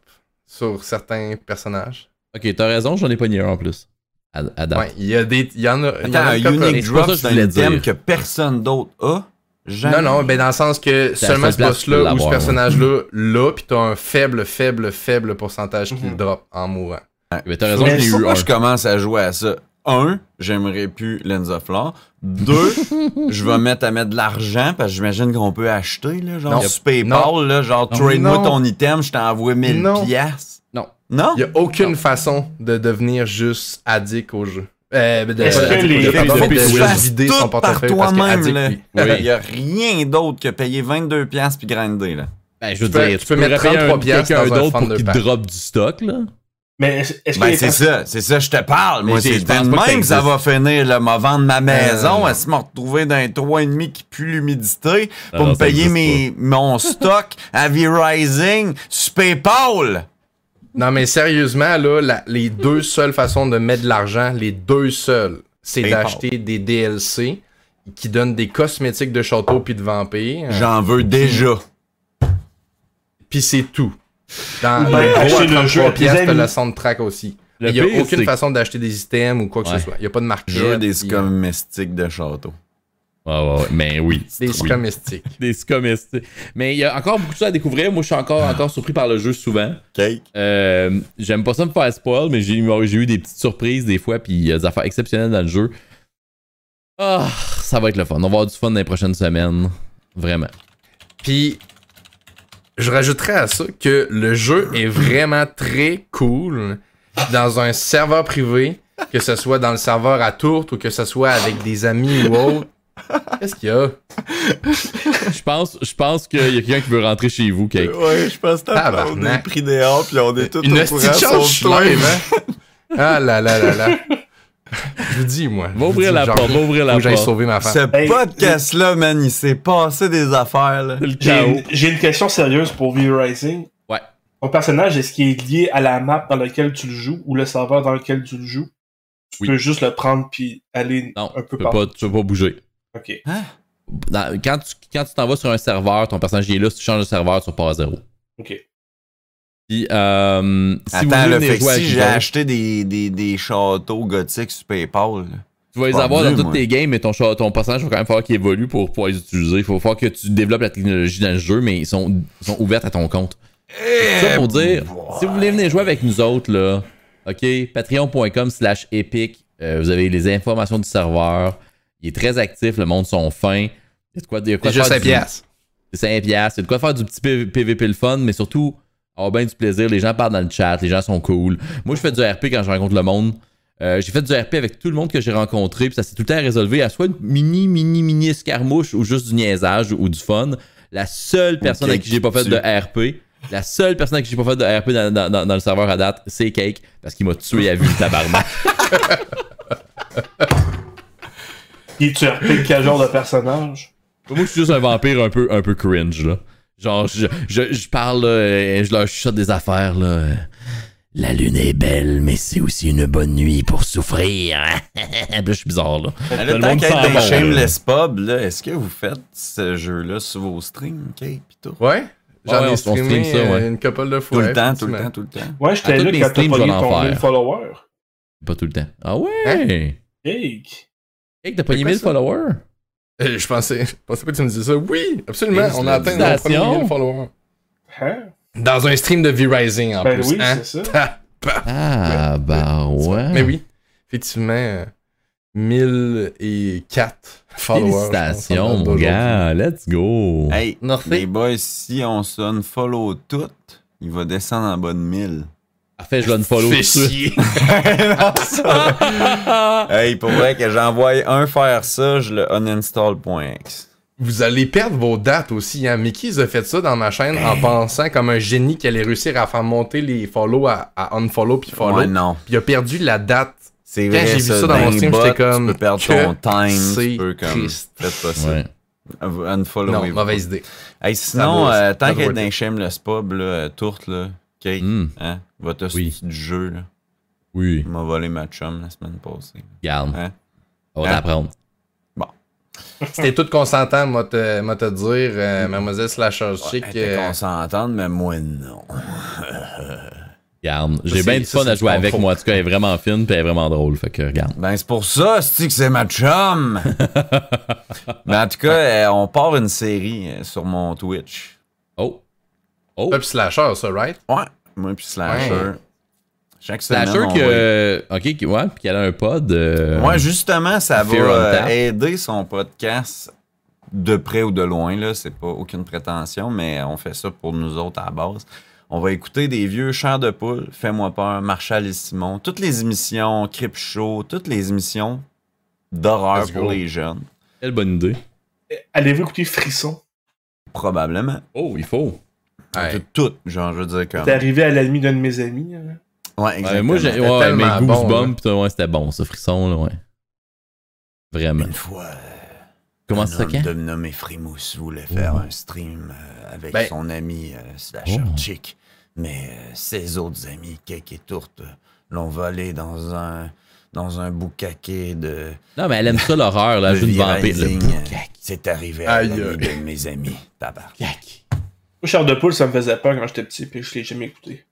sur certains personnages.
euh, Ok, t'as raison, j'en ai pas ni un en plus. À, à date.
Ouais, il y a des. Il y en a. il y en
Attends,
a
un
une couple.
Mais
Unique
c'est pas ça
Drop,
que je
c'est un
voulais
item
dire.
que personne d'autre a.
Non,
Jamais.
non, ben dans le sens que
C'est la
seulement
seule
ce
place pour
boss-là ou ce
l'avoir, hein.
personnage-là, là, pis t'as un faible, faible, faible pourcentage qui
Mhm.
le drop en mourant.
Mais t'as raison,
Mais
j'ai
Pourquoi
eu un.
je commence à jouer à ça? Un, j'aimerais plus Lens of Lore. Deux, je vais mettre à mettre de l'argent parce que j'imagine qu'on peut acheter, là, genre
Non.
sur PayPal,
Non.
là, genre
Non.
trade-moi
Non.
ton item, je t'envoie 1000
Non.
piastres.
Non.
Non?
Il n'y a aucune façon de devenir juste addict au jeu. Euh, de,
Est-ce
pas
que
addict,
les-
de-
les-
pardon,
faut que
de
tu
juste
fasses
vider
tout
son
par
portefeuille parce que
toi-même,
addict,
là.
oui.
Il
Oui.
y a rien d'autre que payer 22 piastres puis grinder, là.
Ben, je veux
tu peux-
dire,
tu peux mettre
payer un-
33 piastres
quelqu'un
dans un
d'autre pour
Thunder
qu'il te
Pack.
drop du stock, là.
Mais est-ce est-ce que
Ben,
les
c'est
pers-
ça, c'est ça, je te parle. Moi,
Mais
c'est
je pense pas que ça
même que ça
existe.
va finir, là, m'a vendre ma maison,
Euh,
elle se m'a retrouvé dans un 3,5 qui pue l'humidité
Non, non,
pour me
ça
payer
existe
mes, mon stock à V-Rising sur PayPal.
Non, mais sérieusement, là, la- les deux seules façons de mettre de l'argent, les deux seules, c'est
PayPal.
d'acheter des DLC qui donnent des cosmétiques de château puis de vampires.
J'en veux déjà.
Puis c'est tout. Dans
Ou ben,
le gros
acheter
à
le jeu à
33
tes
piastres, t'as
amis.
le soundtrack aussi.
Le
Il n'y a
pire,
aucune
c'est-
façon d'acheter des items ou quoi que
Ouais.
ce soit. Il n'y a pas de marque.
Je veux des scomestiques de château.
Ouais, ouais, ouais. Mais oui.
Des
Oui.
scomestiques.
Des scomestiques. Mais il y a encore beaucoup de choses à découvrir. Moi, je suis encore, encore surpris par le jeu souvent.
Cake.
Euh, j'aime pas ça me faire spoil, mais j'ai j'ai eu des petites surprises des fois, puis il y a des affaires exceptionnelles dans le jeu. Ah, ça va être le fun. On va avoir du fun dans les prochaines semaines. Vraiment.
Puis, je rajouterais à ça que le jeu est vraiment très cool dans un serveur privé, que ce soit dans le serveur à tourte ou que ce soit avec des amis ou autre. Qu'est-ce qu'il y a?
Je pense, je pense qu'il y a quelqu'un qui veut rentrer chez vous, Cake.
Ouais, je pense que
Tabarnak.
on est pris dehors, puis on est tous
Une
au
hostie
courant,
de chance, je
sauf
suis
toi.
live, hein? Ah là là là là. Je vous dis, moi. je
Va
vous
ouvrir
dis,
la
genre,
porte, va ouvrir
Faut
la
que j'aille
porte.
sauver ma femme.
Ce
Hey.
podcast-là, man, il s'est passé des affaires, là.
C'est le
J'ai
chaos.
une- j'ai une question sérieuse pour V-Rising.
Ouais.
Ton personnage, est-ce qu'il est lié à la map dans laquelle tu le joues ou le serveur dans lequel tu le joues? Tu
Oui.
peux juste le prendre puis aller
Non,
un
tu
peu
peux,
partout.
pas, tu peux pas bouger.
Ok.
Dans- quand tu quand tu t'en vas sur un serveur, ton personnage il est là, si tu changes de serveur, tu repars à zéro.
Ok.
Puis, euh, si vous
Attends,
voulez
le
venir
fait que
jouer à
si j'ai
Gidon,
acheté des, des, des châteaux gothiques sur PayPal, là,
tu vas les
pas
avoir
vu,
dans toutes
Bah, moi.
tes games, mais ton, cha- ton personnage, il va quand même falloir qu'il évolue pour pouvoir les utiliser. Il faut falloir que tu développes la technologie dans le jeu, mais ils sont, ils sont ouvertes à ton compte. C'est ça pour dire,
Eh
si vous voulez venir jouer avec nous autres, là, ok, patreon.com slash epic, euh, vous avez les informations du serveur, il est très actif, le monde sont fins. Il y a de quoi, il y a de quoi
C'est juste
faire
un
du-
pièce.
C'est 5 piastres. C'est de quoi faire du petit P- PVP le fun, mais surtout, avoir bien du plaisir. Les gens parlent dans le chat, les gens sont cool. Moi, je fais du RP quand je rencontre le monde. Euh, j'ai fait du RP avec tout le monde que j'ai rencontré, puis ça s'est tout le temps résolvé à soit une mini, mini, mini escarmouche ou juste du niaisage ou du fun. La seule personne
Cake
à qui j'ai pas fait
qui
de RP, la seule personne à qui j'ai pas fait de RP dans, dans- dans- dans le serveur à date, c'est Cake, parce qu'il m'a tué à vue le tabarnak.
Puis tu repiques quel genre de personnage?
Moi, je suis juste un vampire un peu, un peu cringe, là. Genre, je, je, je parle, là, et je leur chuchote des affaires, là. La lune est belle, mais c'est aussi une bonne nuit pour souffrir. Puis là, je suis bizarre, là. Tout
Ah, là,
le
tant
monde
qu'à
s'en
être
va,
des
là.
Shameless Pub, là, est-ce que vous faites ce jeu-là sur vos streams, Kate, pis tout?
Ouais? J'en
Ouais, on-
ai
on stream
streamé
ça, ouais.
euh, une couple de
Tout
fois.
le temps, tout le
effectivement.
temps, tout le temps.
Ouais,
À
j'étais
toutes
là
mes
quand t'as
streams, je
pogné
vais en
ton
faire.
1000 followers.
Pas tout le temps. Ah ouais!
Cake.
Hey, t'as pogné
Hein? quoi,
1000
ça?
followers?
Euh, Je pensais, je pensais pas que tu me disais ça. Oui, absolument.
Et
On a atteint nos
félicitations.
premiers 1000 followers.
Hein?
Dans un stream de V-Rising, en
Ben
plus.
oui,
hein?
c'est ça.
Ah,
Ah, bah ouais.
Mais oui, effectivement, euh, 1004 followers. je pense, en
Félicitations,
date
mon
d'aujourd'hui.
gars. Let's go.
Hey,
Merci.
les boys, si on sonne follow tout, il va descendre en bas de 1000.
Parfait, je donne follow tout de
Fais
suite.
chier.
Non, ça- hey, pour vrai que j'envoie un faire ça, je le uninstall.x.
Vous allez perdre vos dates aussi. Hein. Mickey's a fait ça dans ma chaîne en pensant comme un génie qu'elle allait réussir à faire monter les follow à, à unfollow puis follow.
Ouais, non.
Puis il a perdu la date.
C'est
Quand
vrai,
j'ai vu ça dans mon
les
stream,
bots,
j'étais comme,
Tu peux perdre
que
ton time,
c'est
tu peux comme.
triste.
Faites pas ça.
Ouais.
Unfollow.
Non, mauvaise idée.
Hey, sinon,
Ça doit-
euh,
ça
tant
doit
qu'elle est
être.
dans les Shameless Pub, là, euh, tourte, là, Kate,
Hmm,
hein, va te
Oui.
sortir du jeu, là.
oui,
Il m'a volé ma chum la semaine passée.
garde.
Hein?
On
Ah.
va
Hein?
t'apprendre.
C'était tout consentant, moi te, moi te dire, euh, mademoiselle Slasher Chic.
Elle était
euh,
consentante, mais moi, non.
Garde.
Ça,
J'ai
c'est-
bien du
ça,
fun
c'est
à
du
jouer avec
confort.
moi. En tout cas, elle est vraiment fine puis elle est vraiment drôle. Fait que regarde.
Ben, c'est pour ça, cest que c'est ma chum? ben, en tout cas, euh, on part une série euh, sur mon Twitch.
Oh. Oh.
Pop Slasher, ça, right?
Ouais, moi puis Slasher.
Ouais.
Chaque semaine,
Slasher
on va-
que. Ok, qui- ouais, puis qu'elle a un pod. euh,
Ouais, justement, ça va
Fear on
euh,
Tap.
aider son podcast de près ou de loin. Là, c'est pas aucune prétention, mais on fait ça pour nous autres à la base. On va écouter des vieux Chants de poule, Fais-moi peur, Marshall et Simon, toutes les émissions, Crip Show, toutes les émissions d'horreur
Let's
pour
go.
les jeunes.
Quelle bonne idée.
Allez-vous écouter Frisson?
Probablement.
Oh, il faut.
Ouais.
Toutes, toutes, genre, je veux dire comme.
T'es arrivé à l'ennemi d'un de mes amis. hein?
Ouais,
Ouais,
exactement.
moi, j'ai.
C'était
Ouais, mais
tellement bon,
Goosebumps, putain, ouais, c'était bon, ce frisson, là, ouais. Vraiment.
Une fois,
Comment
un
ça,
homme
quand?
de nommé Frimousse voulait faire
Oh.
un stream euh, avec
Ben-
son ami euh, Slasher
Oh.
Chick, mais euh, ses autres amis, Cake et Tourte, euh, l'ont volé dans un, dans un boucaquet de...
Non, mais elle aime ça, l'horreur, là.
Le
Je une vampire.
V-Rising.
Le boucac.
C'est arrivé à
Aïe,
l'ami
aïe.
de mes amis, tabac.
Cac.
Moi, Charles de Poule, ça me faisait peur quand j'étais petit, puis je l'ai jamais écouté.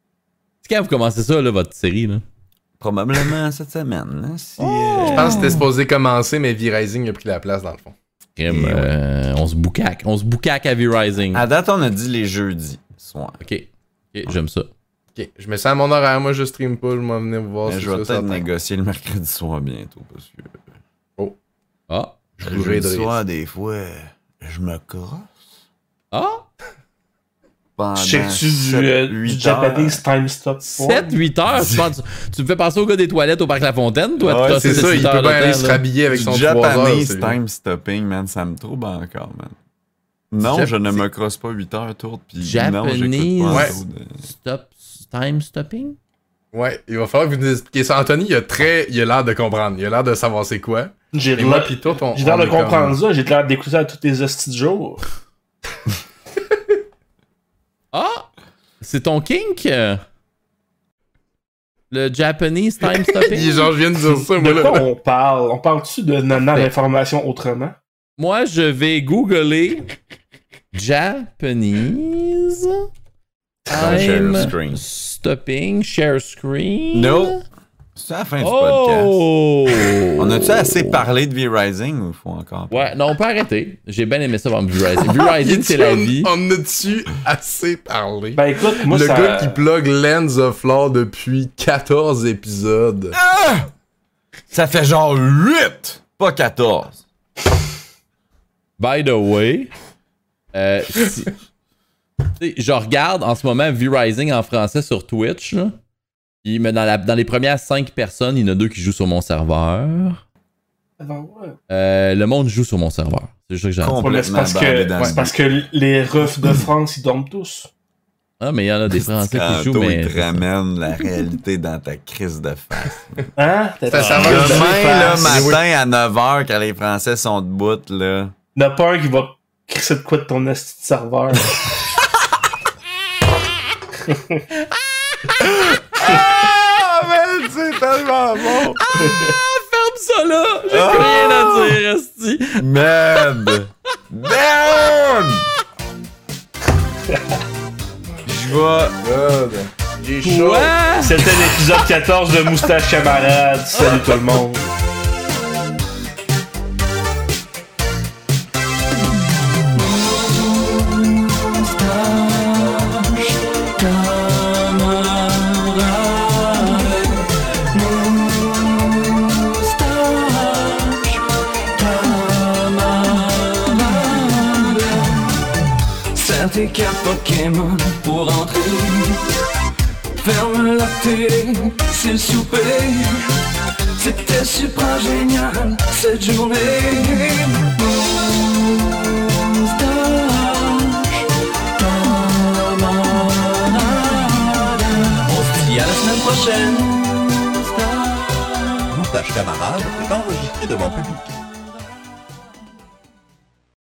C'est quand vous commencez ça, là, votre série, là?
Probablement cette semaine, hein, si...
Je
euh,
pense que c'était supposé commencer, mais V-Rising a pris la place, dans le fond.
Crime,
Et
euh, on se boucac. On se boucac à V-Rising.
euh, À date, on a dit les jeudis soir.
Ok. Ok, j'aime ça.
Ok, je mets ça à mon horaire. Moi, je stream pas. Je vais venir vous voir.
Mais
Oh, c'est
je vais
sûr,
peut-être
certain.
négocier le mercredi soir bientôt, parce que...
Ah.
Je
Le
bougerai
jeudi
de
soir, des fois, je me crosse.
Ah.
pendant.
Cherches-tu du,
sept,
euh, du
huit
Japanese Time Stop?
7-8 heures, tu, penses- tu me fais penser au gars des toilettes au parc La Fontaine, toi?
Ouais,
tu passes
C'est
sept,
ça,
huit
il peut
heures
pas
de
aller
temps,
se
là.
rhabiller avec son
du
3 heures.
Japanese
celui-là.
time stopping, man, ça me trouble encore, man. Non,
Jap-
je ne me crosse pas 8 heures tour puis non,
Japanese-
j'écoute pas
Ouais.
un autre, euh,
Stop, time stopping?
Ouais, il va falloir que vous nous expliquiez ça. Anthony, il a très, il a l'air de comprendre. Il a l'air de savoir c'est quoi.
J'ai
Et moi,
l'air
puis toi, on.
j'ai l'air
on
de
est comme-
comprendre ça, j'ai l'air d'écouter à tous tes hosties de jours.
Ah! C'est ton kink? euh? Le Japanese time stopping?
Il est genre, je viens de dire ça, moi,
De
là.
quoi on parle? On parle-tu de nana
Ben,
Parfait.
l'information autrement?
Moi, je vais googler Japanese
share
time
screen.
stopping share screen.
No. C'est à la fin du podcast.
Oh!
On a-tu assez parlé de V-Rising ou faut encore?
Ouais, non, on peut arrêter. J'ai bien aimé ça dans V-Rising. V-Rising, c'est
Il
la
dit, on-
vie.
On a dessus assez parlé.
Ben écoute, moi
le
ça...
gars qui plug Lens of Lore depuis 14 épisodes.
Ça fait genre 8, pas 14.
By the way, euh, si- tu sais, je regarde en ce moment V-Rising en français sur Twitch. là. Puis, mais dans, la- dans les premières 5 personnes, il y en a deux qui jouent sur mon serveur.
Ben ouais.
Euh, le monde joue sur mon serveur. C'est juste ça que j'ai
Con.
Ouais, mais c'est parce,
Complètement
que,
bandé dans
c'est
le
parce que les refs de France, ils dorment tous.
Ah, mais il y en a des Français qui jouent,
Tantôt,
mais.
il te ramène la réalité dans ta crise de face.
Hein? T'as
Ça, ça
t'as-
va,
t'as-
je
Demain,
sais
là,
pas.
matin à 9h, quand les Français sont debout, là.
N'a pas un qui va crisser de quoi de ton esti de serveur.
Ah, man, c'est tellement bon!
Ferme ça là! J'ai plus rien à dire, Esti!
Merde! Merde! Je vois.
J'ai
Quoi?
C'était l'épisode 14 de Moustache Camarade. Salut tout le monde.
Serre tes cartes Pokémon pour entrer. Ferme la télé, c'est le souper. C'était super génial cette journée. Moustache, camarade. On se dit à la semaine prochaine. Moustache.
Montage camarade est enregistré devant public.